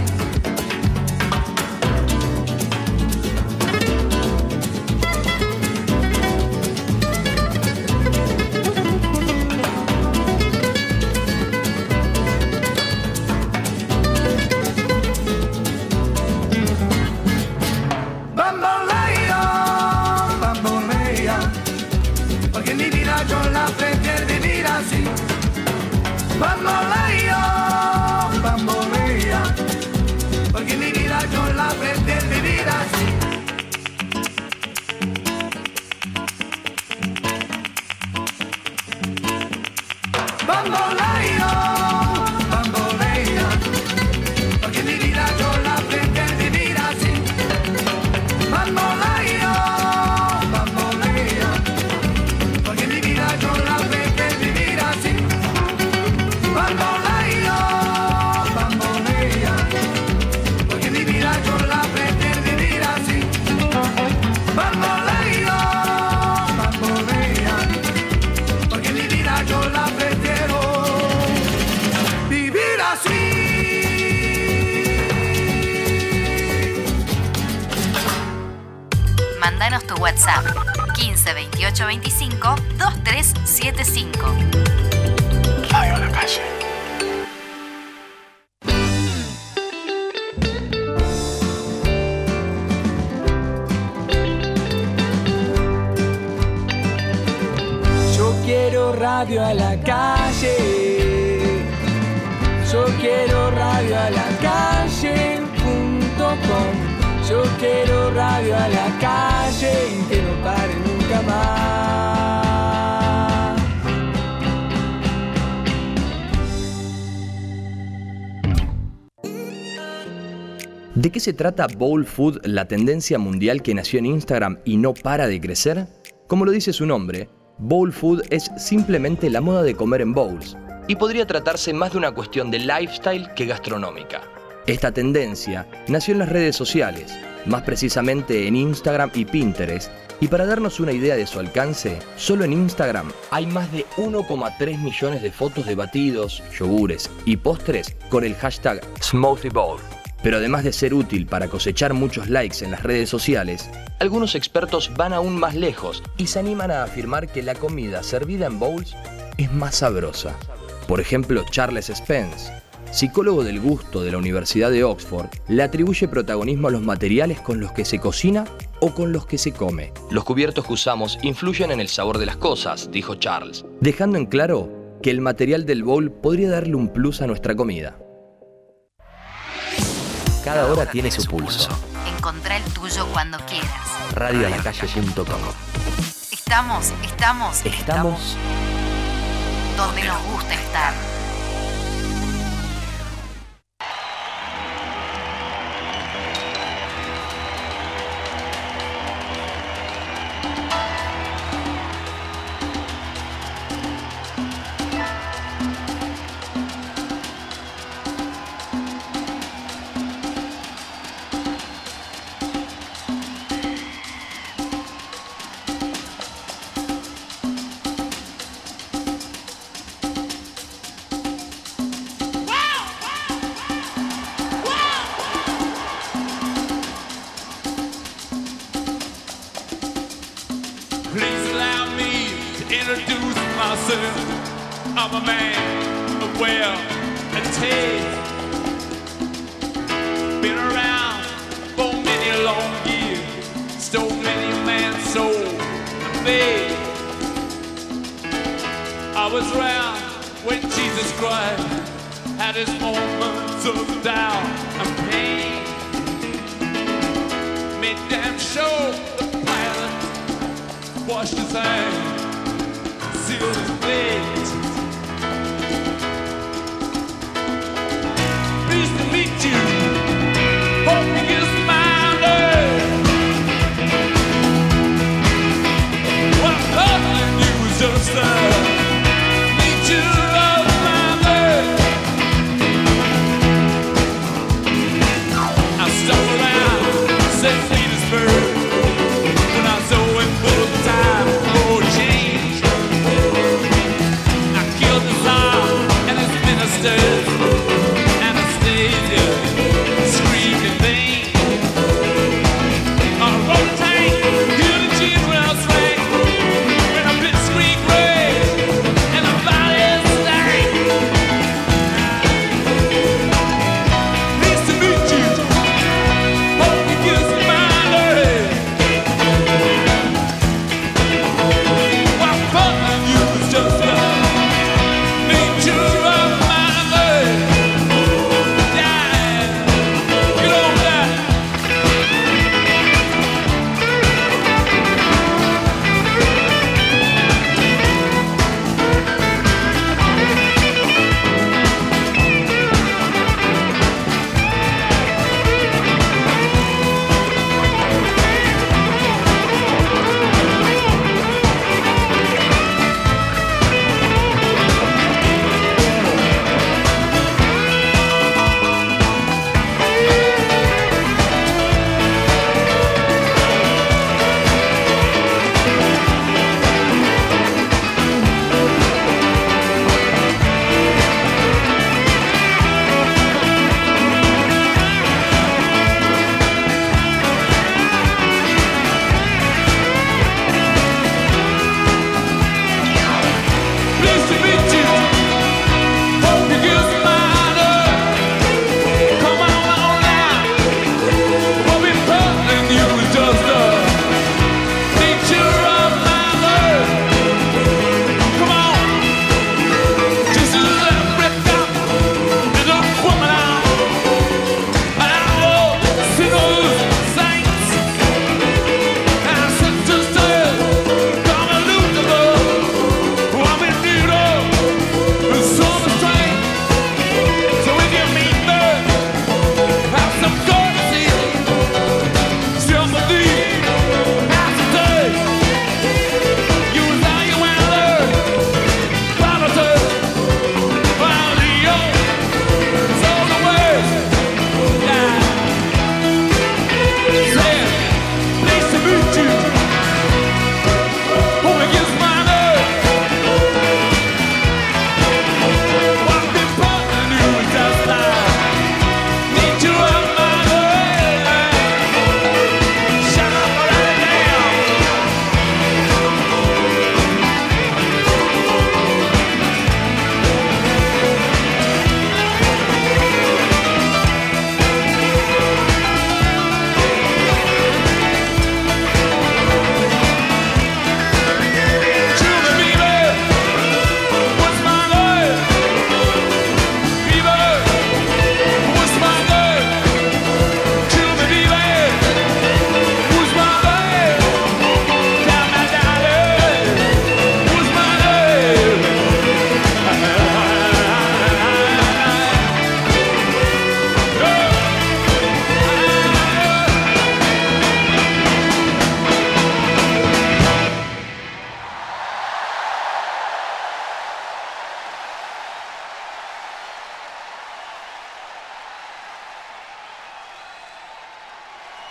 [SPEAKER 11] Bamboleo, bambolea, porque mi vida yo la prefiero vivir así. Bamboleo, bambolea, porque mi vida yo la prefiero vivir así. Bamboleo, bambolea, porque mi vida yo la prefiero vivir así. Bamboleo, bamboleo, porque mi vida yo la prefiero vivir así. Bamboleo, bamboleo, porque mi vida yo la prefiero vivir así. Bamboleo, bamboleo, porque mi vida yo la prefiero vivir así.
[SPEAKER 12] Mándanos tu WhatsApp 15 28 25 2375.
[SPEAKER 13] Radio La Calle.
[SPEAKER 14] radio a la calle. Yo quiero radio a la calle. punto com. Yo quiero radio a la calle y que no pare nunca más.
[SPEAKER 11] ¿De qué se trata Bowl Food, la tendencia mundial que nació en Instagram y no para de crecer? Como lo dice su nombre, Bowl Food es simplemente la moda de comer en bowls y podría tratarse más de una cuestión de lifestyle que gastronómica. Esta tendencia nació en las redes sociales, más precisamente en Instagram y Pinterest, y para darnos una idea de su alcance, solo en Instagram hay más de 1,3 millones de fotos de batidos, yogures y postres con el hashtag Smoothie Bowl. Pero además de ser útil para cosechar muchos likes en las redes sociales, algunos expertos van aún más lejos y se animan a afirmar que la comida servida en bowls es más sabrosa. Por ejemplo, Charles Spence, psicólogo del gusto de la Universidad de Oxford, le atribuye protagonismo a los materiales con los que se cocina o con los que se come. Los cubiertos que usamos influyen en el sabor de las cosas, dijo Charles, dejando en claro que el material del bowl podría darle un plus a nuestra comida. Cada hora tiene su pulso.
[SPEAKER 15] Encontrá el tuyo cuando quieras.
[SPEAKER 11] Radioalacalle.com
[SPEAKER 15] Estamos, estamos
[SPEAKER 11] Estamos
[SPEAKER 15] donde nos gusta estar.
[SPEAKER 16] Please allow me to introduce myself. I'm a man of well and taste. Been around for many long years, so many man soul and faith. I was around when Jesus Christ had his moments of doubt and pain. Made damn sure the pilot washed his hands, sealed his plate. Pleased to meet you. Hope you get smiling. What I thought I knew was just the nature of my life. I stumbled out, said Petersburg. When I saw it full time, oh change. I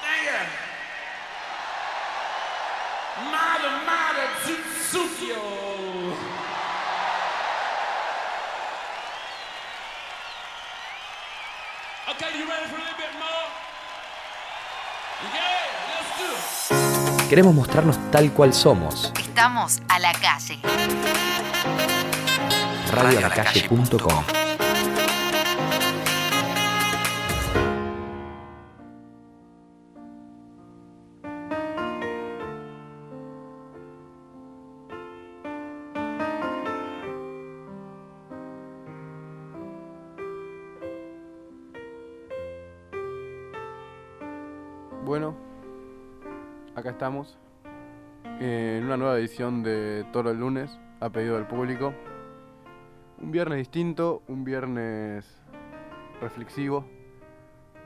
[SPEAKER 17] again. Mighty, mighty Tsutsukyo. Okay, you ready for a little bit more? Yeah, let's do it.
[SPEAKER 14] Queremos mostrarnos tal cual somos.
[SPEAKER 18] Estamos a la calle.
[SPEAKER 14] Radioalacalle.com
[SPEAKER 3] Bueno, acá estamos eh, en una nueva edición de Toro el lunes, a pedido del público. Un viernes distinto, un viernes reflexivo,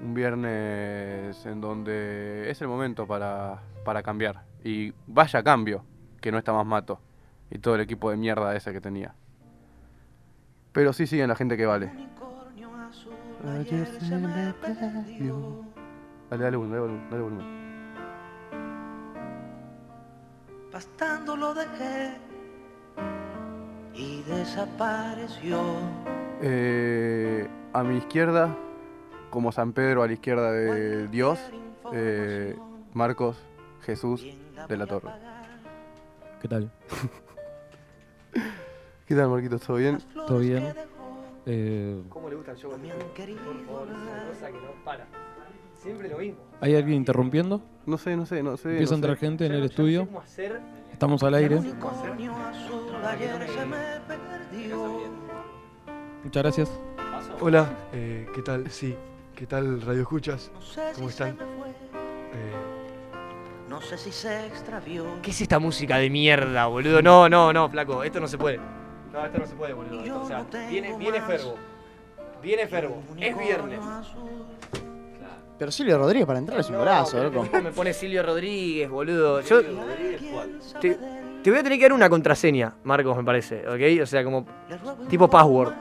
[SPEAKER 3] un viernes en donde es el momento para, para cambiar. Y vaya cambio, que no está más Mato y todo el equipo de mierda ese que tenía. Pero sí siguen la gente que vale. Dale, dale volumen, dale volumen, dale volumen.
[SPEAKER 19] pastando lo dejé y desapareció.
[SPEAKER 3] Eh, a mi izquierda, como San Pedro a la izquierda de Dios, eh, Marcos Jesús de la Torre.
[SPEAKER 5] ¿Qué tal?
[SPEAKER 3] ¿Qué tal, Marquitos? ¿Todo bien?
[SPEAKER 5] ¿Todo bien? Eh,
[SPEAKER 1] ¿Cómo le gusta el show al tipo? Por favor, es una cosa que no para. Siempre lo mismo.
[SPEAKER 5] ¿Hay alguien interrumpiendo?
[SPEAKER 3] No sé, no sé, no sé.
[SPEAKER 5] Empieza a
[SPEAKER 3] no sé.
[SPEAKER 5] entrar gente en
[SPEAKER 3] Yo
[SPEAKER 5] el
[SPEAKER 3] no- yo no
[SPEAKER 5] estudio.
[SPEAKER 3] sé cómo hacer-
[SPEAKER 5] Estamos al aire.
[SPEAKER 19] Ayer se me perdió.
[SPEAKER 5] Muchas gracias.
[SPEAKER 20] Hola, eh, ¿qué tal? Sí, ¿qué tal Radio Escuchas? ¿Cómo están? Eh,
[SPEAKER 19] No sé si se extravió.
[SPEAKER 1] ¿Qué es esta música de mierda, boludo? No, no, no, flaco, esto no se puede. No, esto no se puede, boludo. O sea, viene, viene Ferbo. Viene Ferbo. Es viernes.
[SPEAKER 2] Pero Silvio Rodríguez para entrar es un brazo, loco.
[SPEAKER 1] Me pone Silvio Rodríguez, boludo. Yo. Te, te voy a tener que dar una contraseña, Marcos, me parece, ¿ok? O sea, como. Tipo password.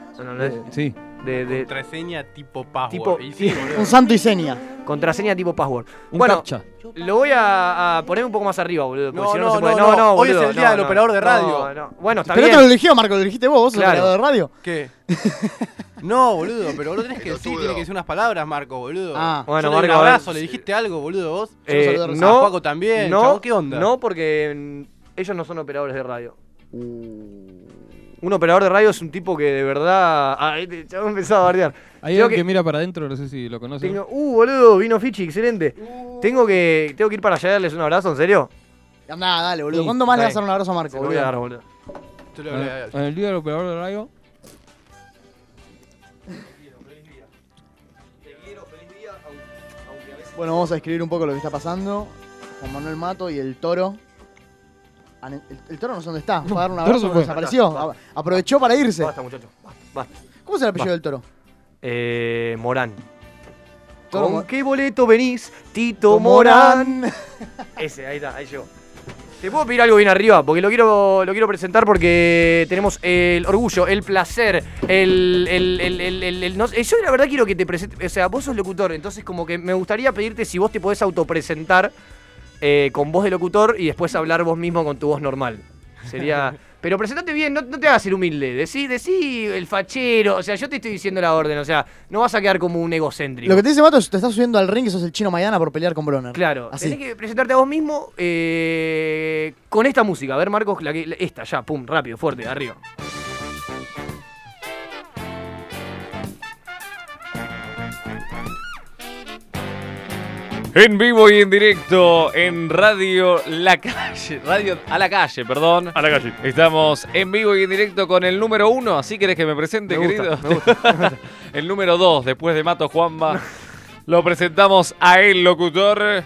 [SPEAKER 5] Sí.
[SPEAKER 1] De, de-
[SPEAKER 9] Contraseña tipo password.
[SPEAKER 1] tipo,
[SPEAKER 9] Y sí, boludo.
[SPEAKER 2] Un santo y seña.
[SPEAKER 1] Contraseña tipo password. bueno, lo voy a, a poner un poco más arriba, boludo. porque
[SPEAKER 9] No,
[SPEAKER 1] si no,
[SPEAKER 9] no,
[SPEAKER 1] no, se puede.
[SPEAKER 9] no, no. Hoy
[SPEAKER 1] boludo,
[SPEAKER 9] es el día del operador de radio.
[SPEAKER 1] No, no. Bueno, está
[SPEAKER 2] Pero
[SPEAKER 1] bien.
[SPEAKER 2] no lo eligió, Marco, lo dijiste vos, vos sos
[SPEAKER 1] Claro.
[SPEAKER 2] operador de radio.
[SPEAKER 9] ¿Qué? No, boludo, pero vos lo tenés que decir, tiene que decir unas palabras, Marco, boludo.
[SPEAKER 1] Ah.
[SPEAKER 9] Yo
[SPEAKER 1] Bueno,
[SPEAKER 9] le di
[SPEAKER 1] Marco, a
[SPEAKER 9] un
[SPEAKER 1] ver.
[SPEAKER 9] abrazo, le dijiste algo, boludo, vos. Yo
[SPEAKER 1] Eh,
[SPEAKER 9] lo saludé recién. A Paco también,
[SPEAKER 1] no,
[SPEAKER 9] chabón, ¿qué onda?
[SPEAKER 1] No, porque mm, ellos no son operadores de radio. Uh. Un operador de radio es un tipo que de verdad. Ah, este chabón empezaba a bardear.
[SPEAKER 5] Hay
[SPEAKER 1] Creo
[SPEAKER 5] alguien que...
[SPEAKER 1] que-
[SPEAKER 5] mira para adentro, no sé si lo conoces.
[SPEAKER 1] Tengo- uh, boludo, vino Fichi, excelente. Tengo que tengo que ir para allá a darles un abrazo, ¿en serio?
[SPEAKER 2] Andá, dale, boludo.
[SPEAKER 1] Sí,
[SPEAKER 2] ¿Cuándo más le
[SPEAKER 1] está bien.
[SPEAKER 2] vas a dar un abrazo a Marco,
[SPEAKER 1] Se lo voy a dar, boludo.
[SPEAKER 5] Ah, En el día del operador de radio.
[SPEAKER 2] Bueno, vamos a describir un poco lo que está pasando. Juan Manuel Mato y el toro. Han- El, el toro no sé dónde está. Fue a dar un
[SPEAKER 1] Toro se
[SPEAKER 2] abrazo pero
[SPEAKER 1] fue. Ah,
[SPEAKER 2] desapareció.
[SPEAKER 1] Basta, basta.
[SPEAKER 2] A- Aprovechó para irse.
[SPEAKER 1] Basta, muchachos. Basta, basta.
[SPEAKER 2] ¿Cómo es el apellido
[SPEAKER 1] Basta.
[SPEAKER 2] del toro?
[SPEAKER 1] Eh, Morán.
[SPEAKER 2] Toro
[SPEAKER 1] ¿Con
[SPEAKER 2] Mor-
[SPEAKER 1] qué boleto venís, Tito Morán? Ese, ahí está, ahí llegó. ¿Te puedo pedir algo bien arriba? Porque lo quiero, lo quiero presentar porque tenemos el orgullo, el placer, el... el, el- el- el- el- no sé, yo la verdad quiero que te presentes... O sea, vos sos locutor, entonces como que me gustaría pedirte si vos te podés autopresentar eh, con voz de locutor y después hablar vos mismo con tu voz normal. Sería... Pero presentate bien, no, no te hagas el humilde. Decí, decí el fachero. O sea, yo te estoy diciendo la orden. O sea, no vas a quedar como un egocéntrico.
[SPEAKER 2] Lo que te dice Mato es te estás subiendo al ring y sos el chino Maidana por pelear con Broner.
[SPEAKER 1] Claro,
[SPEAKER 2] Así.
[SPEAKER 1] tenés que presentarte a vos mismo eh, con esta música. A ver, Marcos, la que- la- esta ya, pum, rápido, fuerte, arriba.
[SPEAKER 11] En vivo y en directo en Radio La Calle. Radio a la calle, perdón. A la calle. Estamos en vivo y en directo con el número uno. Así querés que me presente,
[SPEAKER 21] Me gusta,
[SPEAKER 11] querido. el número dos, después de Mato Juanma. lo presentamos a el locutor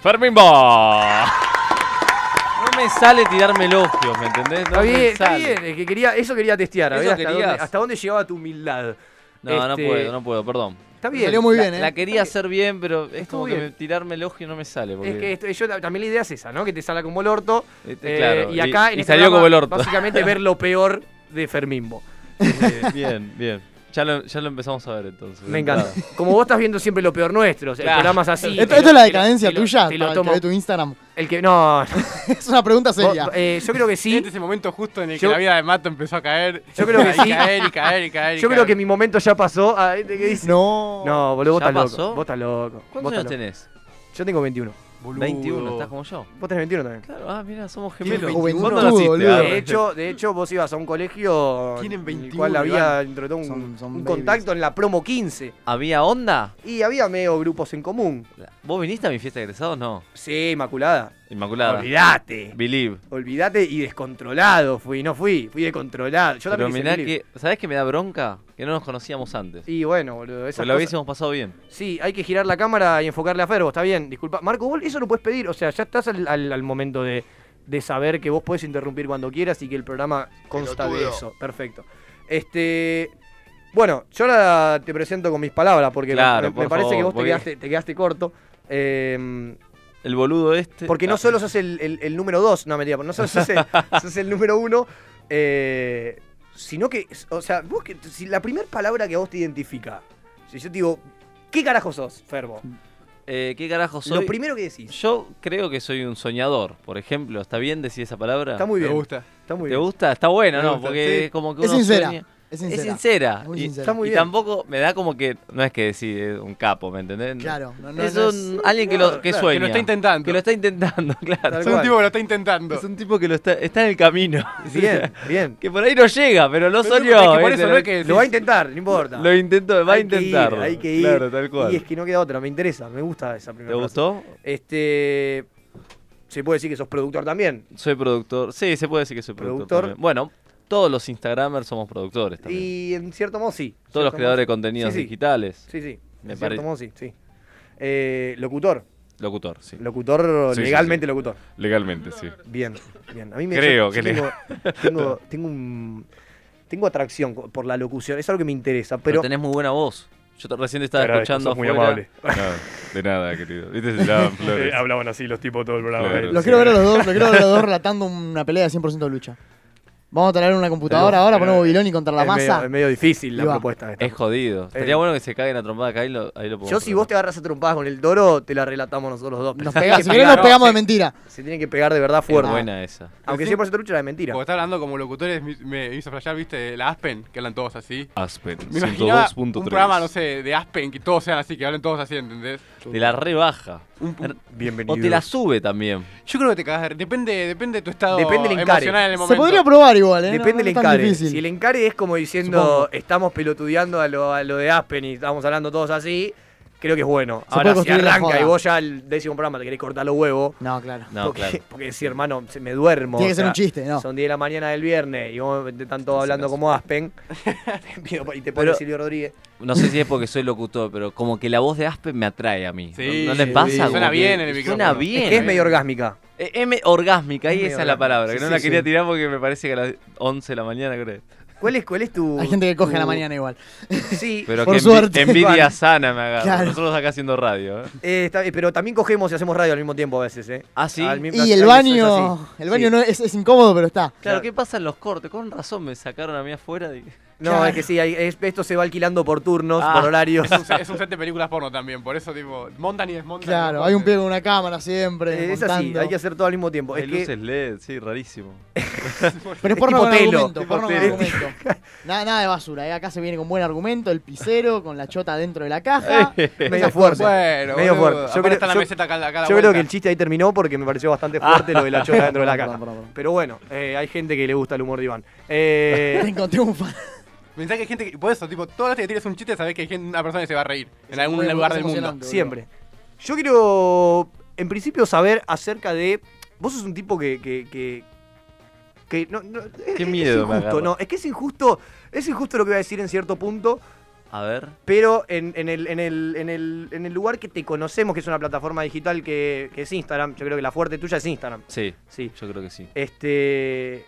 [SPEAKER 11] Fermín Bo.
[SPEAKER 21] No me sale tirarme elogios, ¿me entendés? No
[SPEAKER 1] está
[SPEAKER 21] me
[SPEAKER 1] bien, está
[SPEAKER 21] sale.
[SPEAKER 1] bien. es que quería, eso quería testear. a
[SPEAKER 21] Eso
[SPEAKER 1] ver hasta dónde,
[SPEAKER 21] querías.
[SPEAKER 1] hasta dónde llegaba tu humildad.
[SPEAKER 21] No, no
[SPEAKER 1] Este,
[SPEAKER 21] puedo, no puedo, perdón.
[SPEAKER 1] Está bien. Salió muy
[SPEAKER 21] La-
[SPEAKER 1] bien, ¿eh?
[SPEAKER 21] La quería hacer bien, pero es como que
[SPEAKER 1] bien.
[SPEAKER 21] me- tirarme elogio no me sale. Porque...
[SPEAKER 1] Es que esto- yo, también la idea es esa, ¿no? Que te salga como el orto.
[SPEAKER 21] Este,
[SPEAKER 1] eh,
[SPEAKER 21] claro,
[SPEAKER 1] y acá
[SPEAKER 21] y-
[SPEAKER 1] en
[SPEAKER 21] y
[SPEAKER 1] este
[SPEAKER 21] salió
[SPEAKER 1] programa,
[SPEAKER 21] como el orto.
[SPEAKER 1] Básicamente ver lo peor de Fermimbo.
[SPEAKER 21] Bien, bien.
[SPEAKER 11] Ya lo, ya lo empezamos a ver entonces.
[SPEAKER 1] Me encanta. Como vos estás viendo siempre lo peor nuestro, el
[SPEAKER 11] Claro.
[SPEAKER 1] programa es así.
[SPEAKER 2] ¿Esto,
[SPEAKER 1] te
[SPEAKER 2] esto
[SPEAKER 1] lo-
[SPEAKER 2] es la
[SPEAKER 1] te lo-
[SPEAKER 2] decadencia
[SPEAKER 1] te lo-
[SPEAKER 2] tuya?
[SPEAKER 1] te
[SPEAKER 2] Te
[SPEAKER 1] lo tomo-
[SPEAKER 2] de tu Instagram.
[SPEAKER 1] El que. No.
[SPEAKER 2] es una pregunta seria.
[SPEAKER 1] Vos, eh, yo creo que sí.
[SPEAKER 9] Este es el momento justo en el
[SPEAKER 1] Yo-
[SPEAKER 9] que la vida de Mato empezó a caer.
[SPEAKER 1] Yo creo que
[SPEAKER 9] Y
[SPEAKER 1] sí.
[SPEAKER 9] caer, y caer, y caer. y
[SPEAKER 1] Yo creo
[SPEAKER 9] caer.
[SPEAKER 1] que mi momento ya pasó. Ah, ¿viste qué dice?
[SPEAKER 2] No.
[SPEAKER 1] No, boludo, vos
[SPEAKER 11] ¿Ya
[SPEAKER 1] estás loco.
[SPEAKER 11] pasó?
[SPEAKER 1] Vos estás loco. Vos estás
[SPEAKER 11] ¿Cuántos años
[SPEAKER 1] loco.
[SPEAKER 11] tenés?
[SPEAKER 1] Yo tengo 21.
[SPEAKER 11] 21, estás como yo.
[SPEAKER 1] Vos tenés 21 también.
[SPEAKER 11] Claro, ah, mira, somos
[SPEAKER 1] Tienen
[SPEAKER 11] gemelos.
[SPEAKER 1] 21.
[SPEAKER 11] ¿Cuándo naciste? Ah,
[SPEAKER 1] De hecho, de hecho, vos ibas a un colegio
[SPEAKER 11] Tienen
[SPEAKER 1] en el
[SPEAKER 11] 21,
[SPEAKER 1] cual había
[SPEAKER 11] Iván.
[SPEAKER 1] dentro de todo un,
[SPEAKER 11] Son- son
[SPEAKER 1] un
[SPEAKER 11] babies.
[SPEAKER 1] contacto en la promo 15.
[SPEAKER 11] ¿Había onda?
[SPEAKER 1] Y había medio grupos en común.
[SPEAKER 11] ¿Vos viniste a mi fiesta de egresados? No.
[SPEAKER 1] Sí, Inmaculada.
[SPEAKER 11] Inmaculada.
[SPEAKER 1] Olvidate.
[SPEAKER 11] Believe.
[SPEAKER 1] Olvidate y descontrolado fui. No fui, fui descontrolado. Yo
[SPEAKER 11] Pero
[SPEAKER 1] también
[SPEAKER 11] mirá
[SPEAKER 1] quise
[SPEAKER 11] que. ¿Sabés que me da bronca? Que no nos conocíamos antes.
[SPEAKER 1] Y bueno, boludo. esas
[SPEAKER 11] Pues lo
[SPEAKER 1] cosas-
[SPEAKER 11] hubiésemos pasado bien.
[SPEAKER 1] Sí, hay que girar la cámara y enfocarle a Ferbo, está bien, disculpa. Marco, vos eso lo puedes pedir, o sea, ya estás al, al- al momento de, de saber que vos puedes interrumpir cuando quieras y que el programa consta de
[SPEAKER 22] Pelotudo.
[SPEAKER 1] eso. Perfecto. Este. Bueno, yo ahora te presento con mis palabras, porque me-
[SPEAKER 11] Claro,
[SPEAKER 1] me, me
[SPEAKER 11] por
[SPEAKER 1] parece que
[SPEAKER 11] favor,
[SPEAKER 1] vos te
[SPEAKER 11] porque-
[SPEAKER 1] quedaste, te quedaste corto. eh,
[SPEAKER 11] El boludo este.
[SPEAKER 1] porque no
[SPEAKER 11] Ah,
[SPEAKER 1] solo sos el, el- el número dos, no mentira, no solo sos el, sos el número uno, eh, sino que, o sea, vos que, si la primera palabra que a vos te identifica, si yo te digo, ¿qué carajo sos, Ferbo?
[SPEAKER 11] eh, ¿Qué carajo soy?
[SPEAKER 1] Lo primero que decís.
[SPEAKER 11] Yo creo que soy un soñador, por ejemplo. ¿Está bien decir esa palabra?
[SPEAKER 1] Está muy bien.
[SPEAKER 11] ¿Te
[SPEAKER 1] gusta. Está muy
[SPEAKER 11] ¿Te
[SPEAKER 1] bien.
[SPEAKER 11] gusta? Está bueno,
[SPEAKER 1] Me
[SPEAKER 11] ¿no?
[SPEAKER 1] gusta,
[SPEAKER 11] Porque
[SPEAKER 1] sí.
[SPEAKER 11] es como que
[SPEAKER 1] Es
[SPEAKER 11] uno
[SPEAKER 1] sincera,
[SPEAKER 11] sueña-
[SPEAKER 1] es sincera.
[SPEAKER 2] Ah,
[SPEAKER 11] Es sincera.
[SPEAKER 1] Es muy
[SPEAKER 11] y,
[SPEAKER 1] sincera. Está muy
[SPEAKER 11] y
[SPEAKER 1] bien.
[SPEAKER 11] tampoco me da como que. No es que decir es un capo, ¿me entendés?
[SPEAKER 2] Claro, no, no,
[SPEAKER 11] es
[SPEAKER 2] no
[SPEAKER 11] un,
[SPEAKER 2] es-
[SPEAKER 11] alguien que,
[SPEAKER 2] Claro,
[SPEAKER 11] lo, que
[SPEAKER 2] claro,
[SPEAKER 11] sueña.
[SPEAKER 2] que lo está
[SPEAKER 11] intentando. Que lo está intentando, claro.
[SPEAKER 9] Es un tipo que lo está intentando.
[SPEAKER 11] Es un tipo que lo está, está en el camino.
[SPEAKER 1] Bien, bien.
[SPEAKER 11] Que por ahí no llega, pero lo
[SPEAKER 1] Pero
[SPEAKER 11] soñó.
[SPEAKER 1] es que por
[SPEAKER 11] ¿viste?
[SPEAKER 1] eso no es que lo va a intentar, no importa.
[SPEAKER 11] Lo intentó, va a
[SPEAKER 1] Hay que ir,
[SPEAKER 11] intentarlo.
[SPEAKER 1] hay que ir.
[SPEAKER 11] Claro, tal cual.
[SPEAKER 1] Y es que no queda otra, me interesa, me gusta esa primera
[SPEAKER 11] ¿Te
[SPEAKER 1] frase.
[SPEAKER 11] gustó?
[SPEAKER 1] Este. Se puede decir que sos productor también.
[SPEAKER 11] Soy productor. Sí, se puede decir que soy productor.
[SPEAKER 1] Productor.
[SPEAKER 11] también. Bueno, todos los Instagramers somos productores también.
[SPEAKER 1] Y en cierto modo sí. En
[SPEAKER 11] Todos los
[SPEAKER 1] cierto
[SPEAKER 11] creadores de
[SPEAKER 1] modo,
[SPEAKER 11] contenidos
[SPEAKER 1] sí, sí.
[SPEAKER 11] digitales.
[SPEAKER 1] Sí, sí.
[SPEAKER 11] Me
[SPEAKER 1] en
[SPEAKER 11] parece.
[SPEAKER 1] cierto modo sí, sí. Eh, locutor.
[SPEAKER 11] Locutor, sí.
[SPEAKER 1] Locutor,
[SPEAKER 11] Sí, sí,
[SPEAKER 1] legalmente
[SPEAKER 11] sí.
[SPEAKER 1] locutor.
[SPEAKER 11] Legalmente, sí.
[SPEAKER 1] Bien, bien. A mí me
[SPEAKER 11] Creo
[SPEAKER 1] yo- yo
[SPEAKER 11] que le-
[SPEAKER 1] tengo, tengo, tengo un- tengo atracción co- por la locución, es algo que me interesa, pero
[SPEAKER 11] Pero tenés muy buena voz. Yo te- recién te estaba
[SPEAKER 1] Te agradezco,
[SPEAKER 11] escuchando
[SPEAKER 1] sos muy
[SPEAKER 11] afuera.
[SPEAKER 1] amable.
[SPEAKER 11] de nada, querido.
[SPEAKER 1] Eh, hablaban así los tipos todo el programa.
[SPEAKER 11] Claro.
[SPEAKER 1] Eh,
[SPEAKER 2] Los quiero ver a los dos, los quiero ver a los dos relatando una pelea de 100% de lucha. Vamos a traer una computadora ahora, ponemos Babiloni contra la
[SPEAKER 1] es medio-
[SPEAKER 2] masa.
[SPEAKER 1] es medio difícil
[SPEAKER 2] Y
[SPEAKER 1] la
[SPEAKER 2] va.
[SPEAKER 1] propuesta. esta.
[SPEAKER 11] Es jodido. Estaría bueno que se caigan a trompada acá y lo, ahí lo
[SPEAKER 1] Eh. Yo,
[SPEAKER 11] podemos
[SPEAKER 1] si vos te agarras a trompadas con el toro, te la relatamos nosotros dos. pero
[SPEAKER 2] Nos
[SPEAKER 1] se
[SPEAKER 2] pega-
[SPEAKER 1] tienen
[SPEAKER 2] si
[SPEAKER 1] que
[SPEAKER 2] querés nos
[SPEAKER 1] pegar.
[SPEAKER 2] pegamos de
[SPEAKER 1] No,
[SPEAKER 2] mentira.
[SPEAKER 1] Se, se tienen que pegar de verdad fuerte.
[SPEAKER 11] buena esa.
[SPEAKER 1] Aunque
[SPEAKER 9] Recién-
[SPEAKER 1] 100% lucha era de mentira.
[SPEAKER 9] Cuando estaba hablando como locutores, mi- me hizo flashear, viste, la Aspen, que hablan todos así.
[SPEAKER 1] Ah,
[SPEAKER 11] Aspen,
[SPEAKER 9] Me imaginaba un
[SPEAKER 11] 102.3.
[SPEAKER 9] programa, no sé, de Aspen, que todos sean así, que hablen todos así, ¿entendés?
[SPEAKER 11] Te la rebaja. Er,
[SPEAKER 1] Bienvenido.
[SPEAKER 11] O te la sube también.
[SPEAKER 9] Yo creo que te cagas de- Depende, depende de tu estado
[SPEAKER 1] Depende del encare.
[SPEAKER 9] emocional en el
[SPEAKER 1] Se
[SPEAKER 9] momento.
[SPEAKER 2] podría probar igual, ¿eh?
[SPEAKER 1] Depende
[SPEAKER 2] No, no
[SPEAKER 1] del
[SPEAKER 2] es tan
[SPEAKER 1] encare.
[SPEAKER 2] difícil.
[SPEAKER 1] Si el encare es como diciendo,
[SPEAKER 2] Supongo.
[SPEAKER 1] estamos pelotudeando a lo, a lo de Aspen y estamos hablando todos así, creo que es bueno.
[SPEAKER 2] Se
[SPEAKER 1] Ahora,
[SPEAKER 2] puede
[SPEAKER 1] si
[SPEAKER 2] construir la
[SPEAKER 1] arranca
[SPEAKER 2] joda.
[SPEAKER 1] y vos ya el décimo programa te querés cortar los huevos.
[SPEAKER 2] No, claro.
[SPEAKER 11] No,
[SPEAKER 1] porque,
[SPEAKER 11] claro.
[SPEAKER 1] Porque decís, hermano, se- me duermo.
[SPEAKER 2] Tiene que
[SPEAKER 1] o
[SPEAKER 2] ser un
[SPEAKER 1] sea,
[SPEAKER 2] chiste, ¿no?
[SPEAKER 1] Son 10 de la mañana del viernes y vos te están todos hablando como Aspen. Te pido- y te pone
[SPEAKER 11] Pero-
[SPEAKER 1] Silvio Rodríguez.
[SPEAKER 11] No sé si es porque soy locutor, pero como que la voz de Aspen me atrae a mí.
[SPEAKER 9] Sí,
[SPEAKER 11] ¿No, no le
[SPEAKER 9] sí,
[SPEAKER 11] pasa?
[SPEAKER 9] sí.
[SPEAKER 11] Como
[SPEAKER 9] Suena
[SPEAKER 11] que-
[SPEAKER 9] bien en el
[SPEAKER 11] Suena
[SPEAKER 9] micrófono.
[SPEAKER 11] bien.
[SPEAKER 1] Es que es medio orgásmica.
[SPEAKER 11] Eh, eh, me- orgásmica, ahí
[SPEAKER 1] Es
[SPEAKER 11] esa
[SPEAKER 1] medio
[SPEAKER 11] es la
[SPEAKER 1] orgásmica.
[SPEAKER 11] palabra, que
[SPEAKER 1] Sí,
[SPEAKER 11] no
[SPEAKER 1] sí,
[SPEAKER 11] la quería
[SPEAKER 1] sí.
[SPEAKER 11] tirar porque me parece que a las 11 de la mañana creo.
[SPEAKER 1] ¿Cuál es, ¿Cuál es tu...?
[SPEAKER 2] Hay gente que coge a la
[SPEAKER 1] tu-
[SPEAKER 2] mañana igual.
[SPEAKER 1] Sí.
[SPEAKER 11] Pero
[SPEAKER 2] Por
[SPEAKER 11] que envi-
[SPEAKER 2] suerte.
[SPEAKER 11] envidia
[SPEAKER 1] Iván.
[SPEAKER 11] sana me agarra.
[SPEAKER 2] Claro.
[SPEAKER 11] Nosotros acá haciendo radio. ¿eh?
[SPEAKER 1] Eh, está- eh, pero también cogemos y hacemos radio al mismo tiempo a veces, ¿eh?
[SPEAKER 11] Ah, sí.
[SPEAKER 1] Al mismo-
[SPEAKER 2] Y el
[SPEAKER 1] es
[SPEAKER 2] baño,
[SPEAKER 1] así.
[SPEAKER 2] el baño
[SPEAKER 1] Sí.
[SPEAKER 2] no es, es incómodo, pero está.
[SPEAKER 11] Claro, ¿qué pasa en los cortes? Con razón me sacaron a mí afuera. de-
[SPEAKER 1] No,
[SPEAKER 2] Claro.
[SPEAKER 1] es que sí, hay- es- esto se va alquilando por turnos,
[SPEAKER 11] Ah.
[SPEAKER 1] por horarios.
[SPEAKER 9] Es un, se- es un set de películas porno también, por eso, tipo, montan y desmontan.
[SPEAKER 2] Claro, hay un pie con una cámara siempre.
[SPEAKER 1] Eh, es así,
[SPEAKER 2] montando.
[SPEAKER 1] hay que hacer todo al mismo tiempo.
[SPEAKER 11] Hay
[SPEAKER 1] es
[SPEAKER 11] luces
[SPEAKER 1] que
[SPEAKER 11] LED, sí, rarísimo.
[SPEAKER 2] Pero
[SPEAKER 1] es
[SPEAKER 2] es porno
[SPEAKER 1] tipo
[SPEAKER 2] con
[SPEAKER 1] telo,
[SPEAKER 2] argumento,
[SPEAKER 1] tipo
[SPEAKER 2] porno con
[SPEAKER 1] telo.
[SPEAKER 2] argumento. Nada, nada de basura, ¿eh? acá se viene con buen argumento, el pisero, con la chota dentro de la caja.
[SPEAKER 1] medio fuerte.
[SPEAKER 9] Bueno,
[SPEAKER 1] medio
[SPEAKER 9] boludo,
[SPEAKER 1] fuerte.
[SPEAKER 9] aparte está la meseta acá a la- acá a la
[SPEAKER 1] yo creo
[SPEAKER 9] vuelta.
[SPEAKER 1] que el chiste ahí terminó porque me pareció bastante fuerte lo de la chota dentro de la caja.
[SPEAKER 2] Perdón, perdón, perdón.
[SPEAKER 1] Pero bueno, eh, hay gente que le gusta el humor de Iván. Eh,
[SPEAKER 2] Te encontré un fan.
[SPEAKER 9] Pensá que hay gente que. Por eso, tipo, todas las veces que tires un chiste, sabés que hay gente- una persona que se va a reír en algún
[SPEAKER 2] muy-
[SPEAKER 9] lugar
[SPEAKER 2] es
[SPEAKER 9] del mundo.
[SPEAKER 2] emocionante,
[SPEAKER 1] Siempre. Yo quiero, en principio, saber acerca de. Vos sos un tipo que. que, que- que no, no- es- es
[SPEAKER 11] miedo me
[SPEAKER 1] injusto,
[SPEAKER 11] agarra.
[SPEAKER 1] no, es que es injusto, es injusto lo que voy a decir en cierto punto,
[SPEAKER 11] A ver.
[SPEAKER 1] pero en, en el, en, el, en, el, en el lugar que te conocemos, que es una plataforma digital que, que es Instagram, yo creo que la fuerte tuya es Instagram.
[SPEAKER 11] Sí,
[SPEAKER 1] Sí.
[SPEAKER 11] yo creo que sí.
[SPEAKER 1] Este.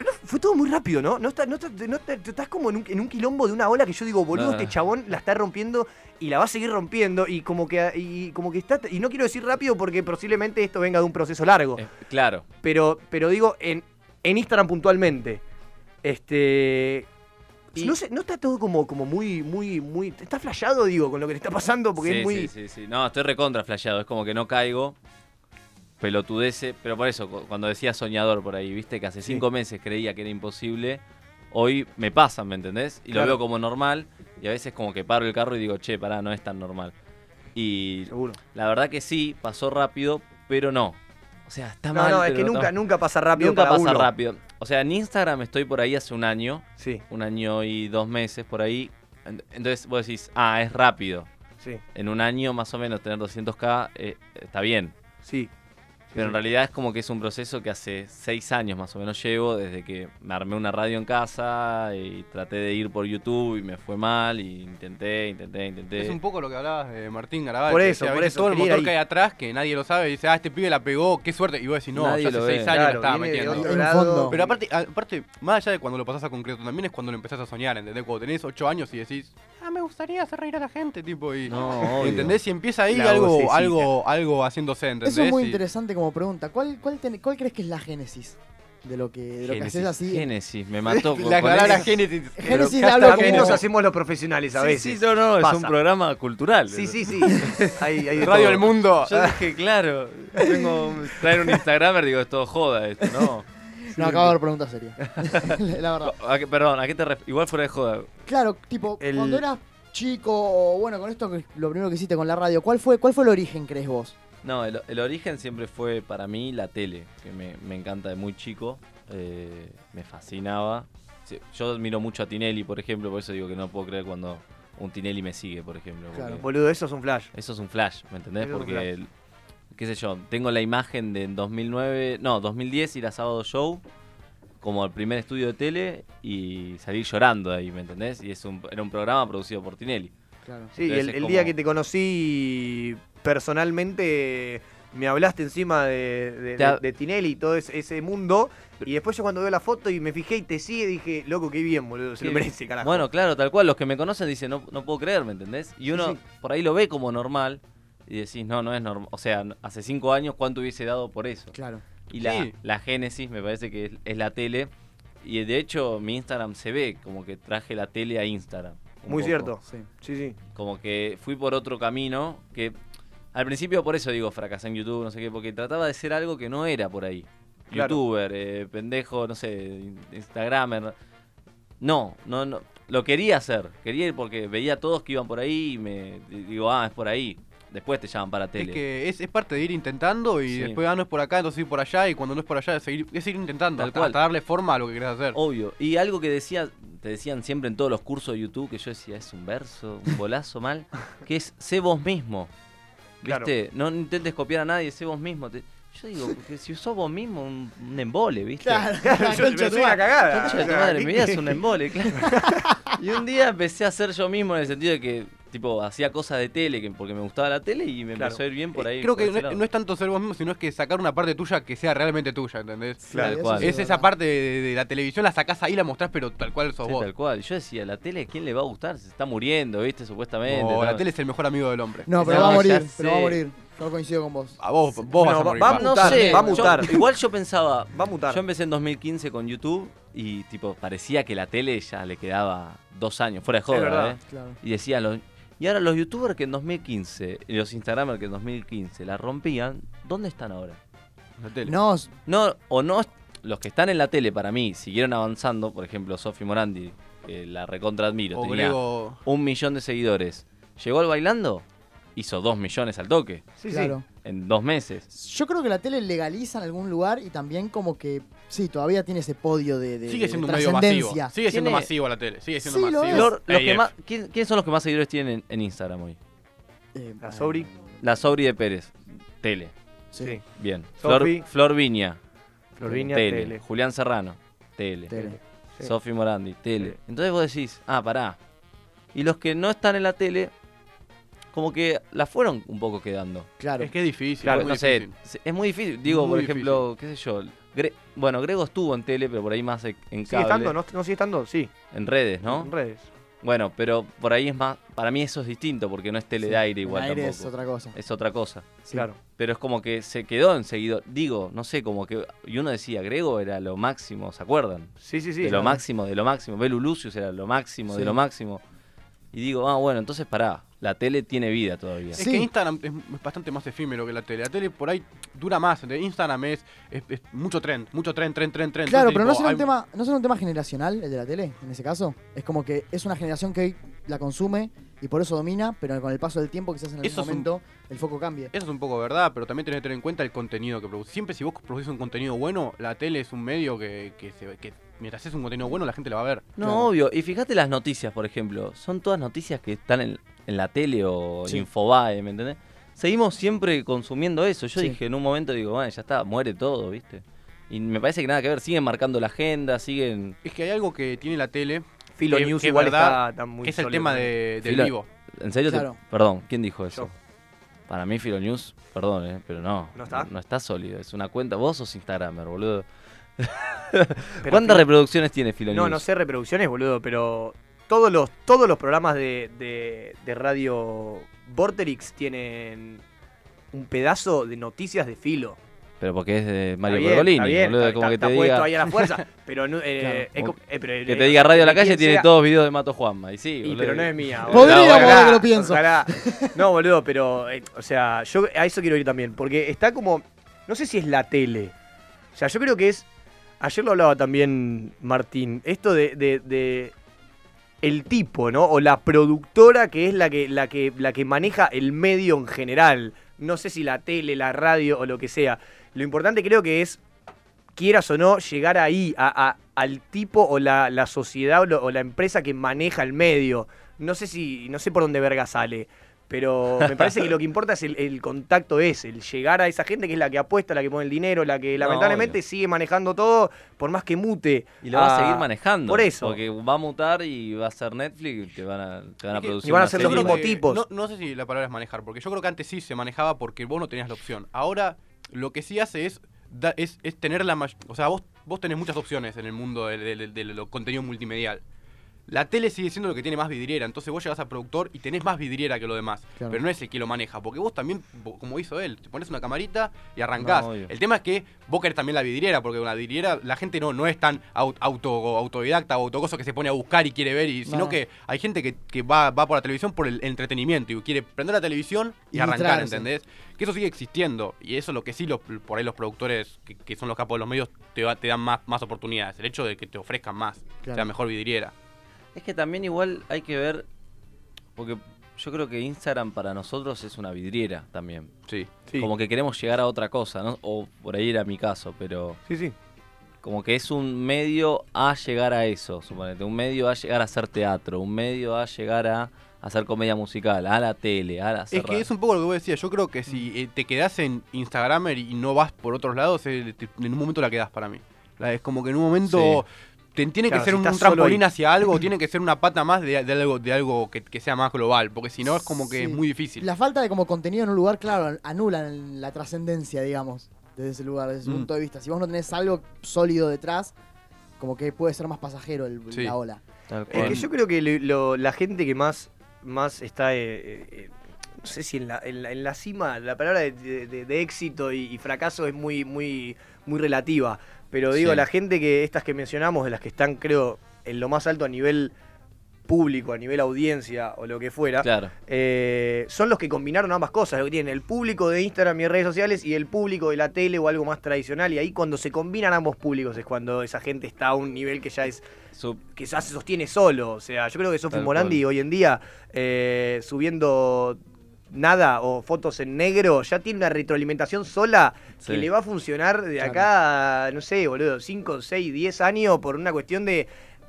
[SPEAKER 1] no, Fue todo muy rápido, ¿no? No, está- no está- no está- estás como en un, en un quilombo de una ola que yo digo, boludo,
[SPEAKER 11] No.
[SPEAKER 1] este chabón la está rompiendo y la va a seguir rompiendo. Y como que, y como que está. Y no quiero decir rápido porque posiblemente esto venga de un proceso largo.
[SPEAKER 11] Eh, claro.
[SPEAKER 1] Pero, pero digo, en, en Instagram puntualmente. Este. No, sé, no está todo como, como muy, muy, muy. Está flasheado, digo, con lo que le está pasando, porque
[SPEAKER 11] sí,
[SPEAKER 1] es muy.
[SPEAKER 11] sí, sí, sí. No, estoy recontra flasheado. Es como que no caigo. Pelotudece. Pero por eso, cu- cuando decía soñador por ahí, viste que hace cinco meses creía que era imposible. Hoy me pasan, ¿me entendés? Y lo
[SPEAKER 1] Claro.
[SPEAKER 11] veo como normal. Y a veces como que paro el carro y digo, che, pará, no es tan normal. Y la verdad que sí, pasó rápido, pero no. O sea, está
[SPEAKER 1] No,
[SPEAKER 11] mal.
[SPEAKER 1] no, es
[SPEAKER 11] pero
[SPEAKER 1] que nunca- nunca pasa rápido
[SPEAKER 11] Nunca
[SPEAKER 1] para
[SPEAKER 11] pasa
[SPEAKER 1] uno.
[SPEAKER 11] rápido. O sea, en Instagram estoy por ahí hace un año.
[SPEAKER 1] Sí.
[SPEAKER 11] Un año y dos meses por ahí. Ent- Entonces vos decís, ah, es rápido.
[SPEAKER 1] Sí.
[SPEAKER 11] En un año más o menos tener 200k eh, está bien.
[SPEAKER 1] Sí.
[SPEAKER 11] Pero en
[SPEAKER 1] sí.
[SPEAKER 11] realidad es como que es un proceso que hace seis años más o menos llevo, desde que me armé una radio en casa y traté de ir por YouTube y me fue mal y intenté, intenté, intenté.
[SPEAKER 9] Es un poco lo que hablabas de Martín Garabal.
[SPEAKER 11] Este, Por
[SPEAKER 9] que
[SPEAKER 11] eso,
[SPEAKER 9] decía,
[SPEAKER 11] por
[SPEAKER 9] "Viste
[SPEAKER 11] eso,
[SPEAKER 9] Todo el
[SPEAKER 11] quería
[SPEAKER 9] motor
[SPEAKER 11] ir".
[SPEAKER 9] que hay atrás, que nadie lo sabe, y dice, ah, este pibe la pegó, qué suerte. Y vos decís, no,
[SPEAKER 11] Nadie
[SPEAKER 9] yo hace
[SPEAKER 11] lo
[SPEAKER 9] seis
[SPEAKER 11] ve.
[SPEAKER 9] años
[SPEAKER 11] Claro,
[SPEAKER 9] la estaba
[SPEAKER 11] viene de
[SPEAKER 9] metiendo.
[SPEAKER 11] otro En lado. fondo.
[SPEAKER 9] Pero aparte, aparte, más allá de cuando lo pasás a concreto, también es cuando lo empezás a soñar, ¿entendés? Cuando tenés ocho años y decís, Ah, me gustaría hacer reír a la gente, tipo, y...
[SPEAKER 11] obvio.
[SPEAKER 9] ¿entendés? Y empieza ahí
[SPEAKER 11] La
[SPEAKER 9] algo,
[SPEAKER 11] vocecita.
[SPEAKER 9] algo, algo haciéndose, ¿entendés?
[SPEAKER 2] Eso es muy
[SPEAKER 9] Y-
[SPEAKER 2] interesante como pregunta. ¿Cuál, cuál, ten- cuál crees que es la génesis de lo que, de lo que haces
[SPEAKER 11] Génesis,
[SPEAKER 2] así? ¿eh?
[SPEAKER 11] Génesis, me mató. con-
[SPEAKER 2] La
[SPEAKER 11] con
[SPEAKER 2] palabra
[SPEAKER 11] eso.
[SPEAKER 2] Génesis.
[SPEAKER 11] Pero
[SPEAKER 2] Génesis
[SPEAKER 11] acá
[SPEAKER 2] habla
[SPEAKER 11] también
[SPEAKER 2] como-
[SPEAKER 11] nos hacemos-
[SPEAKER 1] Hacemos los profesionales a
[SPEAKER 11] Sí,
[SPEAKER 1] veces.
[SPEAKER 11] sí, no, no,
[SPEAKER 1] Pasa.
[SPEAKER 11] es un programa cultural.
[SPEAKER 1] Sí, sí, sí. Hay- hay de
[SPEAKER 11] Radio
[SPEAKER 1] todo.
[SPEAKER 11] El Mundo.
[SPEAKER 1] Yo
[SPEAKER 11] dije, claro, tengo traer un Instagramer, digo, es todo joda esto, ¿no?
[SPEAKER 2] No, acabo de dar pregunta seria. la verdad.
[SPEAKER 11] ¿A qué- perdón, ¿a qué te refieres? Igual fuera de joda.
[SPEAKER 2] Claro, tipo,
[SPEAKER 11] El-
[SPEAKER 2] cuando eras chico, o bueno, con esto que lo primero que hiciste con la radio, ¿cuál fue, cuál fue el origen, crees vos?
[SPEAKER 11] No, el, el origen siempre fue para mí la tele, que me, me encanta de muy chico, eh, me fascinaba. Sí, Yo miro mucho a Tinelli, por ejemplo, por eso digo que no puedo creer cuando un Tinelli me sigue, por ejemplo.
[SPEAKER 1] Claro.
[SPEAKER 11] porque-
[SPEAKER 1] Boludo, eso es un flash.
[SPEAKER 11] Eso es un flash, ¿me entendés?
[SPEAKER 1] Eso es un
[SPEAKER 11] porque,
[SPEAKER 1] flash.
[SPEAKER 11] el- qué sé yo, tengo la imagen de en 2009, no, 2010 ir a Sábado Show como el primer estudio de tele y salir llorando de ahí, ¿me entendés? Y es un, era un programa producido por Tinelli.
[SPEAKER 2] Claro.
[SPEAKER 1] Sí, y el, el día que te conocí personalmente me hablaste encima de, de-
[SPEAKER 11] Te ha-
[SPEAKER 1] de- de Tinelli y todo ese, ese mundo. Y después yo cuando veo la foto y me fijé y te sigue, dije, loco, qué bien, boludo, se lo
[SPEAKER 11] Sí.
[SPEAKER 1] merece, carajo.
[SPEAKER 11] Bueno, claro, tal cual. Los que me conocen dicen, no, no puedo creer, ¿me entendés? Y uno
[SPEAKER 1] sí.
[SPEAKER 11] por ahí lo ve como normal y decís, no, no es normal. O sea, n- hace cinco años, ¿cuánto hubiese dado por eso?
[SPEAKER 2] Claro.
[SPEAKER 11] Y la,
[SPEAKER 2] Sí.
[SPEAKER 11] la génesis me parece que es, es la tele. Y de hecho, mi Instagram se ve como que traje la tele a Instagram. un
[SPEAKER 1] Muy
[SPEAKER 11] poco.
[SPEAKER 1] cierto. Sí, sí.
[SPEAKER 11] Como que fui por otro camino que al principio, por eso digo, fracasé en YouTube, no sé qué, porque trataba de ser algo que no era por ahí.
[SPEAKER 1] Claro.
[SPEAKER 11] Youtuber, eh, pendejo, no sé, in- Instagramer. No, no, no. Lo quería hacer. Quería ir porque veía a todos que iban por ahí y me di- digo, ah, es por ahí. Después te llaman para
[SPEAKER 9] Es
[SPEAKER 11] tele.
[SPEAKER 9] que es, es parte de ir intentando y
[SPEAKER 11] Sí.
[SPEAKER 9] después, ah, no es por acá, entonces ir por allá y cuando no es por allá, es, seguir, es ir intentando
[SPEAKER 11] Tal
[SPEAKER 9] hasta,
[SPEAKER 11] cual.
[SPEAKER 9] hasta darle forma a lo que querés hacer.
[SPEAKER 11] Obvio. Y algo que decía, te decían siempre en todos los cursos de YouTube, que yo decía, es un verso, un bolazo mal, que es sé vos mismo.
[SPEAKER 1] Claro.
[SPEAKER 11] ¿Viste? No intentes copiar a nadie, sé vos mismo. Te- yo digo, que si sos vos mismo, un, un embole, ¿viste?
[SPEAKER 1] Claro, Claro, yo- concha me tu soy una madre. cagada.
[SPEAKER 11] Concha de tu
[SPEAKER 1] O sea,
[SPEAKER 11] madre,
[SPEAKER 1] ¿qué-
[SPEAKER 11] mi vida es
[SPEAKER 1] qué-
[SPEAKER 11] un embole, claro. Y un día empecé a hacer yo mismo en el sentido de que, tipo, hacía cosas de tele, que, porque me gustaba la tele y me
[SPEAKER 9] Claro.
[SPEAKER 11] empezó a ir bien por
[SPEAKER 9] Eh,
[SPEAKER 11] ahí.
[SPEAKER 9] Creo
[SPEAKER 11] por
[SPEAKER 9] que
[SPEAKER 11] ese
[SPEAKER 9] no,
[SPEAKER 11] lado.
[SPEAKER 9] no es tanto ser vos mismo, sino es que sacar una parte tuya que sea realmente tuya, ¿entendés?
[SPEAKER 11] Claro, Tal eso cual. sí es
[SPEAKER 9] Es esa parte de, de la televisión, la sacás ahí, la mostrás, pero tal cual sos
[SPEAKER 11] Sí,
[SPEAKER 9] vos.
[SPEAKER 11] tal cual. Yo decía, la tele, ¿quién le va a gustar? Se está muriendo, ¿viste? Supuestamente.
[SPEAKER 9] No,
[SPEAKER 11] tal.
[SPEAKER 9] la tele es el mejor amigo del hombre.
[SPEAKER 2] No, pero
[SPEAKER 11] No,
[SPEAKER 2] va a
[SPEAKER 11] ya
[SPEAKER 2] morir, pero va a
[SPEAKER 11] sé.
[SPEAKER 2] morir. Yo coincido con vos.
[SPEAKER 9] A vos, vos vas a morir.
[SPEAKER 11] no sé, yo- igual yo pensaba.
[SPEAKER 1] Va a mutar.
[SPEAKER 11] Yo empecé en 2015 con YouTube y tipo parecía que la tele ya le quedaba dos años, fuera de joda,
[SPEAKER 1] Es verdad,
[SPEAKER 11] ¿eh?
[SPEAKER 1] claro.
[SPEAKER 11] Y decían los- Y ahora los youtubers que en 2015, y los instagramers que en 2015 la rompían, ¿dónde están ahora?
[SPEAKER 2] No,
[SPEAKER 11] No, o no, los que están en la tele para mí siguieron avanzando, por ejemplo, Sofi Morandi, que la recontra admiro,
[SPEAKER 9] O
[SPEAKER 11] tenía
[SPEAKER 9] Grego.
[SPEAKER 11] un millón de seguidores. Llegó al bailando, hizo dos millones al toque.
[SPEAKER 2] Sí, sí. Claro.
[SPEAKER 11] En dos meses.
[SPEAKER 2] Yo creo que la tele legaliza en algún lugar y también como que sí, todavía tiene ese podio de, de-
[SPEAKER 9] Sigue siendo
[SPEAKER 2] de
[SPEAKER 9] un medio masivo.
[SPEAKER 2] Eh, trascendencia.
[SPEAKER 9] Sigue siendo
[SPEAKER 11] Tiene-
[SPEAKER 9] masivo la tele. Sigue siendo
[SPEAKER 2] Sí, lo
[SPEAKER 9] masivo.
[SPEAKER 2] es.
[SPEAKER 11] Lor- los
[SPEAKER 9] Ey,
[SPEAKER 11] que
[SPEAKER 9] eh,
[SPEAKER 11] más- ¿quién- ¿Quiénes son los que más seguidores tienen en, en Instagram hoy?
[SPEAKER 2] Eh,
[SPEAKER 1] La Sobri.
[SPEAKER 11] La Sobri de Pérez, tele.
[SPEAKER 1] Sí.
[SPEAKER 11] Bien. Flor,
[SPEAKER 1] Sofi.
[SPEAKER 11] Flor Viña.
[SPEAKER 1] Flor Viña, tele.
[SPEAKER 11] Julián Serrano, tele.
[SPEAKER 1] Tele. Sí.
[SPEAKER 11] Sofi Morandi, tele. Entonces vos decís, ah, pará. Y los que no están en la tele, como que la fueron un poco quedando.
[SPEAKER 2] Claro.
[SPEAKER 9] Es que es difícil.
[SPEAKER 11] Claro,
[SPEAKER 9] es muy
[SPEAKER 11] no sé,
[SPEAKER 9] difícil.
[SPEAKER 11] se- es muy difícil. Digo,
[SPEAKER 9] Muy
[SPEAKER 11] por ejemplo, qué sé yo. Gre- bueno, Grego estuvo en tele, pero por ahí más en en cable.
[SPEAKER 1] ¿Sigue estando? ¿No, no sigue estando? Sí.
[SPEAKER 11] En redes, ¿no?
[SPEAKER 1] En redes.
[SPEAKER 11] Bueno, pero por ahí es más. Para mí eso es distinto, porque no es tele de
[SPEAKER 2] Sí,
[SPEAKER 11] aire igual
[SPEAKER 2] el aire
[SPEAKER 11] tampoco.
[SPEAKER 2] es otra cosa.
[SPEAKER 11] Es otra cosa.
[SPEAKER 2] Sí. Claro.
[SPEAKER 11] Pero es como que se quedó en seguidor. Digo, no sé, como que. Y uno decía, Grego era lo máximo, ¿se acuerdan?
[SPEAKER 1] Sí, sí, sí,
[SPEAKER 11] De
[SPEAKER 1] claro.
[SPEAKER 11] lo máximo, de lo máximo. Belu Lucius era lo máximo,
[SPEAKER 3] Sí.
[SPEAKER 11] de lo máximo. Y digo, ah, bueno, entonces pará. La tele tiene vida todavía.
[SPEAKER 3] Es que Instagram es bastante más efímero que la tele. La tele por ahí dura más. ¿entendés? Instagram es, es- es mucho tren, mucho tren, tren, tren, tren.
[SPEAKER 2] Claro,
[SPEAKER 3] Entonces,
[SPEAKER 2] pero no
[SPEAKER 3] tipo,
[SPEAKER 2] será, un
[SPEAKER 3] hay-
[SPEAKER 2] tema, no será un tema generacional el de la tele, en ese caso. Es como que es una generación que hoy la consume y por eso domina, pero con el paso del tiempo, quizás en algún
[SPEAKER 3] Eso es un-
[SPEAKER 2] momento, el foco cambie.
[SPEAKER 3] Eso es un poco verdad, pero también tenés que tener en cuenta el contenido que produce. Siempre si vos produces un contenido bueno, la tele es un medio que, que se- que mientras es un contenido bueno, la gente la va a ver.
[SPEAKER 11] No, obvio. Y fíjate las noticias, por ejemplo. Son todas noticias que están en, en la tele o
[SPEAKER 3] Sí.
[SPEAKER 11] Infobae, ¿me entendés? Seguimos siempre consumiendo eso. Yo
[SPEAKER 3] Sí.
[SPEAKER 11] dije en un momento, digo, bueno, ya está, muere todo, ¿viste? Y me parece que nada que ver. Siguen marcando la agenda, siguen...
[SPEAKER 3] Es que hay algo que tiene la tele.
[SPEAKER 11] Filo
[SPEAKER 3] que-
[SPEAKER 11] News
[SPEAKER 3] que
[SPEAKER 11] igual
[SPEAKER 3] verdad
[SPEAKER 1] está- está muy
[SPEAKER 3] Es el
[SPEAKER 1] sólido,
[SPEAKER 3] tema
[SPEAKER 1] ¿no?
[SPEAKER 3] de, del
[SPEAKER 11] Filo-
[SPEAKER 3] vivo.
[SPEAKER 11] ¿En serio? te-
[SPEAKER 3] Claro.
[SPEAKER 11] Perdón, ¿quién dijo eso? Para mí Filo News, perdón, ¿eh? pero no.
[SPEAKER 1] ¿No está?
[SPEAKER 11] No está sólido. Es una cuenta. Vos sos Instagramer, boludo.
[SPEAKER 1] Filo-
[SPEAKER 11] ¿Cuántas reproducciones tiene Filo
[SPEAKER 1] No,
[SPEAKER 11] News?
[SPEAKER 1] no sé reproducciones, boludo, pero todos los, todos los programas de, de- de radio Vorterix tienen un pedazo de noticias de filo.
[SPEAKER 11] Pero porque es de
[SPEAKER 1] Está
[SPEAKER 11] Mario
[SPEAKER 1] bien,
[SPEAKER 11] Pergolini,
[SPEAKER 1] está bien,
[SPEAKER 11] boludo.
[SPEAKER 1] está-
[SPEAKER 11] como que
[SPEAKER 1] está
[SPEAKER 11] te
[SPEAKER 1] puesto
[SPEAKER 11] diga...
[SPEAKER 1] ahí a la fuerza, pero no- eh, es co- eh, pero-
[SPEAKER 11] que
[SPEAKER 1] eh,
[SPEAKER 11] te diga Radio a la
[SPEAKER 1] de
[SPEAKER 11] Calle
[SPEAKER 1] quien
[SPEAKER 11] tiene
[SPEAKER 1] sea-
[SPEAKER 11] todos videos de Mato Juanma. Y sí,
[SPEAKER 1] Y,
[SPEAKER 11] boludo.
[SPEAKER 1] pero no es mía.
[SPEAKER 11] Está
[SPEAKER 1] boludo.
[SPEAKER 11] bueno.
[SPEAKER 1] Ojalá,
[SPEAKER 2] que lo pienso.
[SPEAKER 1] ojalá. No, boludo, pero, eh, o sea, yo a eso quiero ir también. Porque está como, no sé si es la tele. O sea, yo creo que es, ayer lo hablaba también Martín, esto de, de- de el tipo, ¿no? O la productora que es la que, la, que, la que maneja el medio en general. No sé si la tele, la radio o lo que sea. Lo importante creo que es quieras o no, llegar ahí, a- a- al tipo o la, la sociedad o, lo- o la empresa que maneja el medio. No sé si, no sé por dónde verga sale, pero me parece que lo que importa es el, el contacto ese, el llegar a esa gente que es la que apuesta, la que pone el dinero, la que
[SPEAKER 11] No,
[SPEAKER 1] lamentablemente sigue manejando todo, por más que mute.
[SPEAKER 11] Y lo va a
[SPEAKER 1] Ah,
[SPEAKER 11] seguir manejando.
[SPEAKER 1] Por eso.
[SPEAKER 11] Porque va a mutar y va a ser Netflix y te van a, te van a
[SPEAKER 3] Es que-
[SPEAKER 11] producir.
[SPEAKER 1] y van a
[SPEAKER 11] una
[SPEAKER 1] ser
[SPEAKER 3] Yo
[SPEAKER 1] los
[SPEAKER 11] serie.
[SPEAKER 1] mismos
[SPEAKER 3] creo que-
[SPEAKER 1] tipos.
[SPEAKER 3] No, no sé si la palabra es manejar, porque yo creo que antes sí se manejaba porque vos no tenías la opción. Ahora lo que sí hace es, da- es, es tener la mayor... O sea, vos, vos tenés muchas opciones en el mundo del del- del- del contenido multimedial. La tele sigue siendo lo que tiene más vidriera, entonces vos llegás a productor y tenés más vidriera que lo demás.
[SPEAKER 11] Claro.
[SPEAKER 3] Pero no es el que lo maneja, porque vos también, vo- como hizo él, te pones una camarita y arrancás.
[SPEAKER 11] No, obvio.
[SPEAKER 3] el tema es que vos querés también la vidriera, porque con la vidriera la gente no, no es tan au- auto, autodidacta o autocoso que se pone a buscar y quiere ver, y, sino
[SPEAKER 2] No.
[SPEAKER 3] que hay gente que, que va, va por la televisión por el entretenimiento y quiere prender la televisión y,
[SPEAKER 2] Y
[SPEAKER 3] arrancar,
[SPEAKER 2] distraerse.
[SPEAKER 3] ¿entendés? Que eso sigue existiendo y eso es lo que sí los, por ahí los productores que, que son los capos de los medios te, va- te dan más, más oportunidades, el hecho de que te ofrezcan más,
[SPEAKER 11] Claro.
[SPEAKER 3] sea mejor vidriera.
[SPEAKER 11] Es que también igual hay que ver. Porque yo creo que Instagram para nosotros es una vidriera también.
[SPEAKER 3] Sí.
[SPEAKER 11] Como que queremos llegar a otra cosa, ¿no? O por ahí era mi caso, pero.
[SPEAKER 1] Sí, sí.
[SPEAKER 11] Como que es un medio a llegar a eso, suponete. Un medio a llegar a hacer teatro, un medio a llegar a hacer comedia musical, a la tele, a la
[SPEAKER 3] Es que es un poco lo que vos decías, yo creo que
[SPEAKER 1] Mm.
[SPEAKER 3] si eh, te quedás en Instagramer y no vas por otros lados, eh, te- en un momento la quedás para mí. La- Es como que en un momento te, tiene
[SPEAKER 1] Claro,
[SPEAKER 3] que ser
[SPEAKER 1] si
[SPEAKER 3] un,
[SPEAKER 1] estás
[SPEAKER 3] un trampolín
[SPEAKER 1] solo ahí.
[SPEAKER 3] hacia algo, tiene que ser una pata más de, de algo, de algo que, que sea más global, porque si no es como que es
[SPEAKER 2] Sí.
[SPEAKER 3] muy difícil.
[SPEAKER 2] La falta de como contenido en un lugar, claro, anulan la trascendencia, digamos, desde ese lugar, desde ese
[SPEAKER 3] Mm.
[SPEAKER 2] punto de vista. Si vos no tenés algo sólido detrás, como que puede ser más pasajero el-
[SPEAKER 1] Sí.
[SPEAKER 2] la ola.
[SPEAKER 1] Es que yo creo que lo- lo- la gente que más, más está, eh, eh, eh, no sé si en la, en la- en la cima, la palabra de, de- de- de éxito y, y fracaso es muy, muy, muy relativa. Pero digo,
[SPEAKER 11] Sí.
[SPEAKER 1] la gente que estas que mencionamos, de las que están, creo, en lo más alto a nivel público, a nivel audiencia o lo que fuera,
[SPEAKER 11] Claro.
[SPEAKER 1] eh, son los que combinaron ambas cosas, lo que tienen el público de Instagram y redes sociales y el público de la tele o algo más tradicional. Y ahí cuando se combinan ambos públicos es cuando esa gente está a un nivel que ya es que ya se sostiene solo. O sea, yo creo que Sofi
[SPEAKER 11] Tal
[SPEAKER 1] Morandi
[SPEAKER 11] cual.
[SPEAKER 1] hoy en día eh, subiendo nada o fotos en negro ya tiene una retroalimentación sola
[SPEAKER 11] Sí.
[SPEAKER 1] que le va a funcionar de acá, no sé, boludo, 5, 6, 10 años por una cuestión de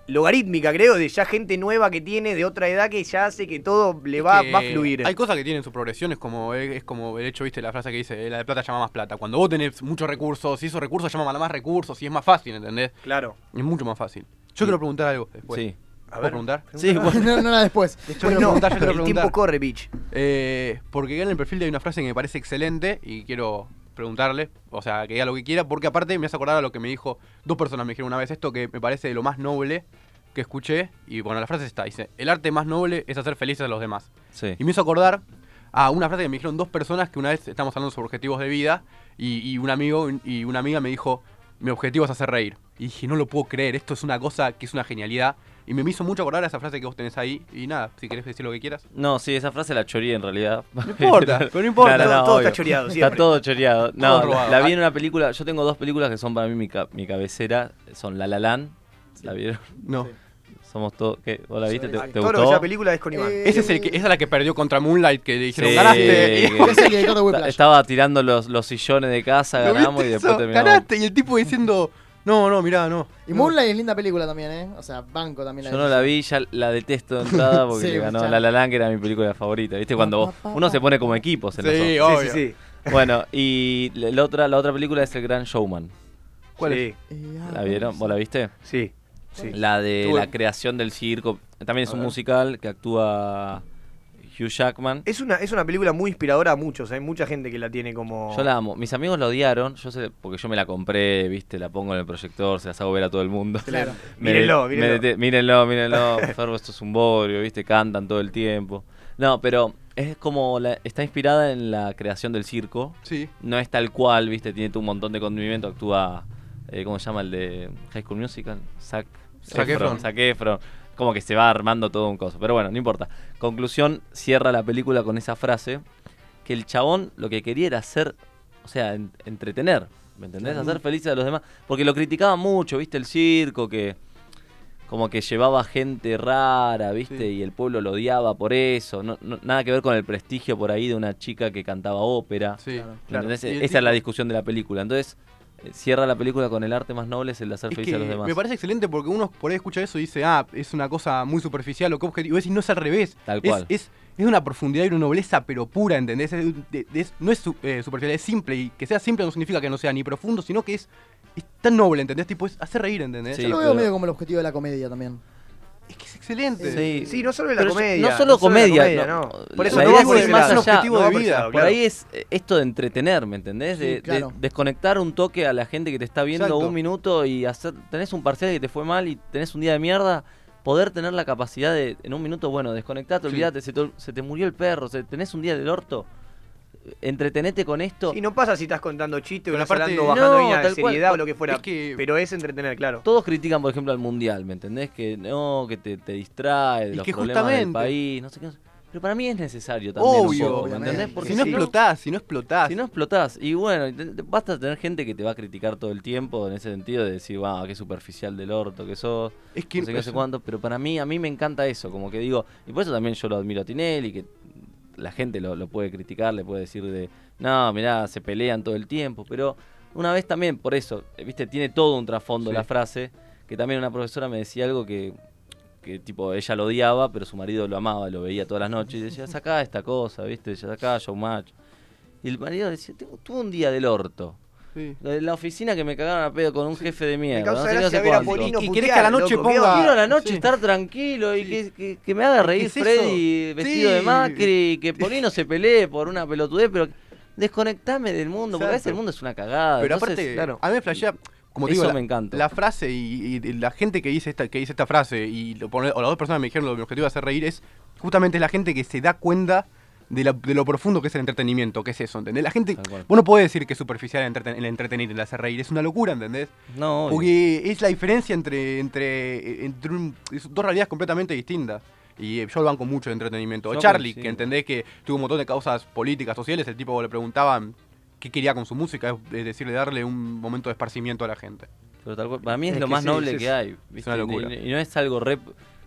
[SPEAKER 1] logarítmica, creo, de ya gente nueva que tiene de otra edad que ya hace que todo le va,
[SPEAKER 3] que
[SPEAKER 1] va a fluir.
[SPEAKER 3] Hay cosas que tienen sus progresiones, como es, es como el hecho, viste, la frase que dice, "Eh, la de plata llama más plata. Cuando vos tenés muchos recursos, si esos recursos llaman a más recursos, y es más fácil, ¿entendés?
[SPEAKER 1] Claro.
[SPEAKER 3] Es mucho más fácil. Yo quiero preguntar algo después.
[SPEAKER 11] Sí.
[SPEAKER 3] A ver, preguntar?
[SPEAKER 11] Sí, bueno.
[SPEAKER 2] No, no era después.
[SPEAKER 3] Yo quiero
[SPEAKER 2] no.
[SPEAKER 3] preguntar, yo quiero
[SPEAKER 2] El
[SPEAKER 3] preguntar.
[SPEAKER 2] tiempo corre, bitch.
[SPEAKER 3] Eh, porque acá en el perfil hay una frase que me parece excelente y quiero preguntarle, o sea, que diga lo que quiera, porque aparte me hace acordar a lo que me dijo dos personas, me dijeron una vez esto, que me parece de lo más noble que escuché, y bueno, la frase está, dice, el arte más noble es hacer felices a los demás.
[SPEAKER 11] Sí.
[SPEAKER 3] Y me hizo acordar a una frase que me dijeron dos personas que una vez estamos hablando sobre objetivos de vida, y, y un amigo y una amiga me dijo, mi objetivo es hacer reír. Y dije, no lo puedo creer, esto es una cosa que es una genialidad. Y me hizo mucho acordar a esa frase que vos tenés ahí, y nada, si querés decir lo que quieras.
[SPEAKER 11] No, sí, esa frase la choreé en realidad. No
[SPEAKER 3] importa, pero no importa, todo está choreado
[SPEAKER 11] Está
[SPEAKER 3] siempre.
[SPEAKER 11] todo choreado. No,
[SPEAKER 3] Todo robado.
[SPEAKER 11] la vi en una película. Yo tengo dos películas que son para mí mi, ca- mi cabecera. Son La La Land. ¿La vieron?
[SPEAKER 3] No.
[SPEAKER 11] Somos todos. ¿qué? ¿Vos la viste? ¿Te, te
[SPEAKER 1] Todo lo que
[SPEAKER 11] gustó?
[SPEAKER 1] sea película es con Iván.
[SPEAKER 3] Ese es el que, esa es la que perdió contra Moonlight, que le dijeron,
[SPEAKER 11] Sí.
[SPEAKER 3] ganaste. Y-
[SPEAKER 11] Esta- Estaba tirando los, los sillones de casa,
[SPEAKER 3] ¿Lo
[SPEAKER 11] ganamos
[SPEAKER 3] viste
[SPEAKER 11] y
[SPEAKER 3] eso?
[SPEAKER 11] después terminamos.
[SPEAKER 3] Ganaste, y el tipo diciendo, no, no, mirá, no.
[SPEAKER 2] Y Moonlight es linda película también, ¿eh? O sea, banco también.
[SPEAKER 11] Yo no la vi, ya la detesto de entrada porque
[SPEAKER 2] Sí,
[SPEAKER 11] le ganó
[SPEAKER 2] ya.
[SPEAKER 11] La La Land, que era mi película favorita. ¿Viste? Cuando vos- uno se pone como equipos en
[SPEAKER 3] Sí,
[SPEAKER 11] eso.
[SPEAKER 3] obvio. Sí, sí,
[SPEAKER 11] Bueno, y la, la otra, la otra película es El Gran Showman.
[SPEAKER 3] ¿Cuál
[SPEAKER 1] Sí.
[SPEAKER 3] es?
[SPEAKER 2] Ah,
[SPEAKER 11] ¿La vieron? ¿Vos la viste?
[SPEAKER 1] Sí. sí.
[SPEAKER 11] La de
[SPEAKER 1] Tuve-
[SPEAKER 11] la creación del circo. También es
[SPEAKER 1] A
[SPEAKER 11] un
[SPEAKER 1] ver.
[SPEAKER 11] musical que actúa Hugh Jackman.
[SPEAKER 1] Es una, es una película muy inspiradora a muchos, hay mucha gente que la tiene como...
[SPEAKER 11] Yo la amo. Mis amigos la odiaron, yo sé, porque yo me la compré, viste, la pongo en el proyector, se las hago ver a todo el mundo.
[SPEAKER 1] Claro.
[SPEAKER 11] Me-
[SPEAKER 1] Mírenlo,
[SPEAKER 11] me
[SPEAKER 1] mírenlo.
[SPEAKER 11] dete- mírenlo, mírenlo. Ferbo, esto es un borio, viste, cantan todo el tiempo. No, pero es como, la- está inspirada en la creación del circo.
[SPEAKER 3] Sí.
[SPEAKER 11] No es tal cual, viste, tiene todo un montón de condimento, actúa, eh, ¿cómo se llama el de High School Musical? Zac,
[SPEAKER 3] Zac Efron.
[SPEAKER 11] Zac Efron. Como que se va armando todo un coso. Pero bueno, no importa. Conclusión, cierra la película con esa frase que el chabón lo que quería era hacer, o sea, en- entretener, ¿me entendés?
[SPEAKER 23] Claro.
[SPEAKER 11] Hacer felices a los demás. Porque lo criticaba mucho, ¿viste? El circo, que como que llevaba gente rara, ¿viste? Y el pueblo lo odiaba por eso. No, no- nada que ver con el prestigio por ahí de una chica que cantaba ópera.
[SPEAKER 3] Sí, Claro.
[SPEAKER 11] ¿me
[SPEAKER 3] claro.
[SPEAKER 11] entendés?
[SPEAKER 3] Y el
[SPEAKER 11] Esa es la
[SPEAKER 3] tipo-
[SPEAKER 11] discusión de la película. Entonces, eh, cierra la película con el arte más noble es el de hacer
[SPEAKER 3] Es
[SPEAKER 11] felices a los
[SPEAKER 3] que
[SPEAKER 11] demás.
[SPEAKER 3] Me parece excelente porque uno por ahí escucha eso y dice, ah, es una cosa muy superficial o qué objetivo. Es y no es al revés.
[SPEAKER 11] Tal
[SPEAKER 3] Es-
[SPEAKER 11] cual.
[SPEAKER 3] Es, es una profundidad y una nobleza, pero pura, ¿entendés? Es- de- de- es- no es su- eh, superficial, es simple. Y que sea simple no significa que no sea ni profundo, sino que es, es tan noble, ¿entendés? Tipo, es hacer reír, ¿entendés?
[SPEAKER 2] Yo lo veo medio como el objetivo de la comedia también.
[SPEAKER 3] Es excelente.
[SPEAKER 11] Sí.
[SPEAKER 1] Sí, no solo la
[SPEAKER 11] Pero yo-
[SPEAKER 1] comedia.
[SPEAKER 11] No solo comedia. no.
[SPEAKER 1] Por eso
[SPEAKER 11] La
[SPEAKER 1] no
[SPEAKER 11] idea
[SPEAKER 1] va por
[SPEAKER 11] es
[SPEAKER 1] ese
[SPEAKER 11] más
[SPEAKER 1] lado.
[SPEAKER 11] allá,
[SPEAKER 1] No va por ese lado,
[SPEAKER 11] Por
[SPEAKER 1] claro.
[SPEAKER 11] ahí es eh, esto de entretener, ¿me entendés?
[SPEAKER 1] Sí,
[SPEAKER 11] De, de-
[SPEAKER 1] claro.
[SPEAKER 11] desconectar un toque a la gente que te está viendo
[SPEAKER 1] Exacto.
[SPEAKER 11] un minuto y hacer. Tenés un parcial que te fue mal y tenés un día de mierda. Poder tener la capacidad de, en un minuto, bueno, desconectate,
[SPEAKER 1] Sí.
[SPEAKER 11] olvídate, se, te, ol- se te murió el perro, se- tenés un día del orto, eh, entretenete con esto.
[SPEAKER 1] Y no pasa si estás contando chistes o
[SPEAKER 11] Pero
[SPEAKER 1] estás
[SPEAKER 11] aparte-
[SPEAKER 1] hablando, bajando
[SPEAKER 11] No,
[SPEAKER 1] línea de
[SPEAKER 11] tal cual.
[SPEAKER 1] seriedad o lo que fuera.
[SPEAKER 11] Es que-
[SPEAKER 1] Pero es entretener, claro.
[SPEAKER 11] Todos critican, por ejemplo, al mundial, ¿me entendés? Que no, que te, te distrae, de
[SPEAKER 3] Y
[SPEAKER 11] los
[SPEAKER 3] que
[SPEAKER 11] problemas del
[SPEAKER 3] justamente-
[SPEAKER 11] país, no sé qué. no sé- Pero para mí es necesario también. un
[SPEAKER 3] Obvio,
[SPEAKER 11] poco, ¿me
[SPEAKER 3] obviamente.
[SPEAKER 11] entendés?
[SPEAKER 3] Si no explotás, si no explotás.
[SPEAKER 11] Si no explotás. Y bueno, y te- te- basta tener gente que te va a criticar todo el tiempo en ese sentido de decir, wow, qué superficial del orto que sos.
[SPEAKER 3] Es que-
[SPEAKER 11] no sé qué, no sé cuánto. Pero para mí, a mí me encanta eso. Como que digo, y por eso también yo lo admiro a Tinelli, que la gente lo, lo puede criticar, le puede decir de, no, mirá, se pelean todo el tiempo, pero una vez también, por eso, eh, viste, tiene todo un trasfondo
[SPEAKER 3] Sí.
[SPEAKER 11] la frase, que también una profesora me decía algo que, que tipo, ella lo odiaba, pero su marido lo amaba, lo veía todas las noches, y decía, sacá esta cosa, viste, ya sacá showmatch. Y el marido decía, "Tengo- tuve un día del orto.
[SPEAKER 3] Sí.
[SPEAKER 11] Lo de La oficina que me cagaron a pedo con un jefe de mierda.
[SPEAKER 1] causa
[SPEAKER 11] no sé qué, no
[SPEAKER 1] gracia
[SPEAKER 11] sé
[SPEAKER 1] ver a
[SPEAKER 11] cuánto".
[SPEAKER 1] Polino
[SPEAKER 11] Y- y
[SPEAKER 1] putear, loco, ¿qué onda?
[SPEAKER 11] Quiero a la noche estar tranquilo y que, que- que me haga
[SPEAKER 1] ¿Qué
[SPEAKER 11] reír
[SPEAKER 1] es eso?
[SPEAKER 11] Freddy vestido de
[SPEAKER 1] Sí.
[SPEAKER 11] Macri, que Polino se pelee por una pelotudez, pero desconectame del mundo, porque a veces
[SPEAKER 3] Exacto.
[SPEAKER 11] el mundo es una cagada.
[SPEAKER 3] Pero
[SPEAKER 11] entonces,
[SPEAKER 3] aparte,
[SPEAKER 11] claro,
[SPEAKER 3] a mí me flashea. Como te
[SPEAKER 11] eso
[SPEAKER 3] digo, la,
[SPEAKER 11] me encanta.
[SPEAKER 3] la frase y, y- y la gente que dice esta, que dice esta frase y lo pone- o las dos personas me dijeron lo que mi objetivo de hacer reír es justamente la gente que se da cuenta de, la- de lo profundo que es el entretenimiento, que es eso, ¿entendés? La gente, vos no podés decir que es superficial el, entreten- el entretener, el hacer reír, es una locura, ¿entendés?
[SPEAKER 11] No, obvio.
[SPEAKER 3] Porque es la diferencia entre, entre, eh, entre un- es dos realidades completamente distintas. Y eh, yo lo banco mucho el entretenimiento.
[SPEAKER 11] Yo
[SPEAKER 3] Charlie,
[SPEAKER 11] coincido.
[SPEAKER 3] que entendés que tuvo un montón de causas políticas, sociales, el tipo le preguntaban qué quería con su música, es es decir, darle un momento de esparcimiento a la gente.
[SPEAKER 11] Pero tal cual, para mí es,
[SPEAKER 3] Es
[SPEAKER 11] lo
[SPEAKER 3] que
[SPEAKER 11] más
[SPEAKER 3] sí,
[SPEAKER 11] noble
[SPEAKER 3] sí,
[SPEAKER 11] que
[SPEAKER 3] sí.
[SPEAKER 11] hay.
[SPEAKER 3] Es
[SPEAKER 11] ¿viste?
[SPEAKER 3] una locura.
[SPEAKER 11] Y, y no es algo rep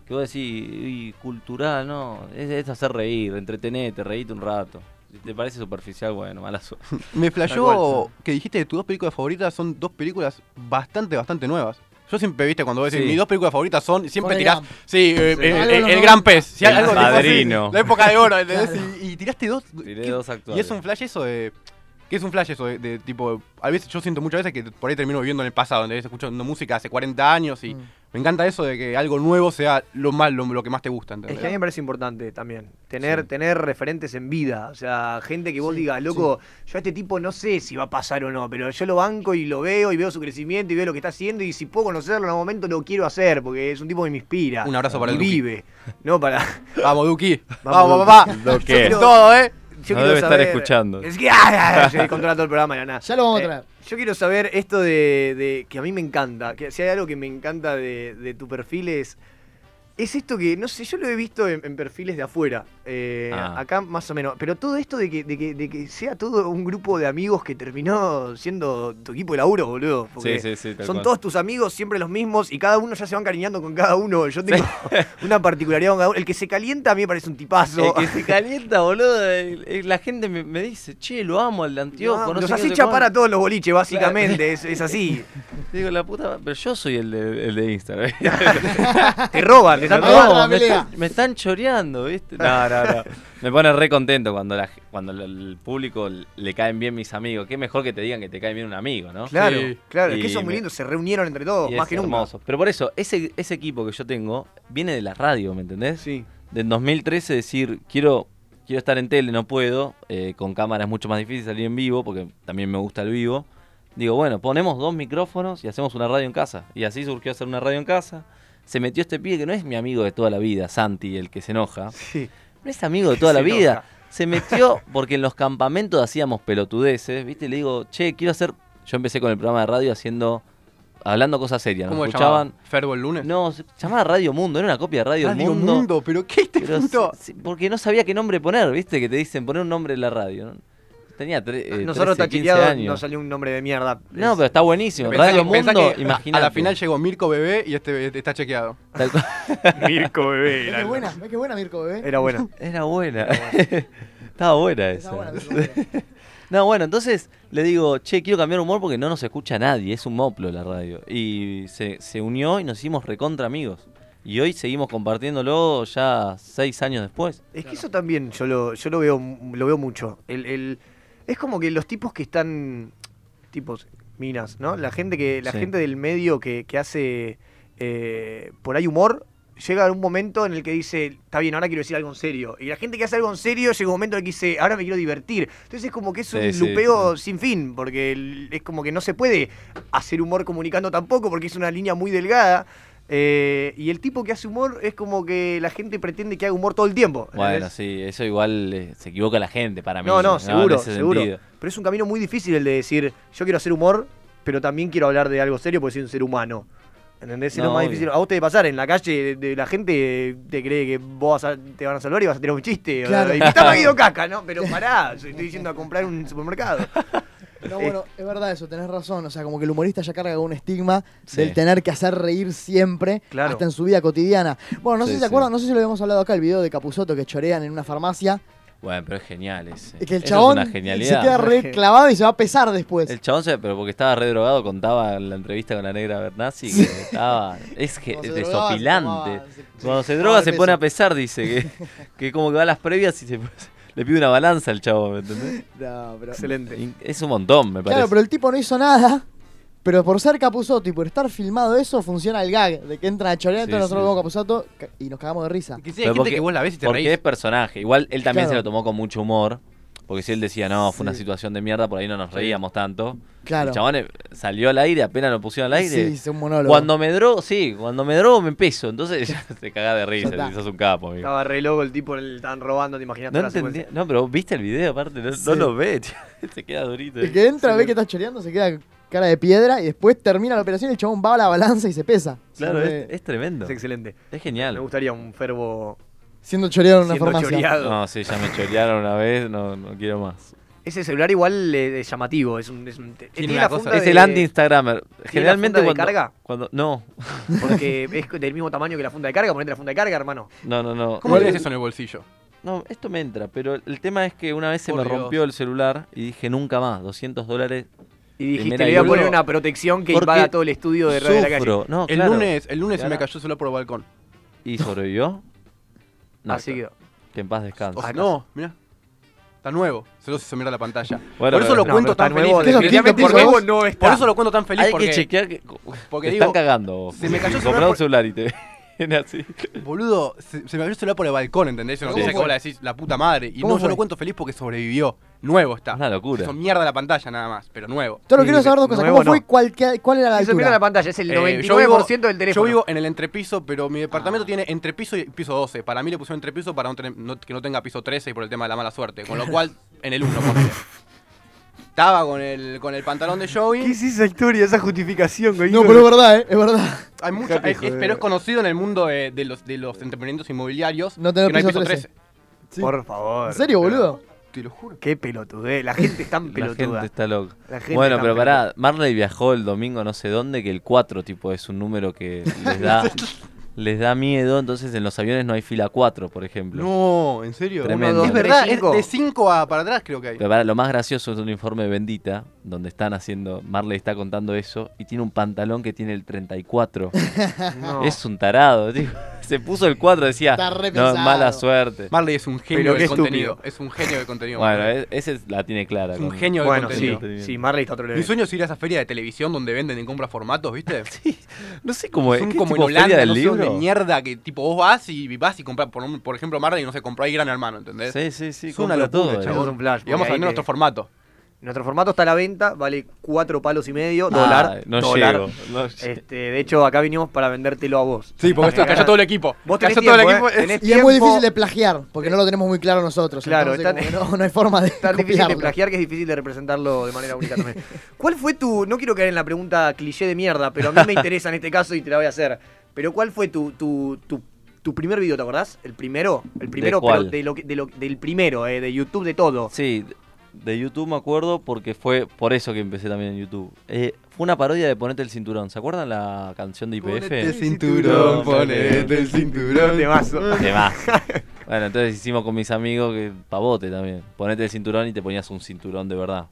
[SPEAKER 11] que vos decís, "Y, cultural, no. Es, es hacer reír, entretenete, reíte un rato. Si te parece superficial, bueno, mala suerte.
[SPEAKER 3] Me
[SPEAKER 11] Tal cual.
[SPEAKER 3] flashó que dijiste que tus dos películas favoritas son dos películas bastante, bastante nuevas. Yo siempre, viste, cuando vos decís
[SPEAKER 11] Sí.
[SPEAKER 3] mis dos películas favoritas son, siempre
[SPEAKER 11] Forrest
[SPEAKER 3] tirás.
[SPEAKER 11] Gump.
[SPEAKER 3] Sí, eh,
[SPEAKER 11] Sí.
[SPEAKER 3] eh,
[SPEAKER 11] Algo
[SPEAKER 3] el,
[SPEAKER 11] no-
[SPEAKER 3] el gran pez. sí,
[SPEAKER 11] El
[SPEAKER 3] algo tipo así,
[SPEAKER 11] padrino.
[SPEAKER 3] la época de oro, ¿entendés? Y- Y, tiraste dos.
[SPEAKER 11] Tiré
[SPEAKER 3] ¿qué?
[SPEAKER 11] dos
[SPEAKER 3] Y es
[SPEAKER 11] actuales.
[SPEAKER 3] un flash eso de.
[SPEAKER 9] Que es un flash eso, de, de tipo. A veces yo siento muchas veces que por ahí termino viviendo en el pasado, donde escuchando música hace 40 años y me encanta eso de que algo nuevo sea lo más lo, lo que más te gusta. ¿entendés?
[SPEAKER 1] Es que a mí me parece importante también tener, tener referentes en vida. O sea, gente que vos digas, loco, yo a este tipo no sé si va a pasar o no, pero yo lo banco y lo veo y veo su crecimiento y veo lo que está haciendo y si puedo conocerlo en algún momento lo quiero hacer porque es un tipo que me inspira.
[SPEAKER 9] Un abrazo para
[SPEAKER 1] y
[SPEAKER 9] el Duki.
[SPEAKER 1] vive. No, para.
[SPEAKER 9] Vamos, Duki.
[SPEAKER 1] Vamos,
[SPEAKER 9] Vamos,
[SPEAKER 1] papá.
[SPEAKER 9] Duki.
[SPEAKER 1] Yo
[SPEAKER 9] Duki.
[SPEAKER 1] quiero-
[SPEAKER 9] Todo, ¿eh?
[SPEAKER 1] yo
[SPEAKER 11] No
[SPEAKER 1] quiero
[SPEAKER 11] debe estar
[SPEAKER 1] saber-
[SPEAKER 11] escuchando.
[SPEAKER 1] Es que ¡ah! ah, se controla todo el programa, de la nada.
[SPEAKER 2] Ya lo vamos a
[SPEAKER 1] Eh,
[SPEAKER 2] traer.
[SPEAKER 1] yo quiero saber esto de, de- que a mí me encanta, que si hay algo que me encanta de, de tu perfil es es esto que no sé, yo lo he visto en, en perfiles de afuera, eh,
[SPEAKER 11] Ah.
[SPEAKER 1] acá más o menos, pero todo esto de que, de que de que sea todo un grupo de amigos que terminó siendo tu equipo de laburo, boludo, porque
[SPEAKER 11] Sí, sí, sí, tal
[SPEAKER 1] son
[SPEAKER 11] cual.
[SPEAKER 1] todos tus amigos siempre los mismos y cada uno ya se van cariñando con cada uno. Yo tengo una particularidad con cada uno. El que se calienta a mí me parece un tipazo.
[SPEAKER 11] El que se calienta, boludo. el- el- la gente me, me dice, che, lo amo al de Antiojo.
[SPEAKER 1] No, los
[SPEAKER 11] no sé qué,
[SPEAKER 1] hace
[SPEAKER 11] no sé
[SPEAKER 1] chapar
[SPEAKER 11] cuánto".
[SPEAKER 1] a todos los boliches, básicamente, es- es así.
[SPEAKER 11] Digo, la puta. Pero yo soy el de, el de Instagram.
[SPEAKER 1] Te roban, te están
[SPEAKER 11] Me
[SPEAKER 1] robando
[SPEAKER 11] roban,
[SPEAKER 1] la
[SPEAKER 11] me,
[SPEAKER 1] pelea.
[SPEAKER 11] están- me están choreando, ¿viste? No, no, no. Me pone re contento cuando, la ge- cuando el- el público le caen bien mis amigos. Qué mejor que te digan que te cae bien un amigo, ¿no?
[SPEAKER 1] Claro, claro, es
[SPEAKER 11] Y
[SPEAKER 1] que esos muy
[SPEAKER 11] me-
[SPEAKER 1] lindos se reunieron entre todos,
[SPEAKER 11] y
[SPEAKER 1] más
[SPEAKER 11] es
[SPEAKER 1] que nunca.
[SPEAKER 11] hermoso. Pero por eso, ese, ese equipo que yo tengo viene de la radio, ¿me entendés?
[SPEAKER 1] Sí.
[SPEAKER 11] Del 2013 decir, quiero, quiero estar en tele, no puedo. eh, con cámara es mucho más difícil salir en vivo, porque también me gusta el vivo. Digo, bueno, ponemos dos micrófonos y hacemos una radio en casa. Y así surgió hacer una radio en casa. Se metió este pibe que no es mi amigo de toda la vida, Santi, el que se enoja. No es amigo de toda
[SPEAKER 21] Se
[SPEAKER 11] la vida.
[SPEAKER 21] enoja.
[SPEAKER 11] Se metió porque en los campamentos hacíamos pelotudeces, ¿viste? Y le digo, che, quiero hacer... Yo empecé con el programa de radio haciendo... Hablando cosas serias.
[SPEAKER 9] ¿Cómo
[SPEAKER 11] ¿Cómo
[SPEAKER 9] se
[SPEAKER 11] escuchaban?
[SPEAKER 9] llamaba? ¿Ferbol Lunes?
[SPEAKER 11] No, se llamaba Radio Mundo. Era una copia de
[SPEAKER 1] Ah,
[SPEAKER 11] Radio,
[SPEAKER 9] Radio Mundo,
[SPEAKER 11] ¿Pero qué este
[SPEAKER 9] puto?
[SPEAKER 11] Porque no sabía qué nombre poner, ¿viste? Que te dicen poner un nombre en la radio. ¿no? Tenía tre- eh,
[SPEAKER 1] Ah, Nosotros
[SPEAKER 11] 13, 15
[SPEAKER 1] tachiqueados
[SPEAKER 11] años.
[SPEAKER 1] nos salió un nombre de mierda.
[SPEAKER 11] No, pero está buenísimo.
[SPEAKER 9] Pensá
[SPEAKER 11] Radio
[SPEAKER 9] que- pensá
[SPEAKER 11] Mundo,
[SPEAKER 9] que a-
[SPEAKER 11] imagínate.
[SPEAKER 9] A la final llegó Mirko Bebé y este, este está chequeado.
[SPEAKER 11] Tal cual.
[SPEAKER 1] Mirko Bebé.
[SPEAKER 2] Qué buena, ¿eh? ¿ves qué buena Mirko, bebé?
[SPEAKER 11] Era buena. Estaba buena esa.
[SPEAKER 2] buena,
[SPEAKER 11] no, bueno, entonces le digo, che, quiero cambiar humor porque no nos escucha nadie, es un moplo la radio. Y se, se unió y nos hicimos recontra amigos. Y hoy seguimos compartiéndolo ya seis años después.
[SPEAKER 1] Es que eso también yo lo, yo lo veo lo veo mucho. El, el- es como que los tipos que están. tipos, minas, ¿no? La gente que. La
[SPEAKER 11] Sí.
[SPEAKER 1] gente del medio que, que hace eh, por ahí humor. Llega un momento en el que dice, está bien, ahora quiero decir algo en serio. Y la gente que hace algo en serio llega un momento en el que dice, ahora me quiero divertir. Entonces es como que es
[SPEAKER 11] Sí,
[SPEAKER 1] un
[SPEAKER 11] sí,
[SPEAKER 1] lupeo sin fin, porque el- es como que no se puede hacer humor comunicando tampoco, porque es una línea muy delgada. Eh, y el tipo que hace humor es como que la gente pretende que haga humor todo el tiempo.
[SPEAKER 11] Bueno,
[SPEAKER 1] ¿entendés?
[SPEAKER 11] sí, eso igual eh, se equivoca la gente para mí.
[SPEAKER 1] No, no,
[SPEAKER 11] En
[SPEAKER 1] seguro,
[SPEAKER 11] ese
[SPEAKER 1] seguro.
[SPEAKER 11] sentido.
[SPEAKER 1] Pero es un camino muy difícil el de decir, yo quiero hacer humor, pero también quiero hablar de algo serio porque soy un ser humano. ¿Entendés? Es
[SPEAKER 11] No,
[SPEAKER 1] lo más
[SPEAKER 11] obvio.
[SPEAKER 1] difícil. A vos te debe pasar en la calle, de, de la gente eh, te cree que vos vas a- te van a salvar y vas a tener un chiste.
[SPEAKER 2] Claro.
[SPEAKER 1] Y está Guido Caca, ¿no? Pero pará, yo estoy diciendo a comprar en un supermercado.
[SPEAKER 2] No, bueno, es verdad eso, tenés razón. O sea, como que el humorista ya carga con un estigma
[SPEAKER 1] Sí.
[SPEAKER 2] del tener que hacer reír siempre,
[SPEAKER 1] Claro.
[SPEAKER 2] hasta en su vida cotidiana. Bueno, no sé
[SPEAKER 11] Sí,
[SPEAKER 2] si se
[SPEAKER 11] sí.
[SPEAKER 2] acuerdan, no sé si lo habíamos hablado acá, el video de Capuzoto que chorean en una farmacia.
[SPEAKER 11] Bueno, pero es genial ese.
[SPEAKER 2] Y que el
[SPEAKER 11] Eso
[SPEAKER 2] chabón
[SPEAKER 11] es
[SPEAKER 2] se
[SPEAKER 11] una genialidad.
[SPEAKER 2] queda re clavado y se va a pesar después.
[SPEAKER 11] El chabón, se- pero porque estaba re drogado, contaba en la entrevista con la negra Bernasi que estaba. Es que
[SPEAKER 21] Cuando se drogaba, se
[SPEAKER 11] desopilante.
[SPEAKER 21] tomaba- se-
[SPEAKER 11] Cuando
[SPEAKER 21] se
[SPEAKER 11] se droga
[SPEAKER 21] tomaba
[SPEAKER 11] se
[SPEAKER 21] el
[SPEAKER 11] pone
[SPEAKER 21] peso.
[SPEAKER 11] a pesar, dice. Que, que como que va a las previas y se- le pide una balanza al chabón, ¿me entendés?
[SPEAKER 2] No, pero-
[SPEAKER 11] In- Es un montón, me parece.
[SPEAKER 2] Claro, pero el tipo no hizo nada. Pero por ser Capuzoto y por estar filmado eso, funciona el gag de que entran a chorear,
[SPEAKER 11] Sí,
[SPEAKER 2] entonces nosotros
[SPEAKER 11] sí.
[SPEAKER 2] vemos Capuzoto ca- y nos cagamos de risa.
[SPEAKER 11] Pero porque- Porque es personaje. Igual él también
[SPEAKER 2] Claro.
[SPEAKER 11] se lo tomó con mucho humor. Porque si él decía, no, fue una
[SPEAKER 2] Sí.
[SPEAKER 11] situación de mierda, por ahí no nos reíamos tanto.
[SPEAKER 2] Claro.
[SPEAKER 11] El chabón eh, salió al aire, apenas lo pusieron al aire.
[SPEAKER 2] Sí, hizo un monólogo.
[SPEAKER 11] Cuando me drogo, sí, cuando me drogo me peso. Entonces ya te cagás de risa,
[SPEAKER 1] está.
[SPEAKER 11] te sos un capo, amigo.
[SPEAKER 1] Estaba re loco el tipo, le estaban robando, te imaginas
[SPEAKER 11] No
[SPEAKER 1] toda la
[SPEAKER 11] entendí,
[SPEAKER 1] secuencia.
[SPEAKER 11] no, pero viste el video aparte, no, no
[SPEAKER 1] Sí.
[SPEAKER 11] lo ve, tío. se queda durito.
[SPEAKER 1] Este,
[SPEAKER 2] El que entra, ve que está choreando, se queda cara de piedra y después termina la operación y el chabón va a la balanza y se pesa.
[SPEAKER 11] Claro,
[SPEAKER 2] Siempre
[SPEAKER 11] es, es tremendo.
[SPEAKER 1] Es excelente.
[SPEAKER 11] Es genial.
[SPEAKER 1] Me gustaría un fervo.
[SPEAKER 2] Siendo choreado en una
[SPEAKER 1] Siendo
[SPEAKER 2] farmacia.
[SPEAKER 1] choreado.
[SPEAKER 11] No, sí, ya me chorearon una vez, no, no quiero más.
[SPEAKER 1] Ese celular igual eh, es llamativo, es un... Es, un- tiene la funda
[SPEAKER 11] es
[SPEAKER 1] de-
[SPEAKER 11] el anti-instagramer.
[SPEAKER 1] la
[SPEAKER 11] Generalmente
[SPEAKER 1] funda de
[SPEAKER 11] cuando,
[SPEAKER 1] carga?
[SPEAKER 11] cuando. No,
[SPEAKER 1] Porque es del mismo tamaño que la funda de carga, ponete la funda de carga, hermano.
[SPEAKER 11] no, no, no.
[SPEAKER 1] ¿Cómo
[SPEAKER 11] Igual-
[SPEAKER 1] tenés
[SPEAKER 9] eso en el bolsillo?
[SPEAKER 11] No, esto me entra, pero el tema es que una vez se
[SPEAKER 1] Por
[SPEAKER 11] me
[SPEAKER 1] Dios.
[SPEAKER 11] rompió el celular y dije nunca más, 200 dólares.
[SPEAKER 1] Y dijiste,
[SPEAKER 11] primera
[SPEAKER 1] le voy a
[SPEAKER 11] y-
[SPEAKER 1] poner una protección que invada todo el estudio de Radio de la Calle.
[SPEAKER 11] sufro. No,
[SPEAKER 9] el
[SPEAKER 11] claro.
[SPEAKER 9] lunes, el lunes se me
[SPEAKER 11] Claro.
[SPEAKER 9] cayó el celular por el balcón.
[SPEAKER 11] ¿Y sobrevivió? No,
[SPEAKER 1] Así
[SPEAKER 11] claro. que en paz descanse.
[SPEAKER 9] O sea, no, mira.
[SPEAKER 3] Está nuevo. Solo se mira la pantalla.
[SPEAKER 11] Bueno,
[SPEAKER 3] por eso
[SPEAKER 11] pero-
[SPEAKER 3] lo
[SPEAKER 11] No,
[SPEAKER 3] cuento
[SPEAKER 11] pero
[SPEAKER 3] tan
[SPEAKER 11] está nuevo,
[SPEAKER 3] feliz. definitivamente,
[SPEAKER 11] definitivamente
[SPEAKER 3] porque-
[SPEAKER 11] nuevo no está.
[SPEAKER 3] Por eso lo cuento tan feliz.
[SPEAKER 11] Hay que
[SPEAKER 3] porque,
[SPEAKER 11] chequear que-
[SPEAKER 3] porque
[SPEAKER 11] te
[SPEAKER 3] digo,
[SPEAKER 11] están cagando.
[SPEAKER 3] Se me cayó el celular
[SPEAKER 11] Comprá un
[SPEAKER 3] por-
[SPEAKER 11] celular y te viene así.
[SPEAKER 3] Boludo, se, se me abrió el celular por el balcón, ¿entendés? Yo no
[SPEAKER 11] ¿Cómo
[SPEAKER 3] sé
[SPEAKER 11] fue?
[SPEAKER 3] cómo la decís, la puta madre. Y
[SPEAKER 11] ¿Cómo
[SPEAKER 3] no, yo
[SPEAKER 11] fue?
[SPEAKER 3] lo cuento feliz porque sobrevivió. Nuevo está.
[SPEAKER 11] Una locura.
[SPEAKER 3] Hizo mierda la pantalla nada más, pero nuevo.
[SPEAKER 2] Yo lo quiero saber dos cosas. ¿Cómo fue? y ¿Cuál, qué- cuál era la altura?
[SPEAKER 3] Eh, yo vivo- Yo vivo en el entrepiso, pero mi departamento tiene entrepiso y piso 12. Para mí le pusieron entrepiso para no tener- no- que no tenga piso 13 por el tema de la mala suerte. Con lo cual, en el 1. ponele. Estaba con el, con el pantalón de Joey.
[SPEAKER 1] ¿Qué es esa historia, esa justificación, güey?
[SPEAKER 2] No, pero es verdad, ¿eh? Es verdad.
[SPEAKER 3] Hay mucho,
[SPEAKER 1] Dejate,
[SPEAKER 3] hay-
[SPEAKER 1] hijo
[SPEAKER 3] es-
[SPEAKER 1] de-
[SPEAKER 3] pero es conocido en el mundo de, de los, de los emprendimientos inmobiliarios.
[SPEAKER 2] No
[SPEAKER 3] que
[SPEAKER 2] tener
[SPEAKER 3] no hay
[SPEAKER 2] piso
[SPEAKER 3] piso
[SPEAKER 2] 13.
[SPEAKER 3] 13.
[SPEAKER 2] Sí.
[SPEAKER 1] Por favor.
[SPEAKER 2] ¿En serio, boludo?
[SPEAKER 3] Te lo juro.
[SPEAKER 1] Qué pelotudez. La gente es tan
[SPEAKER 11] La
[SPEAKER 1] pelotuda.
[SPEAKER 11] gente está loca.
[SPEAKER 1] La gente
[SPEAKER 11] bueno,
[SPEAKER 1] está
[SPEAKER 11] pero
[SPEAKER 1] pelotuda.
[SPEAKER 11] pará, Marley viajó el domingo no sé dónde, que el 4 tipo es un número que les da, les da miedo, entonces en los aviones no hay fila 4, por ejemplo.
[SPEAKER 3] No, ¿en serio?
[SPEAKER 11] Tremendo.
[SPEAKER 3] Es verdad, es de 5 a para atrás creo que hay.
[SPEAKER 11] Pero pará, lo más gracioso es un informe de Bendita, donde están haciendo, Marley está contando eso, y tiene un pantalón que tiene el 34.
[SPEAKER 3] No.
[SPEAKER 11] Es un tarado, tío. Se puso el 4, decía,
[SPEAKER 3] Está re
[SPEAKER 11] no,
[SPEAKER 3] pensado".
[SPEAKER 11] mala suerte.
[SPEAKER 3] Marley es un genio
[SPEAKER 11] Pero
[SPEAKER 3] del
[SPEAKER 11] qué
[SPEAKER 3] contenido.
[SPEAKER 11] estúpido.
[SPEAKER 3] Es un genio del contenido.
[SPEAKER 11] Bueno,
[SPEAKER 3] Marley.
[SPEAKER 11] es- ese la tiene clara.
[SPEAKER 3] Es un
[SPEAKER 11] con-
[SPEAKER 3] genio del
[SPEAKER 1] Bueno,
[SPEAKER 3] contenido.
[SPEAKER 1] sí, sí, Marley está otro
[SPEAKER 3] Mi
[SPEAKER 11] eh.
[SPEAKER 1] nivel.
[SPEAKER 3] sueño es ir a esa feria de televisión donde venden y compran formatos, ¿viste? Sí.
[SPEAKER 11] No sé cómo es.
[SPEAKER 3] Son
[SPEAKER 11] ¿Qué
[SPEAKER 3] como en
[SPEAKER 11] tipo feria
[SPEAKER 3] Holanda,
[SPEAKER 11] del
[SPEAKER 3] no sé dónde
[SPEAKER 11] libro?
[SPEAKER 3] mierda que tipo vos vas y vas y compras, por, por ejemplo, Marley, no sé, compró ahí Gran Hermano, ¿entendés?
[SPEAKER 11] Sí, sí, sí,
[SPEAKER 3] Es una
[SPEAKER 11] compra
[SPEAKER 3] locura,
[SPEAKER 11] todo, eh.
[SPEAKER 3] chabón.
[SPEAKER 1] Es un flash,
[SPEAKER 3] Y vamos
[SPEAKER 1] porque
[SPEAKER 3] a
[SPEAKER 1] ahí
[SPEAKER 3] ver
[SPEAKER 1] te-
[SPEAKER 3] nuestro formato.
[SPEAKER 1] Nuestro formato está a la venta, vale cuatro palos y medio,
[SPEAKER 11] Ah,
[SPEAKER 1] dólar.
[SPEAKER 11] no
[SPEAKER 1] dólar.
[SPEAKER 11] llego, no
[SPEAKER 1] Este, de hecho, acá vinimos para vendértelo a vos.
[SPEAKER 3] Sí, porque esto
[SPEAKER 1] Acá-
[SPEAKER 3] cayó todo el equipo.
[SPEAKER 1] Vos tenés
[SPEAKER 3] Cayó todo el
[SPEAKER 1] tiempo,
[SPEAKER 3] equipo,
[SPEAKER 1] ¿eh? Tenés
[SPEAKER 2] Y es muy
[SPEAKER 1] tiempo.
[SPEAKER 2] difícil de plagiar, porque no lo tenemos muy claro nosotros.
[SPEAKER 1] Claro,
[SPEAKER 2] entonces
[SPEAKER 1] está-
[SPEAKER 2] como que no, no hay forma de.
[SPEAKER 1] Tan difícil de
[SPEAKER 2] copiarlo.
[SPEAKER 1] plagiar que es difícil de representarlo de manera única también. ¿Cuál fue tu, no quiero caer en la pregunta cliché de mierda, pero a mí me interesa en este caso y te la voy a hacer, pero cuál fue tu, tu, tu, tu primer video, ¿te acordás? ¿El primero? El primero, pero
[SPEAKER 11] cuál?
[SPEAKER 1] de lo, que- de lo- del primero, eh, de YouTube, de todo.
[SPEAKER 11] Sí, de YouTube me acuerdo porque fue por eso que empecé también en YouTube. Eh, fue una parodia de Ponete el cinturón. ¿Se acuerdan la canción de IPF?
[SPEAKER 3] Ponete el cinturón, ponete el cinturón. Temazo.
[SPEAKER 11] Temazo. Bueno, entonces hicimos con mis amigos que pavote también. Ponete el cinturón y te ponías un cinturón de verdad.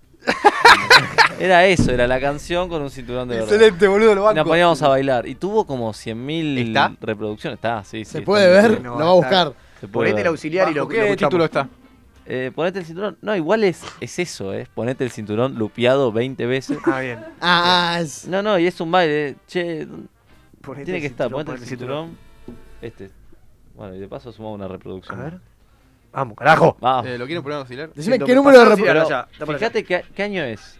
[SPEAKER 11] Era eso, era la canción con un cinturón de verdad.
[SPEAKER 3] Excelente, boludo, lo
[SPEAKER 11] Y
[SPEAKER 3] banco.
[SPEAKER 11] Nos poníamos a bailar. Y tuvo como
[SPEAKER 3] ¿Está?
[SPEAKER 11] 100.000 reproducciones. Está, sí, sí.
[SPEAKER 2] Se
[SPEAKER 11] está
[SPEAKER 2] puede
[SPEAKER 11] en
[SPEAKER 2] ver,
[SPEAKER 11] YouTube.
[SPEAKER 2] lo va a buscar.
[SPEAKER 11] Se puede
[SPEAKER 1] Ponete el
[SPEAKER 11] ver.
[SPEAKER 1] auxiliar y
[SPEAKER 3] Bajo,
[SPEAKER 1] lo
[SPEAKER 3] ¿qué
[SPEAKER 1] lo
[SPEAKER 3] título
[SPEAKER 1] buscamos.
[SPEAKER 3] está?
[SPEAKER 11] Eh, ponete el cinturón. No, igual es, es eso, ¿eh? Ponete el cinturón lupeado 20 veces.
[SPEAKER 1] Ah, bien.
[SPEAKER 2] Ah, es-
[SPEAKER 11] No, no, y es un baile. eh. Che,
[SPEAKER 1] Ponete
[SPEAKER 11] tiene
[SPEAKER 1] el
[SPEAKER 11] que estar.
[SPEAKER 1] cinturón,
[SPEAKER 11] Ponete el cinturón. Este. Bueno, y de paso sumamos una reproducción.
[SPEAKER 1] A ver. Vamos, carajo.
[SPEAKER 11] Vamos.
[SPEAKER 3] Eh, ¿Lo quieren poner en auxiliar?
[SPEAKER 2] Decime qué número de
[SPEAKER 1] Pero,
[SPEAKER 2] reproducción.
[SPEAKER 1] allá, está por allá.
[SPEAKER 11] Fíjate qué, qué año es.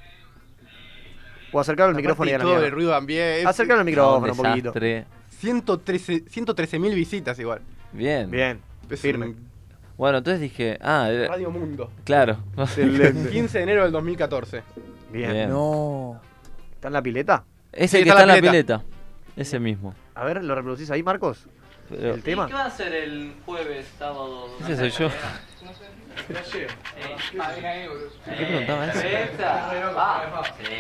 [SPEAKER 1] O acercar el micrófono y a la
[SPEAKER 3] todo
[SPEAKER 1] mierda.
[SPEAKER 3] el ruido ambiente.
[SPEAKER 1] Acercalo al micrófono un poquito.
[SPEAKER 11] Desastre.
[SPEAKER 3] 113 113.000 visitas igual.
[SPEAKER 11] Bien.
[SPEAKER 1] Bien,
[SPEAKER 3] Es
[SPEAKER 1] firme.
[SPEAKER 3] un
[SPEAKER 11] Bueno, entonces dije. Ah, era-
[SPEAKER 3] Radio Mundo.
[SPEAKER 11] claro.
[SPEAKER 3] 15 de enero del 2014.
[SPEAKER 1] Bien.
[SPEAKER 11] Bien.
[SPEAKER 2] No.
[SPEAKER 1] ¿Está en la pileta?
[SPEAKER 11] Ese
[SPEAKER 3] Sí,
[SPEAKER 11] que está en la pileta. Ese mismo.
[SPEAKER 1] A ver, ¿lo reproducís ahí, Marcos?
[SPEAKER 11] Pero-
[SPEAKER 1] ¿El tema?
[SPEAKER 24] va a hacer el jueves, sábado?
[SPEAKER 11] Ese soy yo.
[SPEAKER 24] Eh, ah,
[SPEAKER 11] ¿Qué preguntaba eso?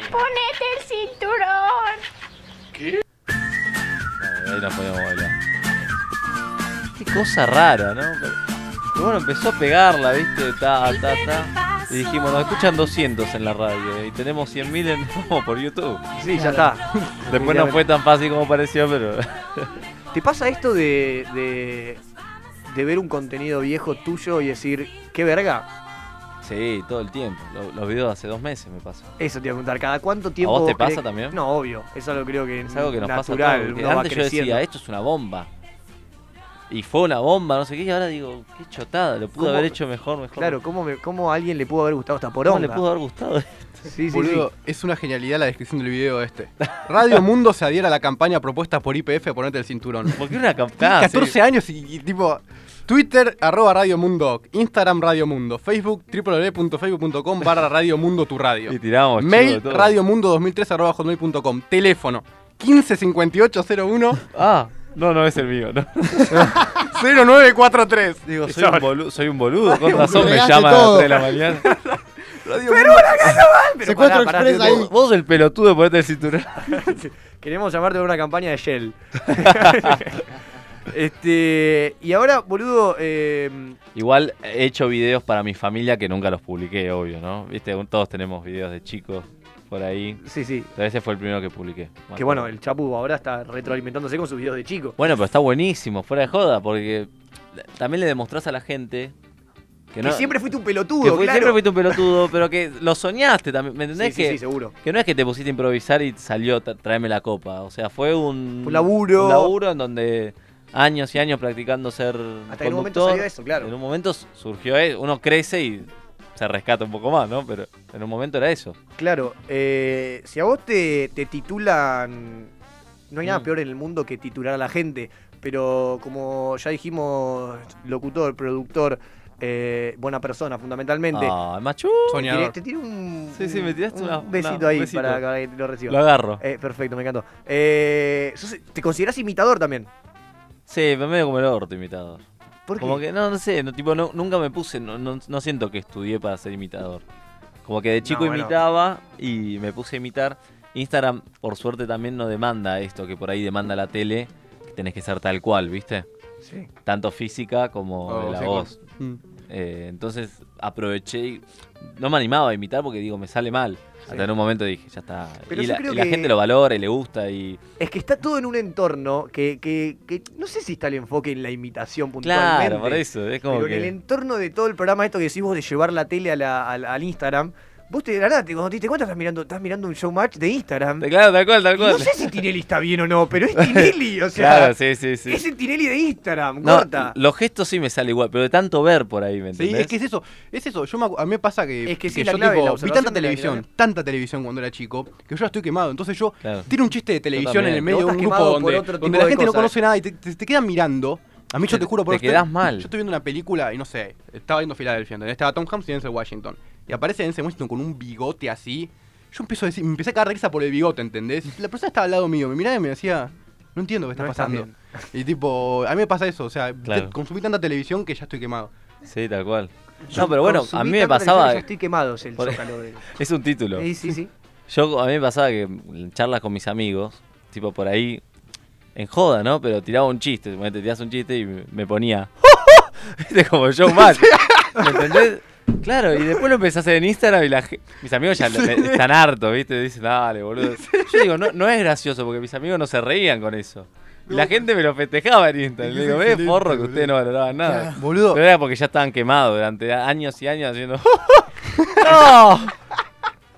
[SPEAKER 7] Ponete el cinturón.
[SPEAKER 11] Ahí nos podíamos bailar. Qué cosa rara, ¿no? Pero, pero bueno, empezó a pegarla, ¿viste? Ta, ta, ta. Y dijimos, nos escuchan 200 en la radio ¿eh? y tenemos 100.000 en, vamos, por YouTube.
[SPEAKER 1] Sí, ya está.
[SPEAKER 11] Después no fue tan fácil como pareció, pero...
[SPEAKER 1] ¿Te pasa esto de, de, de ver un contenido viejo tuyo y decir, qué verga?
[SPEAKER 11] Sí, todo el tiempo. Lo- los videos de hace dos meses me pasó.
[SPEAKER 1] Eso te iba a preguntar, ¿cada cuánto tiempo...
[SPEAKER 11] vos te
[SPEAKER 1] vos crees
[SPEAKER 11] pasa
[SPEAKER 1] que-
[SPEAKER 11] también?
[SPEAKER 1] No, obvio, eso lo creo que
[SPEAKER 11] Es algo que nos pasa a
[SPEAKER 1] natural,
[SPEAKER 11] todos, porque
[SPEAKER 1] uno va
[SPEAKER 11] Antes yo
[SPEAKER 1] creciendo.
[SPEAKER 11] decía, esto es una bomba. Y fue una bomba, no sé qué, y ahora digo, qué chotada, lo pudo
[SPEAKER 1] ¿Cómo?
[SPEAKER 11] haber hecho mejor, mejor.
[SPEAKER 1] Claro, ¿cómo, me- ¿cómo a alguien le pudo haber gustado esta
[SPEAKER 11] ¿Cómo
[SPEAKER 1] poronga?
[SPEAKER 11] le pudo haber gustado esto?
[SPEAKER 1] Sí, sí,
[SPEAKER 3] Boludo, es una genialidad la descripción del video este. Radio Mundo se adhiera a la campaña propuesta por IPF Ponerte el cinturón.
[SPEAKER 11] Porque era una
[SPEAKER 3] Tiene
[SPEAKER 11] campana.
[SPEAKER 3] 14 años y, y tipo. Twitter, arroba Radio Mundo, Instagram Radio Mundo, Facebook, www.facebook.com barra Radio Mundo tu radio.
[SPEAKER 11] Y tiramos, chivo,
[SPEAKER 3] Mail,
[SPEAKER 11] todo.
[SPEAKER 3] radiomundo2003 arroba hotmail.com. Teléfono, 155801
[SPEAKER 11] Ah, no, no es el mío, no.
[SPEAKER 3] 0943.
[SPEAKER 11] Digo, soy un, bolu- soy un boludo, con
[SPEAKER 3] un
[SPEAKER 11] razón me
[SPEAKER 3] boludo.
[SPEAKER 11] llama a las
[SPEAKER 3] Todo.
[SPEAKER 11] 3 de la mañana.
[SPEAKER 1] ¡Pero una casa mal! Pero
[SPEAKER 2] Secuestro
[SPEAKER 1] pará, pará,
[SPEAKER 2] Express
[SPEAKER 1] tío,
[SPEAKER 2] ahí.
[SPEAKER 11] Vos el pelotudo de ponerte el cinturón.
[SPEAKER 1] Queremos llamarte por una campaña de Shell. este, y ahora, boludo, eh,
[SPEAKER 11] Igual he hecho videos para mi familia que nunca los publiqué, obvio, ¿no? Viste, un- todos tenemos videos de chicos por ahí.
[SPEAKER 1] Sí, sí.
[SPEAKER 11] Pero ese fue el primero que publiqué. Me
[SPEAKER 1] que
[SPEAKER 11] acuerdo.
[SPEAKER 1] bueno, el Chapu ahora está retroalimentándose con sus videos de chico.
[SPEAKER 11] Bueno, pero está buenísimo, fuera de joda, porque también le demostrás a la gente
[SPEAKER 1] Que,
[SPEAKER 11] no-
[SPEAKER 1] siempre fuiste un pelotudo,
[SPEAKER 11] que fui-
[SPEAKER 1] claro.
[SPEAKER 11] Siempre fuiste un pelotudo, pero que lo soñaste también, ¿me entendés?
[SPEAKER 1] Sí, sí,
[SPEAKER 11] que,
[SPEAKER 1] sí, seguro.
[SPEAKER 11] Que no es que te pusiste a improvisar y salió "Tra- tráeme la copa. O sea, fue un,
[SPEAKER 1] Un laburo.
[SPEAKER 11] un laburo en donde años y años practicando ser
[SPEAKER 1] Hasta que en un momento
[SPEAKER 11] conductor.
[SPEAKER 1] salió eso, claro.
[SPEAKER 11] En un momento surgió, eh, uno crece y se rescata un poco más, ¿no? Pero en un momento era eso.
[SPEAKER 1] Claro, eh, si a vos te, te titulan, no hay nada
[SPEAKER 11] Mm.
[SPEAKER 1] peor en el mundo que titular a la gente, pero como ya dijimos, locutor, productor, eh, buena persona fundamentalmente.
[SPEAKER 11] Ah, machu.
[SPEAKER 1] Soñador. Te tiré un,
[SPEAKER 11] Sí, sí, me tiraste
[SPEAKER 1] un
[SPEAKER 11] una-
[SPEAKER 1] besito
[SPEAKER 11] una-
[SPEAKER 1] ahí
[SPEAKER 11] un besito.
[SPEAKER 1] para que lo reciba.
[SPEAKER 11] Lo agarro.
[SPEAKER 1] Eh, perfecto, me encantó. Eh, sos- ¿Te considerás imitador también?
[SPEAKER 11] Sí, me medio como el orto imitador.
[SPEAKER 1] ¿Por qué?
[SPEAKER 11] Como que no, no sé, no, tipo, no- nunca me puse, no, no- no siento que estudié para ser imitador. Como que de chico
[SPEAKER 1] bueno.
[SPEAKER 11] imitaba y me puse a imitar. Instagram, por suerte, también no demanda esto, que por ahí demanda la tele, que tenés que ser tal cual, ¿viste?
[SPEAKER 1] Sí.
[SPEAKER 11] Tanto física como
[SPEAKER 3] Oh,
[SPEAKER 11] de la
[SPEAKER 3] sí,
[SPEAKER 11] voz.
[SPEAKER 3] claro. Mm.
[SPEAKER 11] Eh, entonces aproveché y no me animaba a imitar porque digo, me sale mal. Hasta en un momento dije, ya está.
[SPEAKER 1] Pero
[SPEAKER 11] y
[SPEAKER 1] yo
[SPEAKER 11] la,
[SPEAKER 1] creo
[SPEAKER 11] y la
[SPEAKER 1] que-
[SPEAKER 11] gente lo valora y le gusta y...
[SPEAKER 1] Es que está todo en un entorno que, que- que no sé si está el enfoque en la imitación puntualmente.
[SPEAKER 11] Claro, por eso, es como
[SPEAKER 1] pero en
[SPEAKER 11] que-
[SPEAKER 1] el entorno de todo el programa, esto que decís vos de llevar la tele a la- al, al Instagram, vos te de la nada, te- cuando te diste cuenta estás mirando, estás mirando un showmatch de Instagram.
[SPEAKER 11] Claro, tal cual, tal
[SPEAKER 1] Y No
[SPEAKER 11] cual.
[SPEAKER 1] sé si Tinelli está bien o no, pero es Tinelli, o sea.
[SPEAKER 11] Claro, sí, sí, sí.
[SPEAKER 1] Es el Tinelli de Instagram,
[SPEAKER 11] No,
[SPEAKER 1] corta.
[SPEAKER 11] los gestos sí me sale igual, pero de tanto ver por ahí, ¿me
[SPEAKER 3] Sí,
[SPEAKER 11] entendés?
[SPEAKER 3] es que es eso, es eso. Yo me acu- a mí me pasa que,
[SPEAKER 1] Es que sí, la
[SPEAKER 3] yo
[SPEAKER 1] clave, la
[SPEAKER 3] tipo, vi
[SPEAKER 1] observación
[SPEAKER 3] tanta
[SPEAKER 1] de la
[SPEAKER 3] televisión,
[SPEAKER 1] clave.
[SPEAKER 3] tanta televisión cuando era chico, que yo ya estoy quemado. Entonces yo tiro un chiste de televisión
[SPEAKER 11] también.
[SPEAKER 3] en el medio de
[SPEAKER 11] Pero vos
[SPEAKER 3] un
[SPEAKER 11] estás
[SPEAKER 3] grupo
[SPEAKER 11] quemado por
[SPEAKER 3] donde,
[SPEAKER 11] otro
[SPEAKER 3] donde
[SPEAKER 11] tipo
[SPEAKER 3] la
[SPEAKER 11] de
[SPEAKER 3] gente no
[SPEAKER 11] cosas.
[SPEAKER 3] conoce nada y te, te- te quedan mirando. A mí yo te
[SPEAKER 11] Te-
[SPEAKER 3] juro por
[SPEAKER 11] te
[SPEAKER 3] estoy-
[SPEAKER 11] quedás mal.
[SPEAKER 3] Yo estoy viendo una película y no sé, estaba viendo Filadelfia, ¿entendés? Estaba Tom Hanks y Denzel Washington. Y aparece Denzel Washington con un bigote así. Yo empiezo a decir, me empecé a cagar de risa por el bigote, ¿entendés? La persona estaba al lado mío, me miraba y me decía, no entiendo qué está
[SPEAKER 1] No estás
[SPEAKER 3] pasando. Y tipo, a mí me pasa eso, o sea, te-
[SPEAKER 11] Claro.
[SPEAKER 3] consumí tanta televisión que ya estoy quemado.
[SPEAKER 11] Sí, tal cual.
[SPEAKER 1] Yo
[SPEAKER 11] No, pero bueno, a
[SPEAKER 1] consumí
[SPEAKER 11] mí me
[SPEAKER 1] tanta televisión
[SPEAKER 11] pasaba...
[SPEAKER 1] que ya estoy quemado, es el
[SPEAKER 11] Por-
[SPEAKER 1] zócalo de-
[SPEAKER 11] es un título.
[SPEAKER 3] Eh,
[SPEAKER 1] Sí, sí, sí.
[SPEAKER 11] Yo, a mí me pasaba que en charlas con mis amigos, tipo por ahí, en joda, ¿no? Pero tiraba un chiste, suponete, tirás un chiste y me ponía... Viste, como yo mal. ¿Me entendés? Claro, y después lo empezás a hacer en Instagram y la ge- mis amigos ya lo- me- están hartos, ¿viste? Dicen, dale, boludo. Yo digo, no, no es gracioso porque mis amigos no se reían con eso. Y La gente me lo festejaba en Instagram. Le digo, ve, forro que ustedes no valoraban nada.
[SPEAKER 3] Boludo.
[SPEAKER 11] Pero era porque ya estaban quemados durante a- años y años haciendo. ¡No!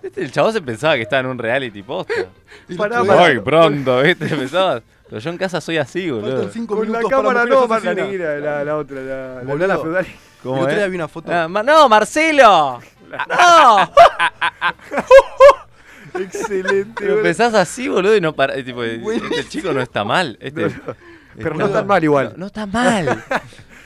[SPEAKER 11] Este, el chabón se pensaba que estaba en un reality posta.
[SPEAKER 1] Pará,
[SPEAKER 11] Voy
[SPEAKER 1] pará.
[SPEAKER 11] pronto, ¿viste? Pensabas. Pero yo en casa soy así, boludo.
[SPEAKER 1] Con la cámara no, más la negra, la, la otra, la, la,
[SPEAKER 3] Boludo.
[SPEAKER 1] la feudal.
[SPEAKER 11] ¿Cómo
[SPEAKER 3] el otro
[SPEAKER 11] es?
[SPEAKER 3] día vi una
[SPEAKER 1] eh?
[SPEAKER 3] foto.
[SPEAKER 11] Ah, ma- ¡No, Marcelo! ¡No!
[SPEAKER 1] Excelente.
[SPEAKER 11] Pero
[SPEAKER 1] boludo.
[SPEAKER 11] pensás así, boludo, y no para. y tipo, este chico no está mal. Este,
[SPEAKER 1] Pero no tan mal igual.
[SPEAKER 11] No, no está mal.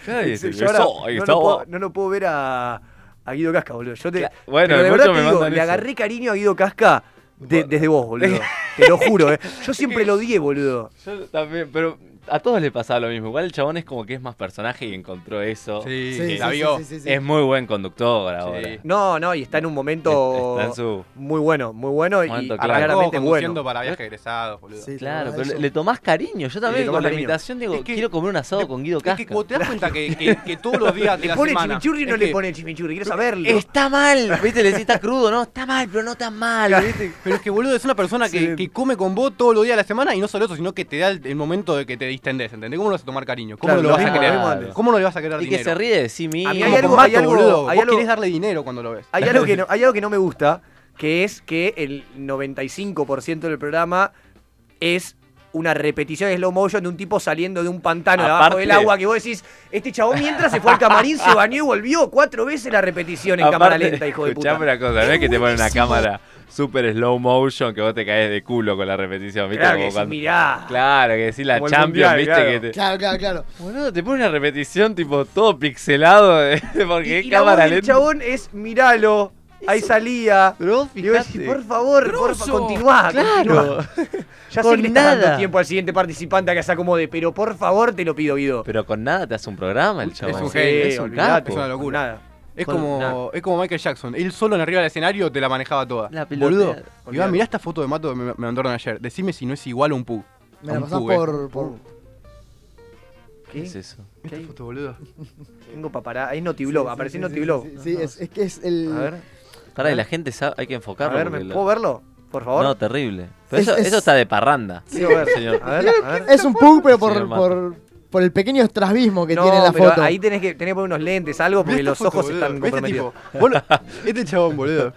[SPEAKER 11] Claro, y
[SPEAKER 1] Sí,
[SPEAKER 11] dice,
[SPEAKER 1] yo ahora
[SPEAKER 11] "Soy,
[SPEAKER 1] no,
[SPEAKER 11] soy".
[SPEAKER 1] lo puedo, no lo puedo ver a, a Guido Casca, boludo. Yo te,
[SPEAKER 11] Cla- bueno,
[SPEAKER 1] pero de
[SPEAKER 11] muchos
[SPEAKER 1] verdad
[SPEAKER 11] me
[SPEAKER 1] te digo,
[SPEAKER 11] mandan
[SPEAKER 1] le
[SPEAKER 11] eso.
[SPEAKER 1] agarré cariño a Guido Casca de- desde vos, boludo. te lo juro, eh. Yo siempre lo odié, boludo.
[SPEAKER 11] Yo también, pero a todos les pasaba lo mismo. Igual el chabón es como que es más personaje y encontró eso.
[SPEAKER 3] Sí,
[SPEAKER 11] Que
[SPEAKER 3] Ah, Sí, la sí, vio. sí, sí, sí, sí.
[SPEAKER 11] Es muy buen conductor ahora.
[SPEAKER 1] No, no, y está en un momento
[SPEAKER 11] Está en su-
[SPEAKER 1] muy bueno, muy bueno y
[SPEAKER 11] Momento clave.
[SPEAKER 3] Arrancó
[SPEAKER 1] claramente
[SPEAKER 3] conduciendo
[SPEAKER 1] bueno. ¿Eh?
[SPEAKER 3] para viajes egresados, boludo.
[SPEAKER 11] Claro, pero le, le tomás cariño. Yo también
[SPEAKER 3] le
[SPEAKER 11] con
[SPEAKER 3] tomás
[SPEAKER 11] la
[SPEAKER 3] cariño.
[SPEAKER 11] imitación digo, quiero comer un asado con Guido
[SPEAKER 3] Es
[SPEAKER 11] Casca.
[SPEAKER 3] que cuando te das cuenta que, que- que todos los días de
[SPEAKER 1] ¿Le
[SPEAKER 3] la
[SPEAKER 1] pone
[SPEAKER 3] semana...
[SPEAKER 1] chimichurri o no
[SPEAKER 3] es
[SPEAKER 1] le
[SPEAKER 3] que-
[SPEAKER 1] pone chimichurri? Quiero saberlo.
[SPEAKER 11] Está mal, viste, le decís está crudo, no, está mal, pero no tan mal, viste.
[SPEAKER 3] Pero es que, boludo, es una persona que, que come con vos todos los días de la semana y no solo eso, sino que te da el, el momento de que te distendés, ¿entendés? ¿Cómo no vas a tomar cariño? ¿Cómo
[SPEAKER 1] Claro,
[SPEAKER 3] no
[SPEAKER 1] lo
[SPEAKER 3] lo vas a
[SPEAKER 1] mismo,
[SPEAKER 3] querer?
[SPEAKER 1] lo mismo antes.
[SPEAKER 3] ¿Cómo no le vas a querer
[SPEAKER 11] Y
[SPEAKER 3] dinero?
[SPEAKER 11] que se ríe de sí mismo.
[SPEAKER 1] mí
[SPEAKER 3] Como
[SPEAKER 1] hay algo-
[SPEAKER 3] con
[SPEAKER 1] hay
[SPEAKER 3] Mato,
[SPEAKER 1] algo-
[SPEAKER 3] boludo.
[SPEAKER 1] hay
[SPEAKER 3] Vos
[SPEAKER 1] algo-
[SPEAKER 3] querés darle dinero cuando lo ves.
[SPEAKER 1] Hay algo, que no, hay algo que no me gusta, que es que el 95% del programa es una repetición de slow motion de un tipo saliendo de un pantano de abajo
[SPEAKER 11] Aparte-
[SPEAKER 1] del agua que vos decís, este chabón mientras se fue al camarín, se bañó y volvió cuatro veces la repetición en cámara
[SPEAKER 11] Aparte,
[SPEAKER 1] lenta, hijo de puta.
[SPEAKER 11] Escuchame una cosa, no es que te ponen una cámara super slow motion que vos te caes de culo con la repetición, ¿viste?
[SPEAKER 1] Claro, que
[SPEAKER 11] Como
[SPEAKER 1] decís,
[SPEAKER 11] cuando-
[SPEAKER 1] mirá.
[SPEAKER 11] Claro, que decís la
[SPEAKER 1] Como el
[SPEAKER 11] Champions,
[SPEAKER 1] Mundial,
[SPEAKER 11] ¿viste?
[SPEAKER 1] claro.
[SPEAKER 11] Que te...
[SPEAKER 2] Claro, claro, claro.
[SPEAKER 11] Boludo, te pone una repetición tipo todo pixelado de- porque es
[SPEAKER 1] Y la voz
[SPEAKER 11] cámara
[SPEAKER 1] del
[SPEAKER 11] lenta.
[SPEAKER 1] chabón es, miralo, ahí salía. Y vos decís, por favor, por favor, continuá,
[SPEAKER 11] Claro.
[SPEAKER 1] continuá. Ya sé
[SPEAKER 11] Con
[SPEAKER 1] que le estás dando
[SPEAKER 11] nada.
[SPEAKER 1] tiempo al siguiente participante a que se acomode, pero por favor te lo pido, Guido.
[SPEAKER 11] Pero con nada te hace un programa el chabón.
[SPEAKER 3] Es un
[SPEAKER 1] Sí,
[SPEAKER 3] genio, es un
[SPEAKER 1] olvidate,
[SPEAKER 3] capo. Es una locura.
[SPEAKER 1] Nada.
[SPEAKER 3] Es
[SPEAKER 11] Con-
[SPEAKER 3] como,
[SPEAKER 11] no.
[SPEAKER 3] es como Michael Jackson. Él solo en arriba del escenario te la manejaba toda.
[SPEAKER 11] La pilotea.
[SPEAKER 3] Boludo. Iván,
[SPEAKER 1] Olvidate.
[SPEAKER 3] mirá esta foto de Mato que me, me mandaron ayer. Decime si no es igual a un Pug.
[SPEAKER 2] Me
[SPEAKER 3] A
[SPEAKER 2] la
[SPEAKER 3] un
[SPEAKER 2] pasás
[SPEAKER 3] Pug, eh.
[SPEAKER 2] por, por.
[SPEAKER 11] ¿Qué es eso?
[SPEAKER 3] Esta foto, boludo.
[SPEAKER 1] este Tengo papará. Ahí Notiblog, apareció en
[SPEAKER 2] sí,
[SPEAKER 1] Notiblog.
[SPEAKER 2] Sí, sí, es, es que es el.
[SPEAKER 1] A ver,
[SPEAKER 11] Pará, y la gente sabe, hay que
[SPEAKER 1] Ah. a
[SPEAKER 11] enfocarlo.
[SPEAKER 1] ver, ¿me
[SPEAKER 11] porque la-
[SPEAKER 1] puedo verlo? Por favor.
[SPEAKER 11] No, terrible. Pero
[SPEAKER 2] Es-
[SPEAKER 11] eso,
[SPEAKER 2] es-
[SPEAKER 11] eso está de parranda.
[SPEAKER 1] Quiero ver.
[SPEAKER 11] señor.
[SPEAKER 1] A ver, a ver.
[SPEAKER 2] Es un pug, pero por,
[SPEAKER 11] Señor Mato.
[SPEAKER 2] por, por el pequeño estrabismo que
[SPEAKER 1] no,
[SPEAKER 2] tiene la
[SPEAKER 1] pero
[SPEAKER 2] foto.
[SPEAKER 1] ahí tenés que tenés que poner unos lentes, algo, porque los ojos están comprometidos.
[SPEAKER 3] Bueno, este chabón, boludo.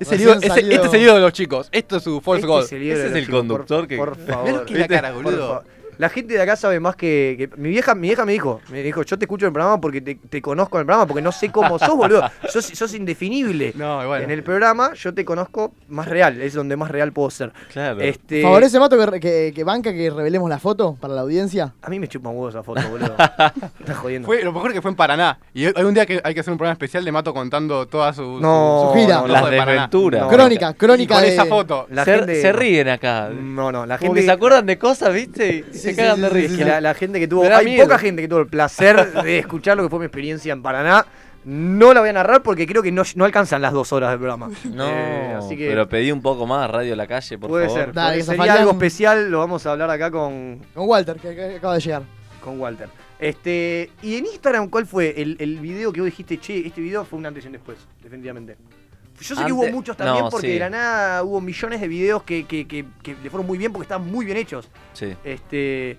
[SPEAKER 3] Es el
[SPEAKER 1] Recién
[SPEAKER 3] ídolo- es-
[SPEAKER 1] salido.
[SPEAKER 3] Este es el ídolo de los chicos. Esto es su false
[SPEAKER 1] Este
[SPEAKER 3] god.
[SPEAKER 1] es el ídolo de los chicos, por, Por favor.
[SPEAKER 3] Mirá lo que es la cara,
[SPEAKER 1] Por
[SPEAKER 3] boludo.
[SPEAKER 1] favor. La gente de acá sabe más que, que- mi vieja, mi vieja me dijo, me dijo, yo te escucho en el programa porque te, te conozco en el programa, porque no sé cómo sos, boludo. Sos, sos indefinible. En el programa yo te conozco más real, es donde más real puedo ser.
[SPEAKER 11] Claro.
[SPEAKER 1] Este,
[SPEAKER 2] ¿Favorece Mato que, re- que- que banca que revelemos la foto para la audiencia?
[SPEAKER 1] A mí me chupa un huevo esa foto, boludo. Estás jodiendo.
[SPEAKER 3] Fue, lo mejor que fue en Paraná. Y hay un día que hay que hacer un programa especial de Mato contando toda su, su-
[SPEAKER 1] No,
[SPEAKER 3] su
[SPEAKER 1] no,
[SPEAKER 3] su
[SPEAKER 1] no,
[SPEAKER 3] paso
[SPEAKER 1] las
[SPEAKER 3] de Paraná.
[SPEAKER 11] desventuras.
[SPEAKER 3] No.
[SPEAKER 2] Crónica,
[SPEAKER 3] Y
[SPEAKER 2] crónica
[SPEAKER 3] Con
[SPEAKER 2] de-
[SPEAKER 3] esa foto.
[SPEAKER 1] La
[SPEAKER 11] se,
[SPEAKER 1] gente-
[SPEAKER 11] se ríen acá.
[SPEAKER 1] No, no, la
[SPEAKER 11] Como
[SPEAKER 1] gente-
[SPEAKER 11] que se acuerdan de cosas, ¿viste? Y se
[SPEAKER 1] sí,
[SPEAKER 11] cagan
[SPEAKER 1] sí,
[SPEAKER 11] de
[SPEAKER 1] sí,
[SPEAKER 11] risa.
[SPEAKER 1] sí, sí. La, la gente que tuvo.
[SPEAKER 11] Me da
[SPEAKER 1] Hay
[SPEAKER 11] miedo.
[SPEAKER 1] poca gente que tuvo el placer de escuchar lo que fue mi experiencia en Paraná. No la voy a narrar porque creo que no, no alcanzan las dos horas del programa.
[SPEAKER 11] No,
[SPEAKER 1] Eh, así que
[SPEAKER 11] pero pedí un poco más Radio La Calle, por
[SPEAKER 1] puede
[SPEAKER 11] favor.
[SPEAKER 1] ser. Porque sería algo especial, lo vamos a hablar acá con,
[SPEAKER 2] Con Walter, que, que acaba de llegar.
[SPEAKER 1] con Walter. Este, y en Instagram, ¿cuál fue el, el video que vos dijiste, che, este video fue un antes y un después, definitivamente? Yo sé que
[SPEAKER 11] Antes-
[SPEAKER 1] hubo muchos también
[SPEAKER 11] no,
[SPEAKER 1] porque
[SPEAKER 11] sí.
[SPEAKER 1] de la nada hubo millones de videos que, que- que- que le fueron muy bien porque estaban muy bien hechos.
[SPEAKER 11] Sí.
[SPEAKER 1] Este,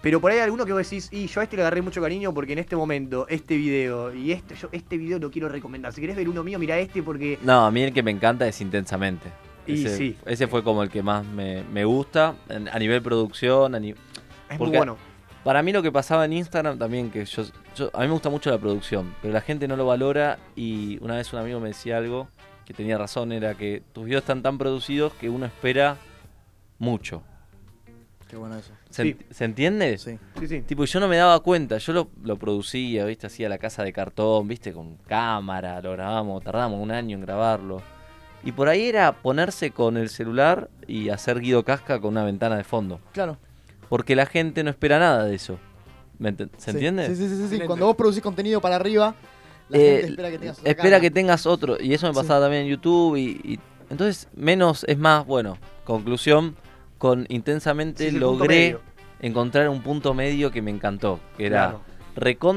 [SPEAKER 1] pero por ahí hay alguno que vos decís, y yo a este le agarré mucho cariño porque en este momento, este video, y este, yo este video lo quiero recomendar. Si querés ver uno mío, mira este porque
[SPEAKER 11] No, a mí el que me encanta es Intensamente.
[SPEAKER 1] Y
[SPEAKER 11] ese,
[SPEAKER 1] sí.
[SPEAKER 11] ese fue como el que más me, me gusta en- a nivel producción. A ni-
[SPEAKER 1] es muy
[SPEAKER 11] porque
[SPEAKER 1] bueno.
[SPEAKER 11] Para mí lo que pasaba en Instagram también, que yo, yo- A mí me gusta mucho la producción, pero la gente no lo valora y una vez un amigo me decía algo que tenía razón, era que tus videos están tan producidos que uno espera mucho.
[SPEAKER 2] Qué bueno eso.
[SPEAKER 11] ¿Se,
[SPEAKER 1] Sí.
[SPEAKER 11] ent- se entiende?
[SPEAKER 2] Sí.
[SPEAKER 1] Sí, sí.
[SPEAKER 11] Tipo, yo no me daba cuenta, yo lo, lo producía, ¿viste? Hacía la casa de cartón, ¿viste? Con cámara, lo grabamos, tardamos un año en grabarlo. Y por ahí era ponerse con el celular y hacer Guido Casca con una ventana de fondo.
[SPEAKER 2] Claro.
[SPEAKER 11] Porque la gente no espera nada de eso. ¿Me enten-
[SPEAKER 2] Sí.
[SPEAKER 11] ¿Se entiende?
[SPEAKER 2] Sí, sí, sí, sí, sí. Cuando vos producís contenido para arriba, la gente
[SPEAKER 11] Eh,
[SPEAKER 2] espera que tengas otra
[SPEAKER 11] espera
[SPEAKER 2] cara.
[SPEAKER 11] que tengas otro. Y eso me
[SPEAKER 2] Sí.
[SPEAKER 11] pasaba también en YouTube. Y, y- entonces, menos es más. Bueno, conclusión, con intensamente
[SPEAKER 1] Sí, sí, el punto
[SPEAKER 11] logré
[SPEAKER 1] medio.
[SPEAKER 11] encontrar un punto medio que me encantó. Que era
[SPEAKER 1] Claro.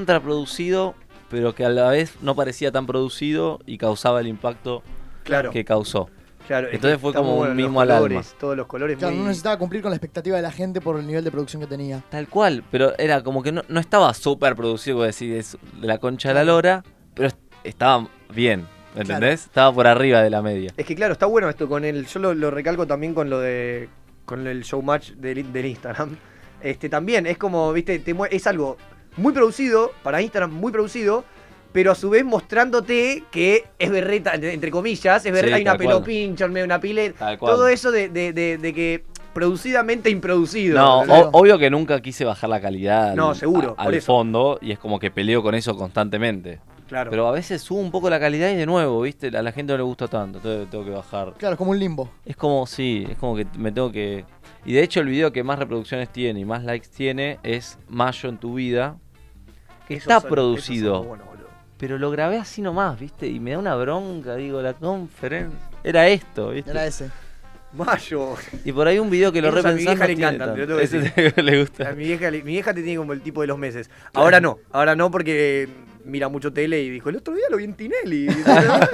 [SPEAKER 11] recontraproducido, pero que a la vez no parecía tan producido y causaba el impacto
[SPEAKER 1] Claro.
[SPEAKER 11] que causó.
[SPEAKER 1] Claro, es
[SPEAKER 11] entonces
[SPEAKER 1] que
[SPEAKER 11] fue
[SPEAKER 1] está muy
[SPEAKER 11] como un
[SPEAKER 1] bueno, los
[SPEAKER 11] mismo al alma.
[SPEAKER 1] colores, Todos los colores
[SPEAKER 2] Claro,
[SPEAKER 1] muy-
[SPEAKER 2] no necesitaba cumplir con la expectativa de la gente por el nivel de producción que tenía.
[SPEAKER 11] Tal cual, pero era como que no, no estaba súper producido, como decir, es de la concha de la lora, pero est- estaba bien, ¿entendés? Estaba por arriba de la media.
[SPEAKER 1] Es que claro, está bueno esto con el. Yo lo, lo recalco también con lo de. con el showmatch del, del Instagram. Este también, es como, viste, te mue- es algo muy producido, para Instagram muy producido, pero a su vez mostrándote que es berreta, entre, entre comillas, es berreta, hay
[SPEAKER 11] Sí,
[SPEAKER 1] una
[SPEAKER 11] tal cual.
[SPEAKER 1] pelopincha, en medio de una pileta,
[SPEAKER 11] Tal cual.
[SPEAKER 1] todo eso de, de- de- de que producidamente improducido.
[SPEAKER 11] No,
[SPEAKER 1] ¿entendés?
[SPEAKER 11] o- obvio que nunca quise bajar la calidad al-
[SPEAKER 1] No, seguro,
[SPEAKER 11] a-
[SPEAKER 1] por
[SPEAKER 11] al
[SPEAKER 1] eso.
[SPEAKER 11] fondo y es como que peleo con eso constantemente.
[SPEAKER 1] Claro.
[SPEAKER 11] Pero a veces subo un poco la calidad y de nuevo, ¿viste? A la gente no le gusta tanto, entonces tengo que bajar.
[SPEAKER 2] Claro, es como un limbo.
[SPEAKER 11] Es como, sí, es como que me tengo que... Y de hecho el video que más reproducciones tiene y más likes tiene es Mayo en tu vida, que
[SPEAKER 1] Esos
[SPEAKER 11] está
[SPEAKER 1] son- esos son
[SPEAKER 11] producido.
[SPEAKER 1] muy buenos, boludo.
[SPEAKER 11] Pero lo grabé así nomás, ¿viste? Y me da una bronca, digo, la conferencia. Era esto, ¿viste?
[SPEAKER 2] Era ese.
[SPEAKER 1] Mayo.
[SPEAKER 11] Y por ahí un video que lo
[SPEAKER 1] Esos a mi
[SPEAKER 11] repensás
[SPEAKER 1] vieja
[SPEAKER 11] no
[SPEAKER 1] le
[SPEAKER 11] tiene
[SPEAKER 1] encantan, te lo
[SPEAKER 11] tanto.
[SPEAKER 1] tengo que
[SPEAKER 11] Ese
[SPEAKER 1] decir.
[SPEAKER 11] te- le gusta.
[SPEAKER 1] A mi, vieja, le- mi vieja te tiene como el tipo de los meses. Ahora no, ahora no porque eh, mira mucho tele y dijo, el otro día lo vi en Tinelli. "Ah,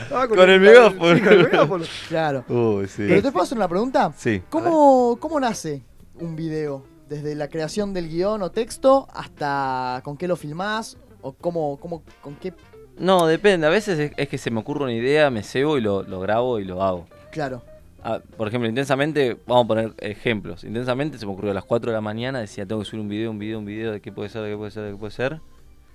[SPEAKER 1] Estaba
[SPEAKER 11] Con el megáfono.
[SPEAKER 1] Sí, con el megáfono.
[SPEAKER 2] Claro.
[SPEAKER 11] Uy, sí.
[SPEAKER 2] Pero te puedo hacer una pregunta.
[SPEAKER 11] Sí.
[SPEAKER 2] ¿Cómo, ¿Cómo nace un video? Desde la creación del guión o texto hasta con qué lo filmás o cómo, cómo con qué...
[SPEAKER 11] No, depende. A veces es, es que se me ocurre una idea, me cebo y lo, lo grabo y lo hago.
[SPEAKER 2] Claro.
[SPEAKER 11] Ah, por ejemplo, intensamente, vamos a poner ejemplos. Intensamente se me ocurrió a las 4 de la mañana, decía, tengo que subir un video, un video, un video, de qué puede ser, de qué puede ser, de qué puede ser.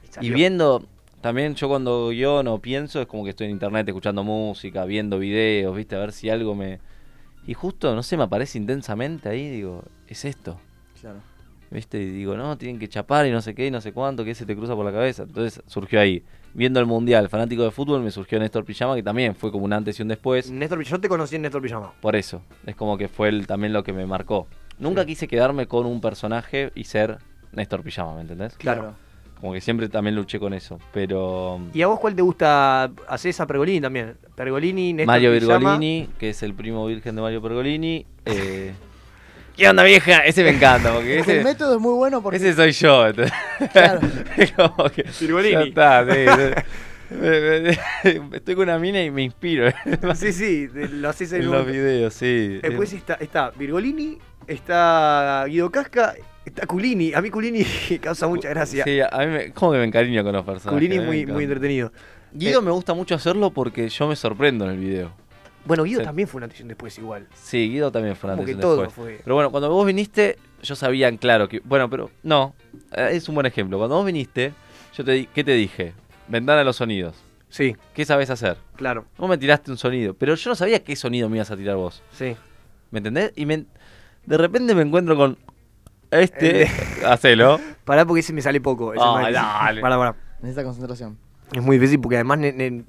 [SPEAKER 11] Y
[SPEAKER 1] salió.
[SPEAKER 11] viendo, también yo cuando yo no pienso, es como que estoy en internet escuchando música, viendo videos, viste, a ver si algo me... Y justo, no sé, me aparece intensamente ahí, digo, es esto.
[SPEAKER 2] Claro.
[SPEAKER 11] ¿Viste? Y digo, no, tienen que chapar y no sé qué y no sé cuánto, que se te cruza por la cabeza. Entonces surgió ahí. Viendo el Mundial, fanático de fútbol, me surgió Néstor Pijama, que también fue como un antes y un después.
[SPEAKER 1] Néstor, yo te conocí en Néstor Pijama.
[SPEAKER 11] Por eso, es como que fue el- también lo que me marcó. Nunca quise quedarme con un personaje y ser Néstor Pijama, ¿me entendés?
[SPEAKER 1] Claro.
[SPEAKER 11] Como que siempre también luché con eso, pero...
[SPEAKER 1] ¿Y a vos cuál te gusta? Hacés a Pergolini también. Pergolini, Néstor
[SPEAKER 11] Mario
[SPEAKER 1] Pijama.
[SPEAKER 11] Virgolini, que es el primo virgen de Mario Pergolini. eh, ¿Qué onda, vieja? Ese me encanta, porque
[SPEAKER 2] Porque el
[SPEAKER 11] ese,
[SPEAKER 2] método es muy bueno porque...
[SPEAKER 11] ese soy yo. entonces. Es como que- ya está, sí, sí. Me- me- Estoy con una mina y me inspiro ¿eh?
[SPEAKER 1] Sí, sí, de- lo haces en
[SPEAKER 11] en
[SPEAKER 1] un-
[SPEAKER 11] los videos, sí.
[SPEAKER 1] Después está, está Virgolini, está Guido Casca, Está Culini, a mí Culini causa mucha gracia.
[SPEAKER 11] Sí, a mí me, como que me encariño con los personajes.
[SPEAKER 1] Culini es
[SPEAKER 11] a mí me
[SPEAKER 1] muy,
[SPEAKER 11] encanta.
[SPEAKER 1] muy entretenido.
[SPEAKER 11] Guido me gusta mucho hacerlo porque yo me sorprendo en el video.
[SPEAKER 1] Bueno, Guido
[SPEAKER 11] Sí.
[SPEAKER 1] también fue una atención después igual.
[SPEAKER 11] Sí, Guido también fue
[SPEAKER 1] Como
[SPEAKER 11] antes
[SPEAKER 1] que
[SPEAKER 11] y un
[SPEAKER 1] todo
[SPEAKER 11] después.
[SPEAKER 1] fue-
[SPEAKER 11] Pero bueno, cuando vos viniste, yo sabía en claro que. Bueno, pero no, eh, es un buen ejemplo. Cuando vos viniste, yo te di- ¿qué te dije? Ventana de los sonidos.
[SPEAKER 1] Sí.
[SPEAKER 11] ¿Qué sabés hacer?
[SPEAKER 1] Claro.
[SPEAKER 11] Vos me tiraste un sonido, pero yo no sabía qué sonido me ibas a tirar vos.
[SPEAKER 1] Sí.
[SPEAKER 11] ¿Me entendés? Y me- de repente me encuentro con. Este. Hacelo.
[SPEAKER 1] Pará porque ese me sale poco. ese
[SPEAKER 11] Ah,
[SPEAKER 1] es más difícil.
[SPEAKER 11] dale.
[SPEAKER 1] Pará, pará.
[SPEAKER 2] Necesita concentración.
[SPEAKER 1] Es muy difícil porque además... ne- ne-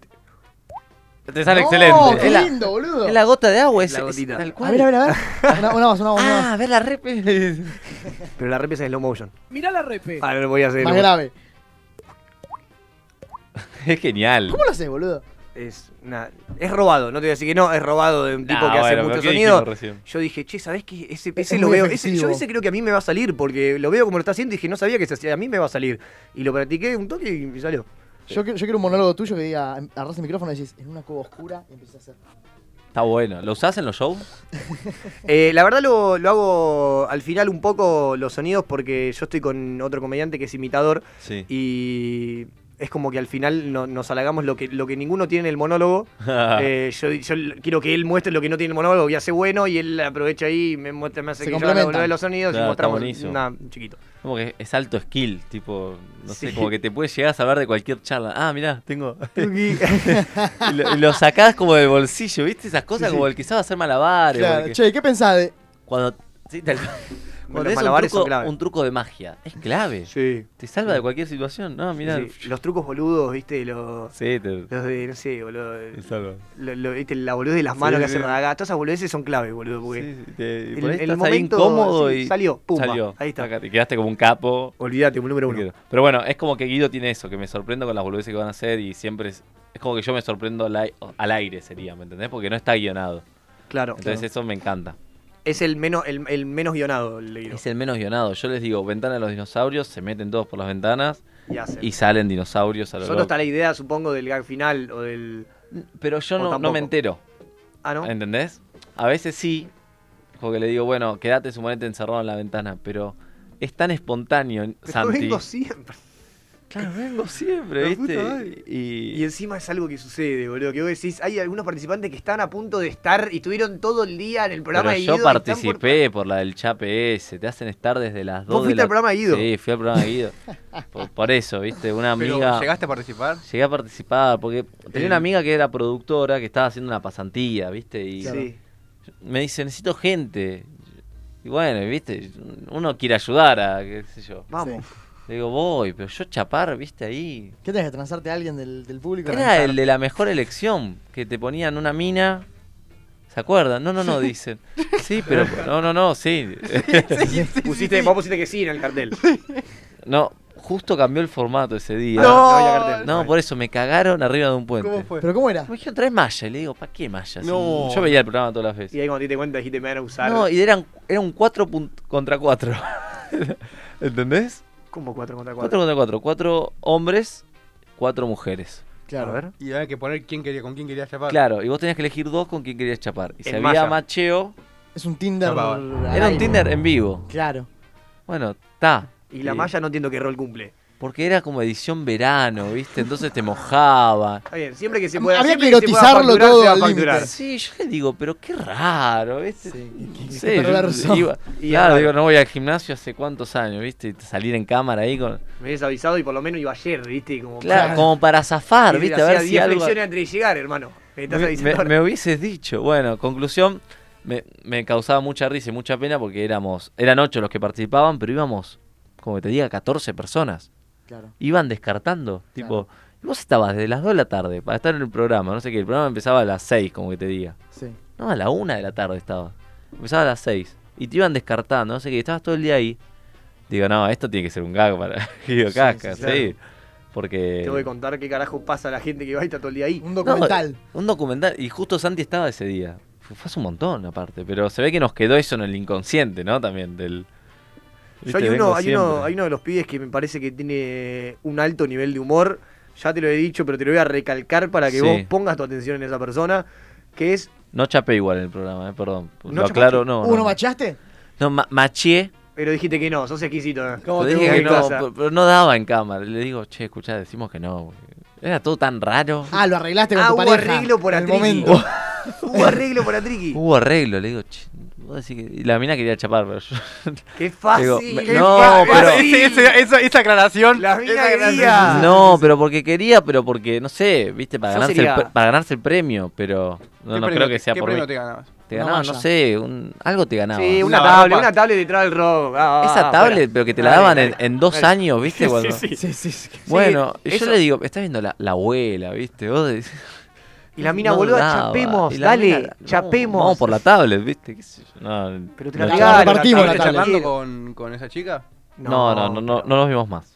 [SPEAKER 11] Te sale
[SPEAKER 2] No,
[SPEAKER 11] excelente.
[SPEAKER 2] qué
[SPEAKER 11] Es la-
[SPEAKER 2] lindo, boludo.
[SPEAKER 11] Es la gota de agua, es,
[SPEAKER 1] La
[SPEAKER 11] es
[SPEAKER 1] gotita.
[SPEAKER 11] tal
[SPEAKER 2] A
[SPEAKER 11] cual.
[SPEAKER 2] ver, a ver, a ver. Una, una más, una más.
[SPEAKER 11] Ah, a ver la rep.
[SPEAKER 1] Pero la rep es en slow motion.
[SPEAKER 25] Mirá la repe.
[SPEAKER 1] A ver, voy a hacer...
[SPEAKER 2] Más grave.
[SPEAKER 11] Es genial.
[SPEAKER 2] ¿Cómo lo haces, boludo?
[SPEAKER 1] Es, una- es robado, no te voy a decir que no, es robado de un tipo
[SPEAKER 11] Ah,
[SPEAKER 1] que hace
[SPEAKER 11] bueno,
[SPEAKER 1] mucho
[SPEAKER 11] ¿qué
[SPEAKER 1] sonido.
[SPEAKER 11] dijimos recién?
[SPEAKER 1] Yo dije, che, ¿sabés qué? Ese, ese
[SPEAKER 2] es
[SPEAKER 1] lo
[SPEAKER 2] muy
[SPEAKER 1] veo. ese- yo
[SPEAKER 2] efectivo.
[SPEAKER 1] ese creo que a mí me va a salir, porque lo veo como lo está haciendo y dije, no sabía que se hacía, a mí me va a salir. Y lo practiqué un toque y me salió.
[SPEAKER 2] Yo, qui- yo quiero un monólogo tuyo que diga, em- agarrás el micrófono y decís, en una cueva oscura y empezás a hacer.
[SPEAKER 11] Está bueno. ¿Lo usás en los shows?
[SPEAKER 1] Eh, la verdad lo, lo hago al final un poco los sonidos porque yo estoy con otro comediante que es imitador
[SPEAKER 11] Sí.
[SPEAKER 1] y es como que al final no- nos halagamos lo que, lo que ninguno tiene en el monólogo.
[SPEAKER 11] Ah.
[SPEAKER 1] Eh, yo, yo quiero que él muestre lo que no tiene en el monólogo y hace bueno y él aprovecha ahí y me, muestra, me hace
[SPEAKER 2] Se
[SPEAKER 1] que yo haga
[SPEAKER 2] complementan.
[SPEAKER 1] uno de los sonidos
[SPEAKER 11] Claro,
[SPEAKER 1] y
[SPEAKER 11] está
[SPEAKER 1] mostramos
[SPEAKER 11] buenísimo.
[SPEAKER 1] nada, chiquito.
[SPEAKER 11] Como que es alto skill, tipo, no sé,
[SPEAKER 1] Sí.
[SPEAKER 11] como que te puedes llegar a saber de cualquier charla. Ah, mirá, tengo. y, lo, y lo sacás como del bolsillo, ¿viste? Esas cosas
[SPEAKER 2] Sí, sí.
[SPEAKER 11] como el que sabe hacer malabares. o el
[SPEAKER 2] Claro,
[SPEAKER 11] que-
[SPEAKER 2] che, ¿qué pensás de...?
[SPEAKER 11] Cuando. sí, tal- cuando
[SPEAKER 1] Los
[SPEAKER 11] tenés un
[SPEAKER 1] malabares son
[SPEAKER 11] truco,
[SPEAKER 1] clave.
[SPEAKER 11] un truco de magia, es clave.
[SPEAKER 1] Sí.
[SPEAKER 11] Te salva de cualquier situación. No, mirá.
[SPEAKER 1] Sí, sí. Los trucos boludos, viste, los,
[SPEAKER 11] Sí, te-
[SPEAKER 1] los de, no sé, boludo. eh,
[SPEAKER 11] te salva.
[SPEAKER 1] lo- lo- viste, la boludez de las manos
[SPEAKER 11] Sí,
[SPEAKER 1] que hace
[SPEAKER 11] sí.
[SPEAKER 1] Radagast, todas esas boludeces son clave, boludo, porque
[SPEAKER 11] Sí, sí, te- y
[SPEAKER 1] el-
[SPEAKER 11] por ahí
[SPEAKER 1] el
[SPEAKER 11] estás ahí
[SPEAKER 1] momento,
[SPEAKER 11] incómodo
[SPEAKER 1] sí,
[SPEAKER 11] y
[SPEAKER 1] salió, pumba,
[SPEAKER 11] salió.
[SPEAKER 1] ahí está.
[SPEAKER 11] Acá Te quedaste como un capo.
[SPEAKER 1] Olvídate, un número uno.
[SPEAKER 11] Quiero. Pero bueno, es como que Guido tiene eso, que me sorprendo con las boludeces que van a hacer y siempre es, es como que yo me sorprendo al, ai- al aire sería, ¿me entendés? Porque no está guionado.
[SPEAKER 1] Claro.
[SPEAKER 11] Entonces eso me encanta.
[SPEAKER 1] Es el menos, el, el menos guionado, le digo.
[SPEAKER 11] Es el menos guionado. Yo les digo, ventana de los dinosaurios, se meten todos por las ventanas
[SPEAKER 1] Y hacen.
[SPEAKER 11] y salen dinosaurios a lo
[SPEAKER 1] Solo
[SPEAKER 11] loco.
[SPEAKER 1] está la idea, supongo, del gag final o del.
[SPEAKER 11] Pero yo
[SPEAKER 1] o
[SPEAKER 11] no, no
[SPEAKER 1] tampoco.
[SPEAKER 11] me entero.
[SPEAKER 1] Ah, ¿no?
[SPEAKER 11] ¿Entendés? A veces sí, como que le digo, bueno, quédate suponete encerrado en la ventana, pero es tan espontáneo,
[SPEAKER 1] Pero
[SPEAKER 11] Santi.
[SPEAKER 1] vengo siempre.
[SPEAKER 11] Claro, vengo siempre,
[SPEAKER 1] La
[SPEAKER 11] ¿viste?
[SPEAKER 1] puta madre.
[SPEAKER 11] Y,
[SPEAKER 1] Y encima es algo que sucede, boludo. Que vos decís, hay algunos participantes que están a punto de estar y estuvieron todo el día en el programa
[SPEAKER 11] Pero
[SPEAKER 1] de
[SPEAKER 11] yo
[SPEAKER 1] Guido y están por-
[SPEAKER 11] participé por... la del Chape ese. Te hacen estar desde las 2
[SPEAKER 1] ¿Vos fuiste
[SPEAKER 11] de la...
[SPEAKER 1] al programa de Guido?
[SPEAKER 11] Sí, fui al programa de Guido. por, por eso, viste, una
[SPEAKER 9] Pero,
[SPEAKER 11] amiga...
[SPEAKER 9] ¿llegaste a participar?
[SPEAKER 11] Llegué a participar porque tenía
[SPEAKER 9] Eh.
[SPEAKER 11] una amiga que era productora, que estaba haciendo una pasantía, viste, y
[SPEAKER 1] Sí.
[SPEAKER 11] me dice, necesito gente. Y bueno, viste, uno quiere ayudar a, qué sé yo.
[SPEAKER 1] Vamos.
[SPEAKER 11] Le digo, voy, pero yo chapar, viste, ahí...
[SPEAKER 2] ¿Qué tenés que transarte a alguien del, del público?
[SPEAKER 11] Era el de la mejor elección, que te ponían una mina. ¿Se acuerdan? No, no, no, dicen. Sí, pero. No, no, no, sí.
[SPEAKER 1] pusiste, Vos pusiste que sí en el cartel.
[SPEAKER 11] No, justo cambió el formato ese día.
[SPEAKER 1] Ah, no había cartel.
[SPEAKER 11] No, por eso me cagaron arriba de un puente.
[SPEAKER 2] ¿Pero cómo era?
[SPEAKER 11] Me dijeron, traes malla. Y le digo, ¿para qué malla? Si
[SPEAKER 1] No.
[SPEAKER 11] Yo veía el programa todas las veces.
[SPEAKER 1] Y ahí cuando te diste cuenta dijiste, me van a usar.
[SPEAKER 11] No, y eran, era un 4 contra 4. ¿Entendés?
[SPEAKER 1] ¿Cómo 4 contra
[SPEAKER 11] 4
[SPEAKER 1] 4?
[SPEAKER 11] contra 4. 4 hombres, 4 mujeres.
[SPEAKER 2] Claro.
[SPEAKER 1] A ver.
[SPEAKER 9] Y había que poner quién quería, con quién quería chapar.
[SPEAKER 11] Claro, y vos tenías que elegir dos con quién querías chapar. Y si
[SPEAKER 1] En
[SPEAKER 11] había
[SPEAKER 1] malla.
[SPEAKER 11] macheo,
[SPEAKER 2] Es un Tinder.
[SPEAKER 9] Chapaba.
[SPEAKER 2] al
[SPEAKER 11] era un
[SPEAKER 2] aire.
[SPEAKER 11] Tinder en vivo.
[SPEAKER 2] Claro.
[SPEAKER 11] Bueno, está.
[SPEAKER 1] Y la
[SPEAKER 11] Sí.
[SPEAKER 1] malla no entiendo qué rol cumple.
[SPEAKER 11] Porque era como edición verano, ¿viste? Entonces te mojaba.
[SPEAKER 1] Está bien, siempre que se pueda.
[SPEAKER 2] Había
[SPEAKER 1] siempre
[SPEAKER 2] que
[SPEAKER 1] se pueda
[SPEAKER 2] erotizarlo
[SPEAKER 1] facturar,
[SPEAKER 2] todo
[SPEAKER 1] se va a
[SPEAKER 2] al límite.
[SPEAKER 1] facturar.
[SPEAKER 11] Sí, yo le digo, pero qué raro, ¿viste? No sé,
[SPEAKER 2] qué
[SPEAKER 11] yo
[SPEAKER 2] perverso.
[SPEAKER 11] iba-
[SPEAKER 1] Y
[SPEAKER 11] claro,
[SPEAKER 1] raro.
[SPEAKER 11] digo, no voy al gimnasio hace cuántos años, ¿viste? Y Salir en cámara ahí con...
[SPEAKER 1] Me habías avisado y por lo menos iba ayer, ¿viste? Como
[SPEAKER 11] Claro, como para zafar, ¿viste? A ver si algo...
[SPEAKER 1] flexiones antes de llegar, hermano. Me estás
[SPEAKER 11] Me,
[SPEAKER 1] avisando
[SPEAKER 11] me-
[SPEAKER 1] ahora.
[SPEAKER 11] me hubieses dicho. Bueno, conclusión, me, me causaba mucha risa y mucha pena porque éramos... Eran ocho los que participaban, pero íbamos, como te diga, 14 personas.
[SPEAKER 2] Claro.
[SPEAKER 11] iban descartando. Tipo, y vos estabas desde las 2 de la tarde para estar en el programa, no sé qué. El programa empezaba a las 6, como que te diga.
[SPEAKER 2] Sí.
[SPEAKER 11] No, a la 1 de la tarde estaba. Empezaba a las 6. Y te iban descartando, no sé qué. Estabas todo el día ahí. Digo, no, esto tiene que ser un gag para Guido
[SPEAKER 2] Sí,
[SPEAKER 11] Casca, sí.
[SPEAKER 2] sí, claro.
[SPEAKER 11] Porque.
[SPEAKER 1] Te voy a contar qué carajo pasa a la gente que va y está todo el día ahí.
[SPEAKER 2] Un
[SPEAKER 11] No, eh,
[SPEAKER 2] documental.
[SPEAKER 11] un documental. Y justo Santi estaba ese día. Fue fue hace un montón, aparte. Pero se ve que nos quedó eso en el inconsciente, ¿no? También del.
[SPEAKER 1] Yo
[SPEAKER 11] Viste,
[SPEAKER 1] hay,
[SPEAKER 11] vengo
[SPEAKER 1] uno, hay, uno,
[SPEAKER 11] siempre.
[SPEAKER 1] hay uno de los pibes que me parece que tiene un alto nivel de humor. Ya te lo he dicho, pero te lo voy a recalcar para que
[SPEAKER 11] Sí.
[SPEAKER 1] vos pongas tu atención en esa persona. Que es.
[SPEAKER 11] No chapé igual en el programa, eh, perdón.
[SPEAKER 1] ¿No
[SPEAKER 11] lo
[SPEAKER 1] chapaste?
[SPEAKER 11] aclaro, no.
[SPEAKER 2] ¿Uno
[SPEAKER 11] no.
[SPEAKER 2] machaste?
[SPEAKER 11] No, ma maché,
[SPEAKER 1] Pero dijiste que no, sos exquisito. ¿eh?
[SPEAKER 11] Le dije que no, pero- pero no daba en cámara. Le digo, che, escuchá, decimos que no. güey". Era todo tan raro.
[SPEAKER 2] Ah, lo arreglaste con
[SPEAKER 1] Ah,
[SPEAKER 2] tu
[SPEAKER 1] hubo
[SPEAKER 2] pareja.
[SPEAKER 1] arreglo por
[SPEAKER 2] en el
[SPEAKER 1] Atriqui.
[SPEAKER 2] momento.
[SPEAKER 1] Hubo arreglo para Triqui.
[SPEAKER 11] Hubo arreglo, le digo, che, vos decís que... Y la mina quería chapar, pero yo...
[SPEAKER 1] ¡Qué fácil!
[SPEAKER 11] Digo, me-
[SPEAKER 1] qué
[SPEAKER 11] no,
[SPEAKER 1] fácil.
[SPEAKER 11] pero...
[SPEAKER 9] Ah, esa, esa aclaración.
[SPEAKER 1] La mina quería.
[SPEAKER 11] No, pero porque quería, pero porque, no sé, viste, para,
[SPEAKER 1] Ah, Yo
[SPEAKER 11] ganarse
[SPEAKER 1] sería-
[SPEAKER 11] el, pre- para ganarse el premio, pero no,
[SPEAKER 9] ¿Qué
[SPEAKER 11] no
[SPEAKER 9] premio
[SPEAKER 11] creo
[SPEAKER 9] te-
[SPEAKER 11] que sea
[SPEAKER 9] qué
[SPEAKER 11] por
[SPEAKER 9] premio
[SPEAKER 11] mí.
[SPEAKER 9] te ganabas?
[SPEAKER 11] Te
[SPEAKER 9] Una
[SPEAKER 11] ganabas, no
[SPEAKER 9] malla.
[SPEAKER 11] sé, un- algo te ganabas.
[SPEAKER 1] Sí, una
[SPEAKER 9] No,
[SPEAKER 1] tablet,
[SPEAKER 9] ropa.
[SPEAKER 1] una tablet detrás del rock. Ah, ah,
[SPEAKER 11] Esa
[SPEAKER 1] ah,
[SPEAKER 11] tablet,
[SPEAKER 1] fuera.
[SPEAKER 11] pero que te la
[SPEAKER 1] Dale,
[SPEAKER 11] daban en,
[SPEAKER 1] dale.
[SPEAKER 11] en dos
[SPEAKER 1] Dale.
[SPEAKER 11] años, ¿viste?
[SPEAKER 1] Sí,
[SPEAKER 11] Cuando-
[SPEAKER 1] sí, sí.
[SPEAKER 11] Bueno,
[SPEAKER 1] Sí,
[SPEAKER 11] y
[SPEAKER 1] eso-
[SPEAKER 11] yo le digo, estás viendo la, la abuela, ¿viste? Vos decís,
[SPEAKER 1] Y la mina,
[SPEAKER 11] no
[SPEAKER 1] boluda,
[SPEAKER 11] daba.
[SPEAKER 1] chapemos,
[SPEAKER 11] Y la
[SPEAKER 1] dale,
[SPEAKER 11] mina, no,
[SPEAKER 1] chapemos.
[SPEAKER 11] Vamos por la tablet, ¿viste? ¿Qué sé yo? No,
[SPEAKER 1] Pero te
[SPEAKER 11] no
[SPEAKER 1] la
[SPEAKER 11] chapamos.
[SPEAKER 1] regalo,
[SPEAKER 9] ¿Partimos
[SPEAKER 1] la tablet.
[SPEAKER 9] charlando con, con esa chica?
[SPEAKER 11] No, no, no, no, no nos vimos más.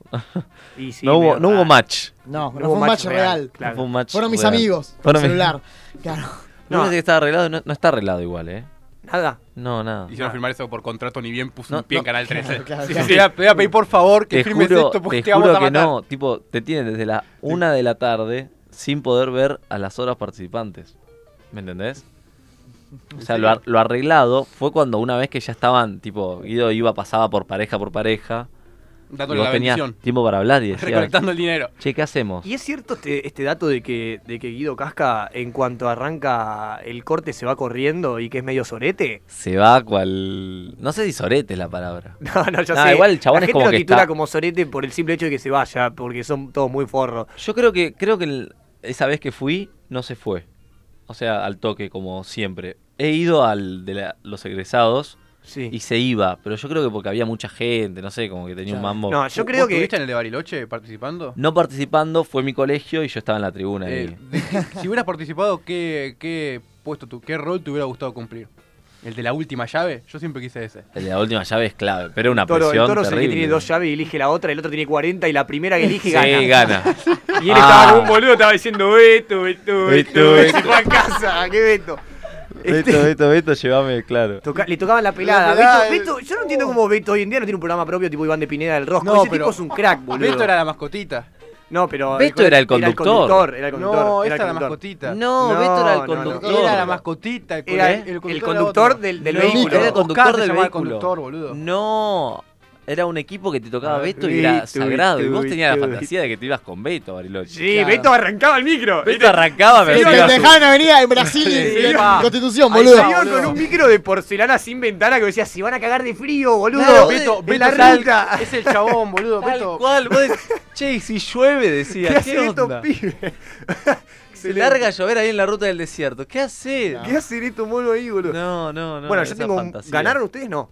[SPEAKER 1] Y sí,
[SPEAKER 11] no, hubo,
[SPEAKER 1] medio
[SPEAKER 11] no hubo
[SPEAKER 1] raro.
[SPEAKER 11] match.
[SPEAKER 2] No, no,
[SPEAKER 1] No hubo
[SPEAKER 2] fue un match real.
[SPEAKER 1] claro.
[SPEAKER 11] Fue un match
[SPEAKER 2] Fueron mis
[SPEAKER 11] real.
[SPEAKER 2] amigos.
[SPEAKER 11] Fueron
[SPEAKER 2] por
[SPEAKER 11] mis-
[SPEAKER 2] celular. Claro.
[SPEAKER 1] No.
[SPEAKER 11] Lo único que está arreglado, no, no está arreglado igual, ¿eh?
[SPEAKER 1] Nada.
[SPEAKER 11] No, nada.
[SPEAKER 9] Hicieron firmar eso por contrato, ni bien puso
[SPEAKER 11] No,
[SPEAKER 9] un pie en
[SPEAKER 11] no.
[SPEAKER 9] Canal 13.
[SPEAKER 2] claro,
[SPEAKER 9] Sí,
[SPEAKER 2] claro.
[SPEAKER 9] sí, te voy a pedir por favor que
[SPEAKER 11] Te
[SPEAKER 9] firmes
[SPEAKER 11] juro,
[SPEAKER 9] esto porque
[SPEAKER 11] te
[SPEAKER 9] te,
[SPEAKER 11] juro
[SPEAKER 9] vamos a
[SPEAKER 11] que
[SPEAKER 9] matar.
[SPEAKER 11] no, tipo, te tienen desde la una de la tarde sin poder ver a las horas participantes. ¿Me entendés? O sea, lo, ar- lo arreglado fue cuando una vez que ya estaban, tipo, Guido iba, pasaba por pareja por pareja.
[SPEAKER 9] Dándole
[SPEAKER 11] y vos
[SPEAKER 9] la
[SPEAKER 11] tenías
[SPEAKER 9] bendición.
[SPEAKER 11] tiempo para hablar y decías,
[SPEAKER 9] Recolectando el dinero.
[SPEAKER 11] Che, ¿qué hacemos?
[SPEAKER 1] ¿Y es cierto este, este dato de que, de que Guido Casca, en cuanto arranca el corte, se va corriendo y que es medio sorete?
[SPEAKER 11] Se va cual... No sé si sorete es la palabra.
[SPEAKER 1] No, no, ya
[SPEAKER 11] Nah,
[SPEAKER 1] sé.
[SPEAKER 11] igual el chabón
[SPEAKER 1] La
[SPEAKER 11] es
[SPEAKER 1] gente
[SPEAKER 11] como
[SPEAKER 1] lo
[SPEAKER 11] que
[SPEAKER 1] titula
[SPEAKER 11] está-
[SPEAKER 1] como sorete por el simple hecho de que se vaya, porque son todos muy forros.
[SPEAKER 11] Yo creo que creo que el- esa vez que fui no se fue. O sea, al toque como siempre. He ido al de la- los egresados
[SPEAKER 1] Sí.
[SPEAKER 11] y se iba, pero yo creo que porque había mucha gente, no sé, como que tenía un mambo.
[SPEAKER 1] No,
[SPEAKER 11] No,
[SPEAKER 1] yo
[SPEAKER 9] ¿Vos
[SPEAKER 1] creo que.
[SPEAKER 9] estuviste en el de Bariloche participando?
[SPEAKER 11] participando fue mi colegio y yo estaba en la tribuna. y-
[SPEAKER 9] Eh, de- si hubieras participado, ¿qué, qué puesto, tu, qué rol te hubiera gustado cumplir? ¿El de la última llave? Yo siempre quise ese.
[SPEAKER 11] el de la última llave es clave, pero era una
[SPEAKER 1] El toro, el
[SPEAKER 11] presión
[SPEAKER 1] toro es el que
[SPEAKER 11] terrible.
[SPEAKER 1] tiene dos llaves y elige la otra, el otro tiene 40 y la primera que elige
[SPEAKER 11] Sí,
[SPEAKER 1] gana.
[SPEAKER 11] gana.
[SPEAKER 1] Y él
[SPEAKER 11] Ah.
[SPEAKER 1] estaba como un boludo, estaba diciendo esto, esto, esto,
[SPEAKER 11] Beto,
[SPEAKER 1] esto. Se
[SPEAKER 11] Beto.
[SPEAKER 1] fue a casa, qué Beto. Este-
[SPEAKER 11] Beto, Beto, Beto, llévame, claro.
[SPEAKER 1] Toca- le tocaban la pelada.
[SPEAKER 9] La pelada,
[SPEAKER 1] Beto, Beto- yo no entiendo cómo Beto hoy en día no tiene un programa propio tipo Iván de Pineda del Rosco. Ese tipo es un crack, boludo.
[SPEAKER 9] Beto era la mascotita.
[SPEAKER 1] No, pero.
[SPEAKER 11] Beto era el conductor.
[SPEAKER 1] Era el conductor.
[SPEAKER 9] No,
[SPEAKER 1] era
[SPEAKER 9] esta
[SPEAKER 1] el
[SPEAKER 9] era la
[SPEAKER 1] conductor.
[SPEAKER 9] mascotita.
[SPEAKER 11] No, Beto era el
[SPEAKER 1] No, no, no.
[SPEAKER 11] conductor.
[SPEAKER 9] Era la mascotita. El,
[SPEAKER 1] Era el-
[SPEAKER 9] el
[SPEAKER 1] el
[SPEAKER 9] era
[SPEAKER 1] conductor
[SPEAKER 9] otro.
[SPEAKER 1] del- del
[SPEAKER 9] Lo-
[SPEAKER 1] vehículo.
[SPEAKER 11] Era el conductor
[SPEAKER 9] Oscar se
[SPEAKER 11] del
[SPEAKER 9] llamaba el
[SPEAKER 11] vehículo.
[SPEAKER 9] conductor, boludo.
[SPEAKER 11] No, era un equipo que te tocaba
[SPEAKER 1] Ah,
[SPEAKER 11] Beto y era
[SPEAKER 1] Beto,
[SPEAKER 11] sagrado. y
[SPEAKER 1] Beto,
[SPEAKER 11] vos tenías
[SPEAKER 1] Beto,
[SPEAKER 11] la fantasía de que te ibas con Beto, Bariloche.
[SPEAKER 1] Sí,
[SPEAKER 2] Claro.
[SPEAKER 1] Beto arrancaba el micro.
[SPEAKER 11] Beto
[SPEAKER 1] Era-
[SPEAKER 11] arrancaba,
[SPEAKER 1] Sí,
[SPEAKER 11] me
[SPEAKER 2] Te
[SPEAKER 1] iba
[SPEAKER 11] metía
[SPEAKER 1] a
[SPEAKER 11] su-
[SPEAKER 2] dejaban a venir en Brasil, en
[SPEAKER 1] pa.
[SPEAKER 2] Constitución,
[SPEAKER 1] Ahí
[SPEAKER 2] boludo.
[SPEAKER 1] se iba con un micro de porcelana sin ventana que decía, si van a cagar de frío, boludo.
[SPEAKER 11] Claro,
[SPEAKER 1] Beto,
[SPEAKER 11] Beto,
[SPEAKER 1] en la
[SPEAKER 11] sal-
[SPEAKER 1] ruta.
[SPEAKER 9] Es el chabón, boludo.
[SPEAKER 11] Tal
[SPEAKER 9] Beto.
[SPEAKER 11] cual, vos decís, che, y si llueve, decía,
[SPEAKER 1] ¿Qué
[SPEAKER 11] ¿qué,
[SPEAKER 1] hacen estos
[SPEAKER 11] onda?
[SPEAKER 1] pibes?
[SPEAKER 11] Se larga a llover ahí en la ruta del desierto. ¿Qué hace?
[SPEAKER 1] ¿Qué hacen estos monos ahí, boludo?
[SPEAKER 11] No, no, no.
[SPEAKER 1] bueno, yo
[SPEAKER 11] esa
[SPEAKER 1] tengo un...
[SPEAKER 11] fantasía.
[SPEAKER 1] ¿Ganaron ustedes? No.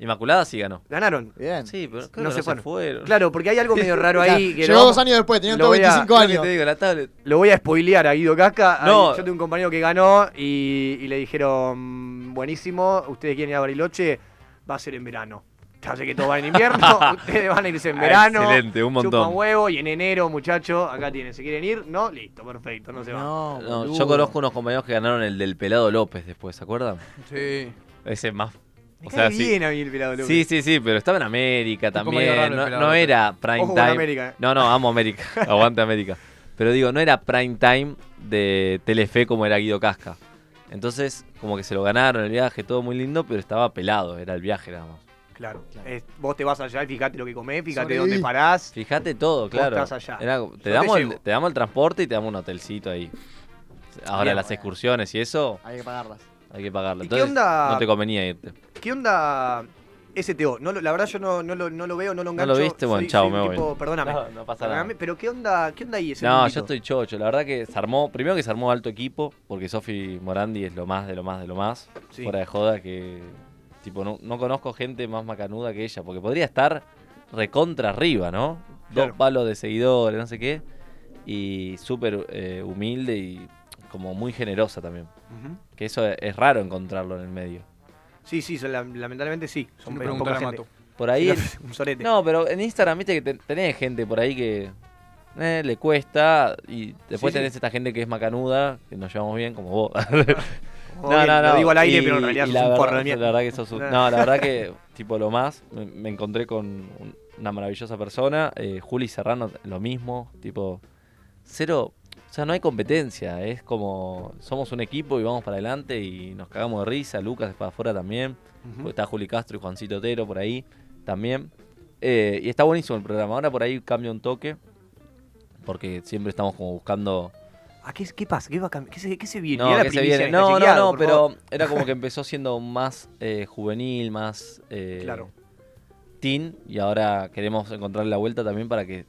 [SPEAKER 11] Inmaculada sí ganó.
[SPEAKER 1] Ganaron.
[SPEAKER 2] Bien.
[SPEAKER 11] Sí, pero creo
[SPEAKER 1] No
[SPEAKER 11] que
[SPEAKER 1] se
[SPEAKER 11] no se
[SPEAKER 1] fueron.
[SPEAKER 11] fueron.
[SPEAKER 1] Claro, porque hay algo medio raro ahí. que
[SPEAKER 2] Llegó
[SPEAKER 1] lo
[SPEAKER 2] dos
[SPEAKER 1] vamos-
[SPEAKER 2] años después, tenían
[SPEAKER 1] lo
[SPEAKER 2] todos
[SPEAKER 1] voy a-
[SPEAKER 2] 25
[SPEAKER 11] Creo que
[SPEAKER 2] años.
[SPEAKER 11] te digo, la tablet.
[SPEAKER 1] Lo voy a spoilear a Guido Casca. Ahí
[SPEAKER 11] No.
[SPEAKER 1] Yo tengo un compañero que ganó y, y le dijeron, buenísimo, ustedes quieren ir a Bariloche, va a ser en verano. Ya sé que todo va en invierno, ustedes van a irse en
[SPEAKER 11] Ah,
[SPEAKER 1] verano.
[SPEAKER 11] excelente, un montón.
[SPEAKER 1] Chupan huevo y en enero, muchachos, acá tienen. ¿Se quieren ir? No, listo, perfecto, no se van.
[SPEAKER 2] No,
[SPEAKER 11] No,
[SPEAKER 2] boludo.
[SPEAKER 11] yo conozco unos compañeros que ganaron el del pelado López después, ¿se acuerdan?
[SPEAKER 9] Sí.
[SPEAKER 11] Ese más.
[SPEAKER 1] Me
[SPEAKER 11] O
[SPEAKER 1] cae
[SPEAKER 11] sea,
[SPEAKER 1] bien a mí el pelado López.
[SPEAKER 11] Sí, sí, sí, pero estaba en América
[SPEAKER 9] Tipo medio raro
[SPEAKER 11] también.
[SPEAKER 9] el
[SPEAKER 11] No,
[SPEAKER 9] pelado,
[SPEAKER 11] no
[SPEAKER 9] pero-
[SPEAKER 11] era prime
[SPEAKER 1] Ojo con
[SPEAKER 11] time.
[SPEAKER 1] América, eh.
[SPEAKER 11] No, no, amo América. Aguante América. Pero digo, no era prime time de Telefe como era Guido Casca. Entonces, como que se lo ganaron el viaje, todo muy lindo, pero estaba pelado, era el viaje nada más.
[SPEAKER 1] Claro. Es- vos te vas allá y fíjate lo que comés, fíjate
[SPEAKER 2] Sobreviví.
[SPEAKER 1] dónde parás.
[SPEAKER 11] Fíjate todo, claro.
[SPEAKER 1] estás allá.
[SPEAKER 11] Era-
[SPEAKER 1] te
[SPEAKER 11] te, damos
[SPEAKER 1] llevo.
[SPEAKER 11] el, te damos el transporte y te damos un hotelcito ahí. Ahora
[SPEAKER 1] Bien,
[SPEAKER 11] las excursiones y eso
[SPEAKER 2] Hay que pagarlas.
[SPEAKER 11] hay que pagarlo.
[SPEAKER 1] ¿Y qué
[SPEAKER 11] Entonces,
[SPEAKER 1] onda?
[SPEAKER 11] no te convenía irte.
[SPEAKER 1] ¿Qué onda STO? No, lo- la verdad yo no, no lo, no lo veo, no lo
[SPEAKER 11] ¿No
[SPEAKER 1] engancho.
[SPEAKER 11] lo viste? Bueno,
[SPEAKER 1] Soy-
[SPEAKER 11] chao,
[SPEAKER 1] soy
[SPEAKER 11] me
[SPEAKER 1] un
[SPEAKER 11] voy.
[SPEAKER 1] tipo- Perdóname.
[SPEAKER 11] No, no pasa nada.
[SPEAKER 1] Perdóname, Pero ¿qué onda, qué onda ahí ese
[SPEAKER 11] No,
[SPEAKER 1] mundito?
[SPEAKER 11] yo estoy chocho. La verdad que se armó, primero que se armó alto equipo, porque Sofi Morandi es lo más de lo más de lo más.
[SPEAKER 1] Sí.
[SPEAKER 11] Fuera de joda que, tipo, no, no conozco gente más macanuda que ella, porque podría estar recontra arriba, ¿no?
[SPEAKER 1] Claro.
[SPEAKER 11] Dos palos de seguidores, no sé qué. Y súper eh, humilde y como muy generosa también.
[SPEAKER 9] Ujú.
[SPEAKER 11] Que eso es, es raro encontrarlo en el medio.
[SPEAKER 1] Sí, sí, son la- lamentablemente sí. Son
[SPEAKER 9] Siempre
[SPEAKER 1] pe-
[SPEAKER 9] preguntar
[SPEAKER 1] poca
[SPEAKER 9] a
[SPEAKER 1] gente.
[SPEAKER 9] Mato.
[SPEAKER 11] Por ahí...
[SPEAKER 1] un sorete.
[SPEAKER 11] No, pero en Instagram, viste que te- tenés gente por ahí que eh, le cuesta y después
[SPEAKER 9] Sí, sí.
[SPEAKER 11] tenés esta gente que es macanuda, que nos llevamos bien como vos.
[SPEAKER 1] Como bien, Ah, Lo digo al aire, pero en realidad
[SPEAKER 11] y
[SPEAKER 1] sos
[SPEAKER 11] la
[SPEAKER 1] un
[SPEAKER 11] verdad-
[SPEAKER 1] porro de mierda.
[SPEAKER 11] La verdad que sos un- No, la verdad que, tipo, lo más, me, me encontré con un- una maravillosa persona, eh, Juli Serrano, lo mismo, tipo, cero, o sea, no hay competencia, es como, somos un equipo y vamos para adelante y nos cagamos de risa, Lucas es para afuera también, porque está Juli Castro y Juancito Otero por ahí, también. Eh, y está buenísimo el programa. Ahora por ahí cambia un toque, porque siempre estamos como buscando...
[SPEAKER 1] ¿A qué, qué pasa? ¿Qué, va a cambiar? ¿Qué, se, ¿Qué se viene?
[SPEAKER 11] No,
[SPEAKER 1] Mirá la
[SPEAKER 11] que se
[SPEAKER 1] primicia
[SPEAKER 11] viene.
[SPEAKER 1] que está
[SPEAKER 11] no, no,
[SPEAKER 1] chequeado,
[SPEAKER 11] no,
[SPEAKER 1] por
[SPEAKER 11] pero
[SPEAKER 1] favor.
[SPEAKER 11] era como que empezó siendo más eh, juvenil, más eh,
[SPEAKER 1] Claro.
[SPEAKER 11] teen, y ahora queremos encontrarle la vuelta también para que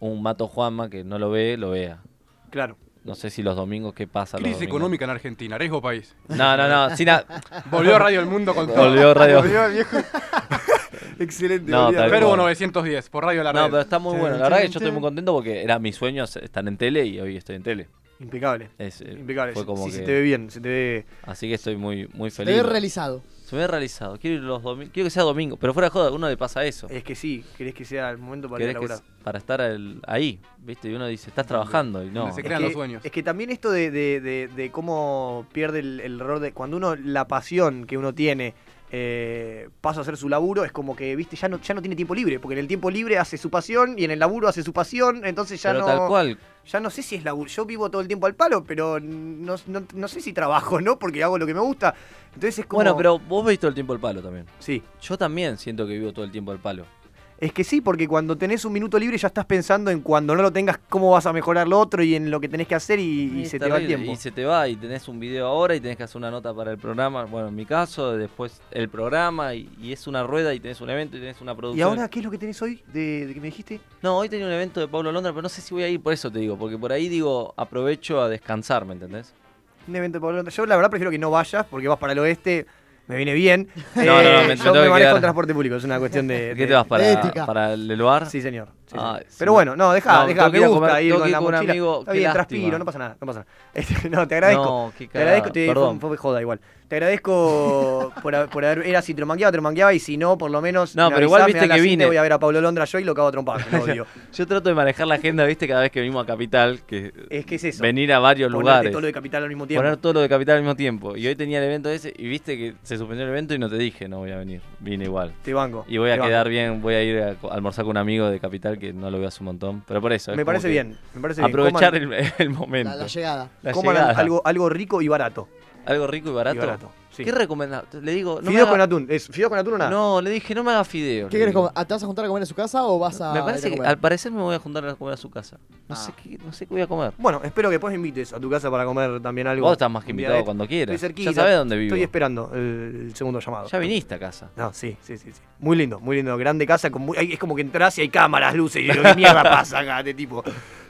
[SPEAKER 11] un Mato Juanma que no lo ve, lo vea.
[SPEAKER 1] Claro.
[SPEAKER 11] No sé si los domingos qué pasa. los
[SPEAKER 3] Crisis
[SPEAKER 11] domingos?
[SPEAKER 3] económica en Argentina, riesgo país.
[SPEAKER 11] No, no, no. sin a-
[SPEAKER 3] Volvió Radio El Mundo con todo.
[SPEAKER 11] Volvió Radio.
[SPEAKER 3] Volvió el viejo. Excelente.
[SPEAKER 11] No,
[SPEAKER 3] boludo.
[SPEAKER 11] tal
[SPEAKER 3] Verbo
[SPEAKER 11] cual.
[SPEAKER 3] 910 por Radio La Red.
[SPEAKER 11] No, pero está muy bueno. La verdad que yo estoy muy contento porque era mi sueño estar en tele y hoy estoy en tele.
[SPEAKER 1] Impecable.
[SPEAKER 11] Es, eh,
[SPEAKER 1] Impecable.
[SPEAKER 11] fue como
[SPEAKER 1] Sí, se
[SPEAKER 11] que-
[SPEAKER 1] te ve bien, se te ve...
[SPEAKER 11] Así que estoy muy, muy
[SPEAKER 1] te
[SPEAKER 11] feliz.
[SPEAKER 1] ve
[SPEAKER 2] realizado.
[SPEAKER 11] Se me ve realizado. Quiero, ir los domi- Quiero que sea domingo. Pero fuera de joda, a uno le pasa eso.
[SPEAKER 1] Es que sí, querés que sea el momento para ir a
[SPEAKER 11] Querés que
[SPEAKER 1] laburar.
[SPEAKER 11] s- para estar al- ahí, ¿viste? Y uno dice, estás trabajando y no.
[SPEAKER 1] Es que- Es que también esto de, de- de- de cómo pierde el, el error de. Cuando uno, la pasión que uno tiene. eh, pasa a hacer su laburo, es como que, viste, ya no, ya no tiene tiempo libre, porque en el tiempo libre hace su pasión y en el laburo hace su pasión, entonces ya
[SPEAKER 11] Pero
[SPEAKER 1] no.
[SPEAKER 11] tal cual.
[SPEAKER 1] Ya no sé si es laburo. Yo vivo todo el tiempo al palo, pero no, no- no sé si trabajo, ¿no? Porque hago lo que me gusta. Entonces es como.
[SPEAKER 11] Bueno, pero vos veis todo el tiempo el palo también.
[SPEAKER 1] Sí.
[SPEAKER 11] Yo también siento que vivo todo el tiempo al palo.
[SPEAKER 1] Es que sí, porque cuando tenés un minuto libre ya estás pensando en cuando no lo tengas, cómo vas a mejorar lo otro y en lo que tenés que hacer y, y
[SPEAKER 11] Es
[SPEAKER 1] se te va el
[SPEAKER 11] terrible,
[SPEAKER 1] tiempo.
[SPEAKER 11] Y se te va, y tenés un video ahora y tenés que hacer una nota para el programa. Bueno, en mi caso, después el programa, y, y es una rueda, y tenés un evento, y tenés una producción.
[SPEAKER 1] ¿Y ahora qué es lo que tenés hoy de, de que me dijiste?
[SPEAKER 11] No, hoy tenía un evento de Pablo Londra, pero no sé si voy a ir, por eso te digo, porque por ahí digo, aprovecho a descansar, ¿me entendés?
[SPEAKER 1] Un evento de Pablo Londra. Yo la verdad prefiero que no vayas porque vas para el oeste, me viene bien. Eh,
[SPEAKER 11] No, no, no, me
[SPEAKER 1] yo
[SPEAKER 11] tengo
[SPEAKER 1] me
[SPEAKER 11] que
[SPEAKER 1] manejo
[SPEAKER 11] quedar.
[SPEAKER 1] en transporte público, es una cuestión de... de-
[SPEAKER 11] ¿Qué te vas
[SPEAKER 1] Eh, de
[SPEAKER 11] para,
[SPEAKER 1] ética.
[SPEAKER 11] para el lugar?
[SPEAKER 1] Sí, señor. sí,
[SPEAKER 11] Ah,
[SPEAKER 1] señor.
[SPEAKER 11] sí.
[SPEAKER 1] Pero bueno, no, deja,
[SPEAKER 11] No,
[SPEAKER 1] deja,
[SPEAKER 11] tengo que ir
[SPEAKER 1] me
[SPEAKER 11] a
[SPEAKER 1] gusta
[SPEAKER 11] comer-
[SPEAKER 1] ir
[SPEAKER 11] tengo
[SPEAKER 1] con
[SPEAKER 11] que ir
[SPEAKER 1] la
[SPEAKER 11] con un
[SPEAKER 1] mochila.
[SPEAKER 11] amigo,
[SPEAKER 1] Está
[SPEAKER 11] qué
[SPEAKER 1] bien,
[SPEAKER 11] lástima.
[SPEAKER 1] transpiro, no pasa nada, no pasa nada. Este, no, te agradezco.
[SPEAKER 11] No, qué
[SPEAKER 1] te agradezco,
[SPEAKER 11] cagada,
[SPEAKER 1] te,
[SPEAKER 11] perdón.
[SPEAKER 1] fue- fue joda igual. Te agradezco por, haber- por haber, era si te lo manqueaba, te lo manqueaba y si no, por lo menos
[SPEAKER 11] No,
[SPEAKER 1] me
[SPEAKER 11] pero igual
[SPEAKER 1] avisás, me das
[SPEAKER 11] viste
[SPEAKER 1] la
[SPEAKER 11] que
[SPEAKER 1] cita y
[SPEAKER 11] vine.
[SPEAKER 1] Voy a ver a Pablo Londra yo y lo cago a trompar, lo odio.
[SPEAKER 11] Yo trato de manejar la agenda, viste, cada vez que venimos a Capital, que
[SPEAKER 1] Es que es eso.
[SPEAKER 11] venir a varios
[SPEAKER 1] Ponerte
[SPEAKER 11] lugares.
[SPEAKER 1] todo lo de Capital al mismo tiempo.
[SPEAKER 11] Poner todo lo de Capital al mismo tiempo. Y hoy tenía el evento ese y viste que se suspendió el evento y no te dije, no voy a venir. Vine igual.
[SPEAKER 1] Te banco,
[SPEAKER 11] Y voy a
[SPEAKER 1] te
[SPEAKER 11] quedar bien, voy a ir a co- almorzar con un amigo de Capital que no lo veo hace un montón. Pero por eso. es
[SPEAKER 1] Me
[SPEAKER 11] como
[SPEAKER 1] parece
[SPEAKER 11] que
[SPEAKER 1] bien, me parece bien.
[SPEAKER 11] Aprovechar
[SPEAKER 1] Coman-
[SPEAKER 11] el, el momento.
[SPEAKER 1] La- la
[SPEAKER 2] llegada.
[SPEAKER 11] La
[SPEAKER 1] Coman
[SPEAKER 11] llegada.
[SPEAKER 1] algo, algo rico y barato.
[SPEAKER 11] Algo rico y barato.
[SPEAKER 1] barato, sí.
[SPEAKER 11] ¿Qué recomendás? Le digo, no me
[SPEAKER 1] Fideos
[SPEAKER 11] haga-
[SPEAKER 1] con atún, es, fideos con atún o nada.
[SPEAKER 11] No, le dije, no me haga fideos.
[SPEAKER 2] ¿Qué
[SPEAKER 11] le
[SPEAKER 2] querés
[SPEAKER 11] digo.
[SPEAKER 2] comer? ¿Ah, ¿Te vas a juntar a comer en su casa o vas a.?
[SPEAKER 11] Me
[SPEAKER 2] ir a
[SPEAKER 11] parece que
[SPEAKER 2] comer?
[SPEAKER 11] al parecer me voy a juntar a comer a su casa.
[SPEAKER 1] Ah.
[SPEAKER 11] No sé qué, no sé qué voy a comer.
[SPEAKER 1] Bueno, espero que después me invites a tu casa para comer también algo.
[SPEAKER 11] Vos estás más que
[SPEAKER 1] Un día
[SPEAKER 11] invitado
[SPEAKER 1] de-
[SPEAKER 11] cuando quieras.
[SPEAKER 1] Estoy cerquita.
[SPEAKER 11] Ya sabés dónde vivo.
[SPEAKER 1] Estoy esperando el, el segundo llamado.
[SPEAKER 11] Ya viniste a casa.
[SPEAKER 1] No, sí, sí, sí, sí. Muy lindo, muy lindo. Grande casa. Con muy- ahí es como que entras y hay cámaras, luces y digo, ¿qué mierda pasa acá de tipo?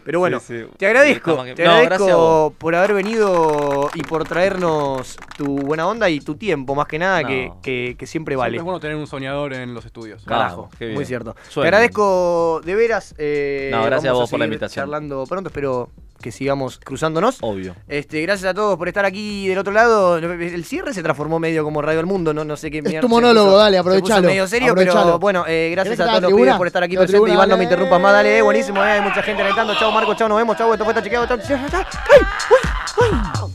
[SPEAKER 1] Pero bueno,
[SPEAKER 11] Sí, sí.
[SPEAKER 1] te agradezco.
[SPEAKER 11] Está más que-
[SPEAKER 1] Te
[SPEAKER 11] No,
[SPEAKER 1] agradezco
[SPEAKER 11] gracias a vos.
[SPEAKER 1] por haber venido y por traernos tu buena onda y tu tiempo, más que nada,
[SPEAKER 3] No.
[SPEAKER 1] que, que- que siempre
[SPEAKER 3] Siempre
[SPEAKER 1] vale.
[SPEAKER 3] es bueno tener un soñador en los estudios.
[SPEAKER 1] Carajo, muy cierto.
[SPEAKER 3] Sueño.
[SPEAKER 1] Te agradezco de veras. eh,
[SPEAKER 11] No, gracias
[SPEAKER 1] vamos
[SPEAKER 11] a vos por la
[SPEAKER 1] seguir
[SPEAKER 11] invitación.
[SPEAKER 1] Charlando pronto, espero que sigamos cruzándonos.
[SPEAKER 11] Obvio.
[SPEAKER 1] Este, gracias a todos por estar aquí del otro lado. El cierre se transformó medio como Radio del Mundo, no, no sé qué mierda.
[SPEAKER 2] tu
[SPEAKER 1] se
[SPEAKER 2] monólogo, dale,
[SPEAKER 1] se puso
[SPEAKER 2] aprovechalo,
[SPEAKER 1] medio serio, pero
[SPEAKER 2] aprovechalo.
[SPEAKER 1] bueno, eh, gracias
[SPEAKER 2] ¿Querés que
[SPEAKER 1] a
[SPEAKER 2] te
[SPEAKER 1] todos
[SPEAKER 2] haga
[SPEAKER 1] los
[SPEAKER 2] tribuna?
[SPEAKER 1] pibes por estar aquí
[SPEAKER 2] ¿Te haga
[SPEAKER 1] presentes.
[SPEAKER 2] tribuna?
[SPEAKER 1] Iván, no me
[SPEAKER 2] Dale.
[SPEAKER 1] interrumpas más, dale, eh, buenísimo, eh, hay mucha gente alentando. Chau, Marco, chau, nos vemos, chau, esto fue Está Chequeado. Chau, chau, chau, chau. ¡Ay, uy, uy!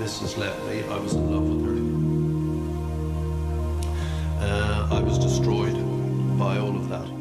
[SPEAKER 8] Essence Uh, left me, I was in love with her. Uh, I was destroyed by all of that.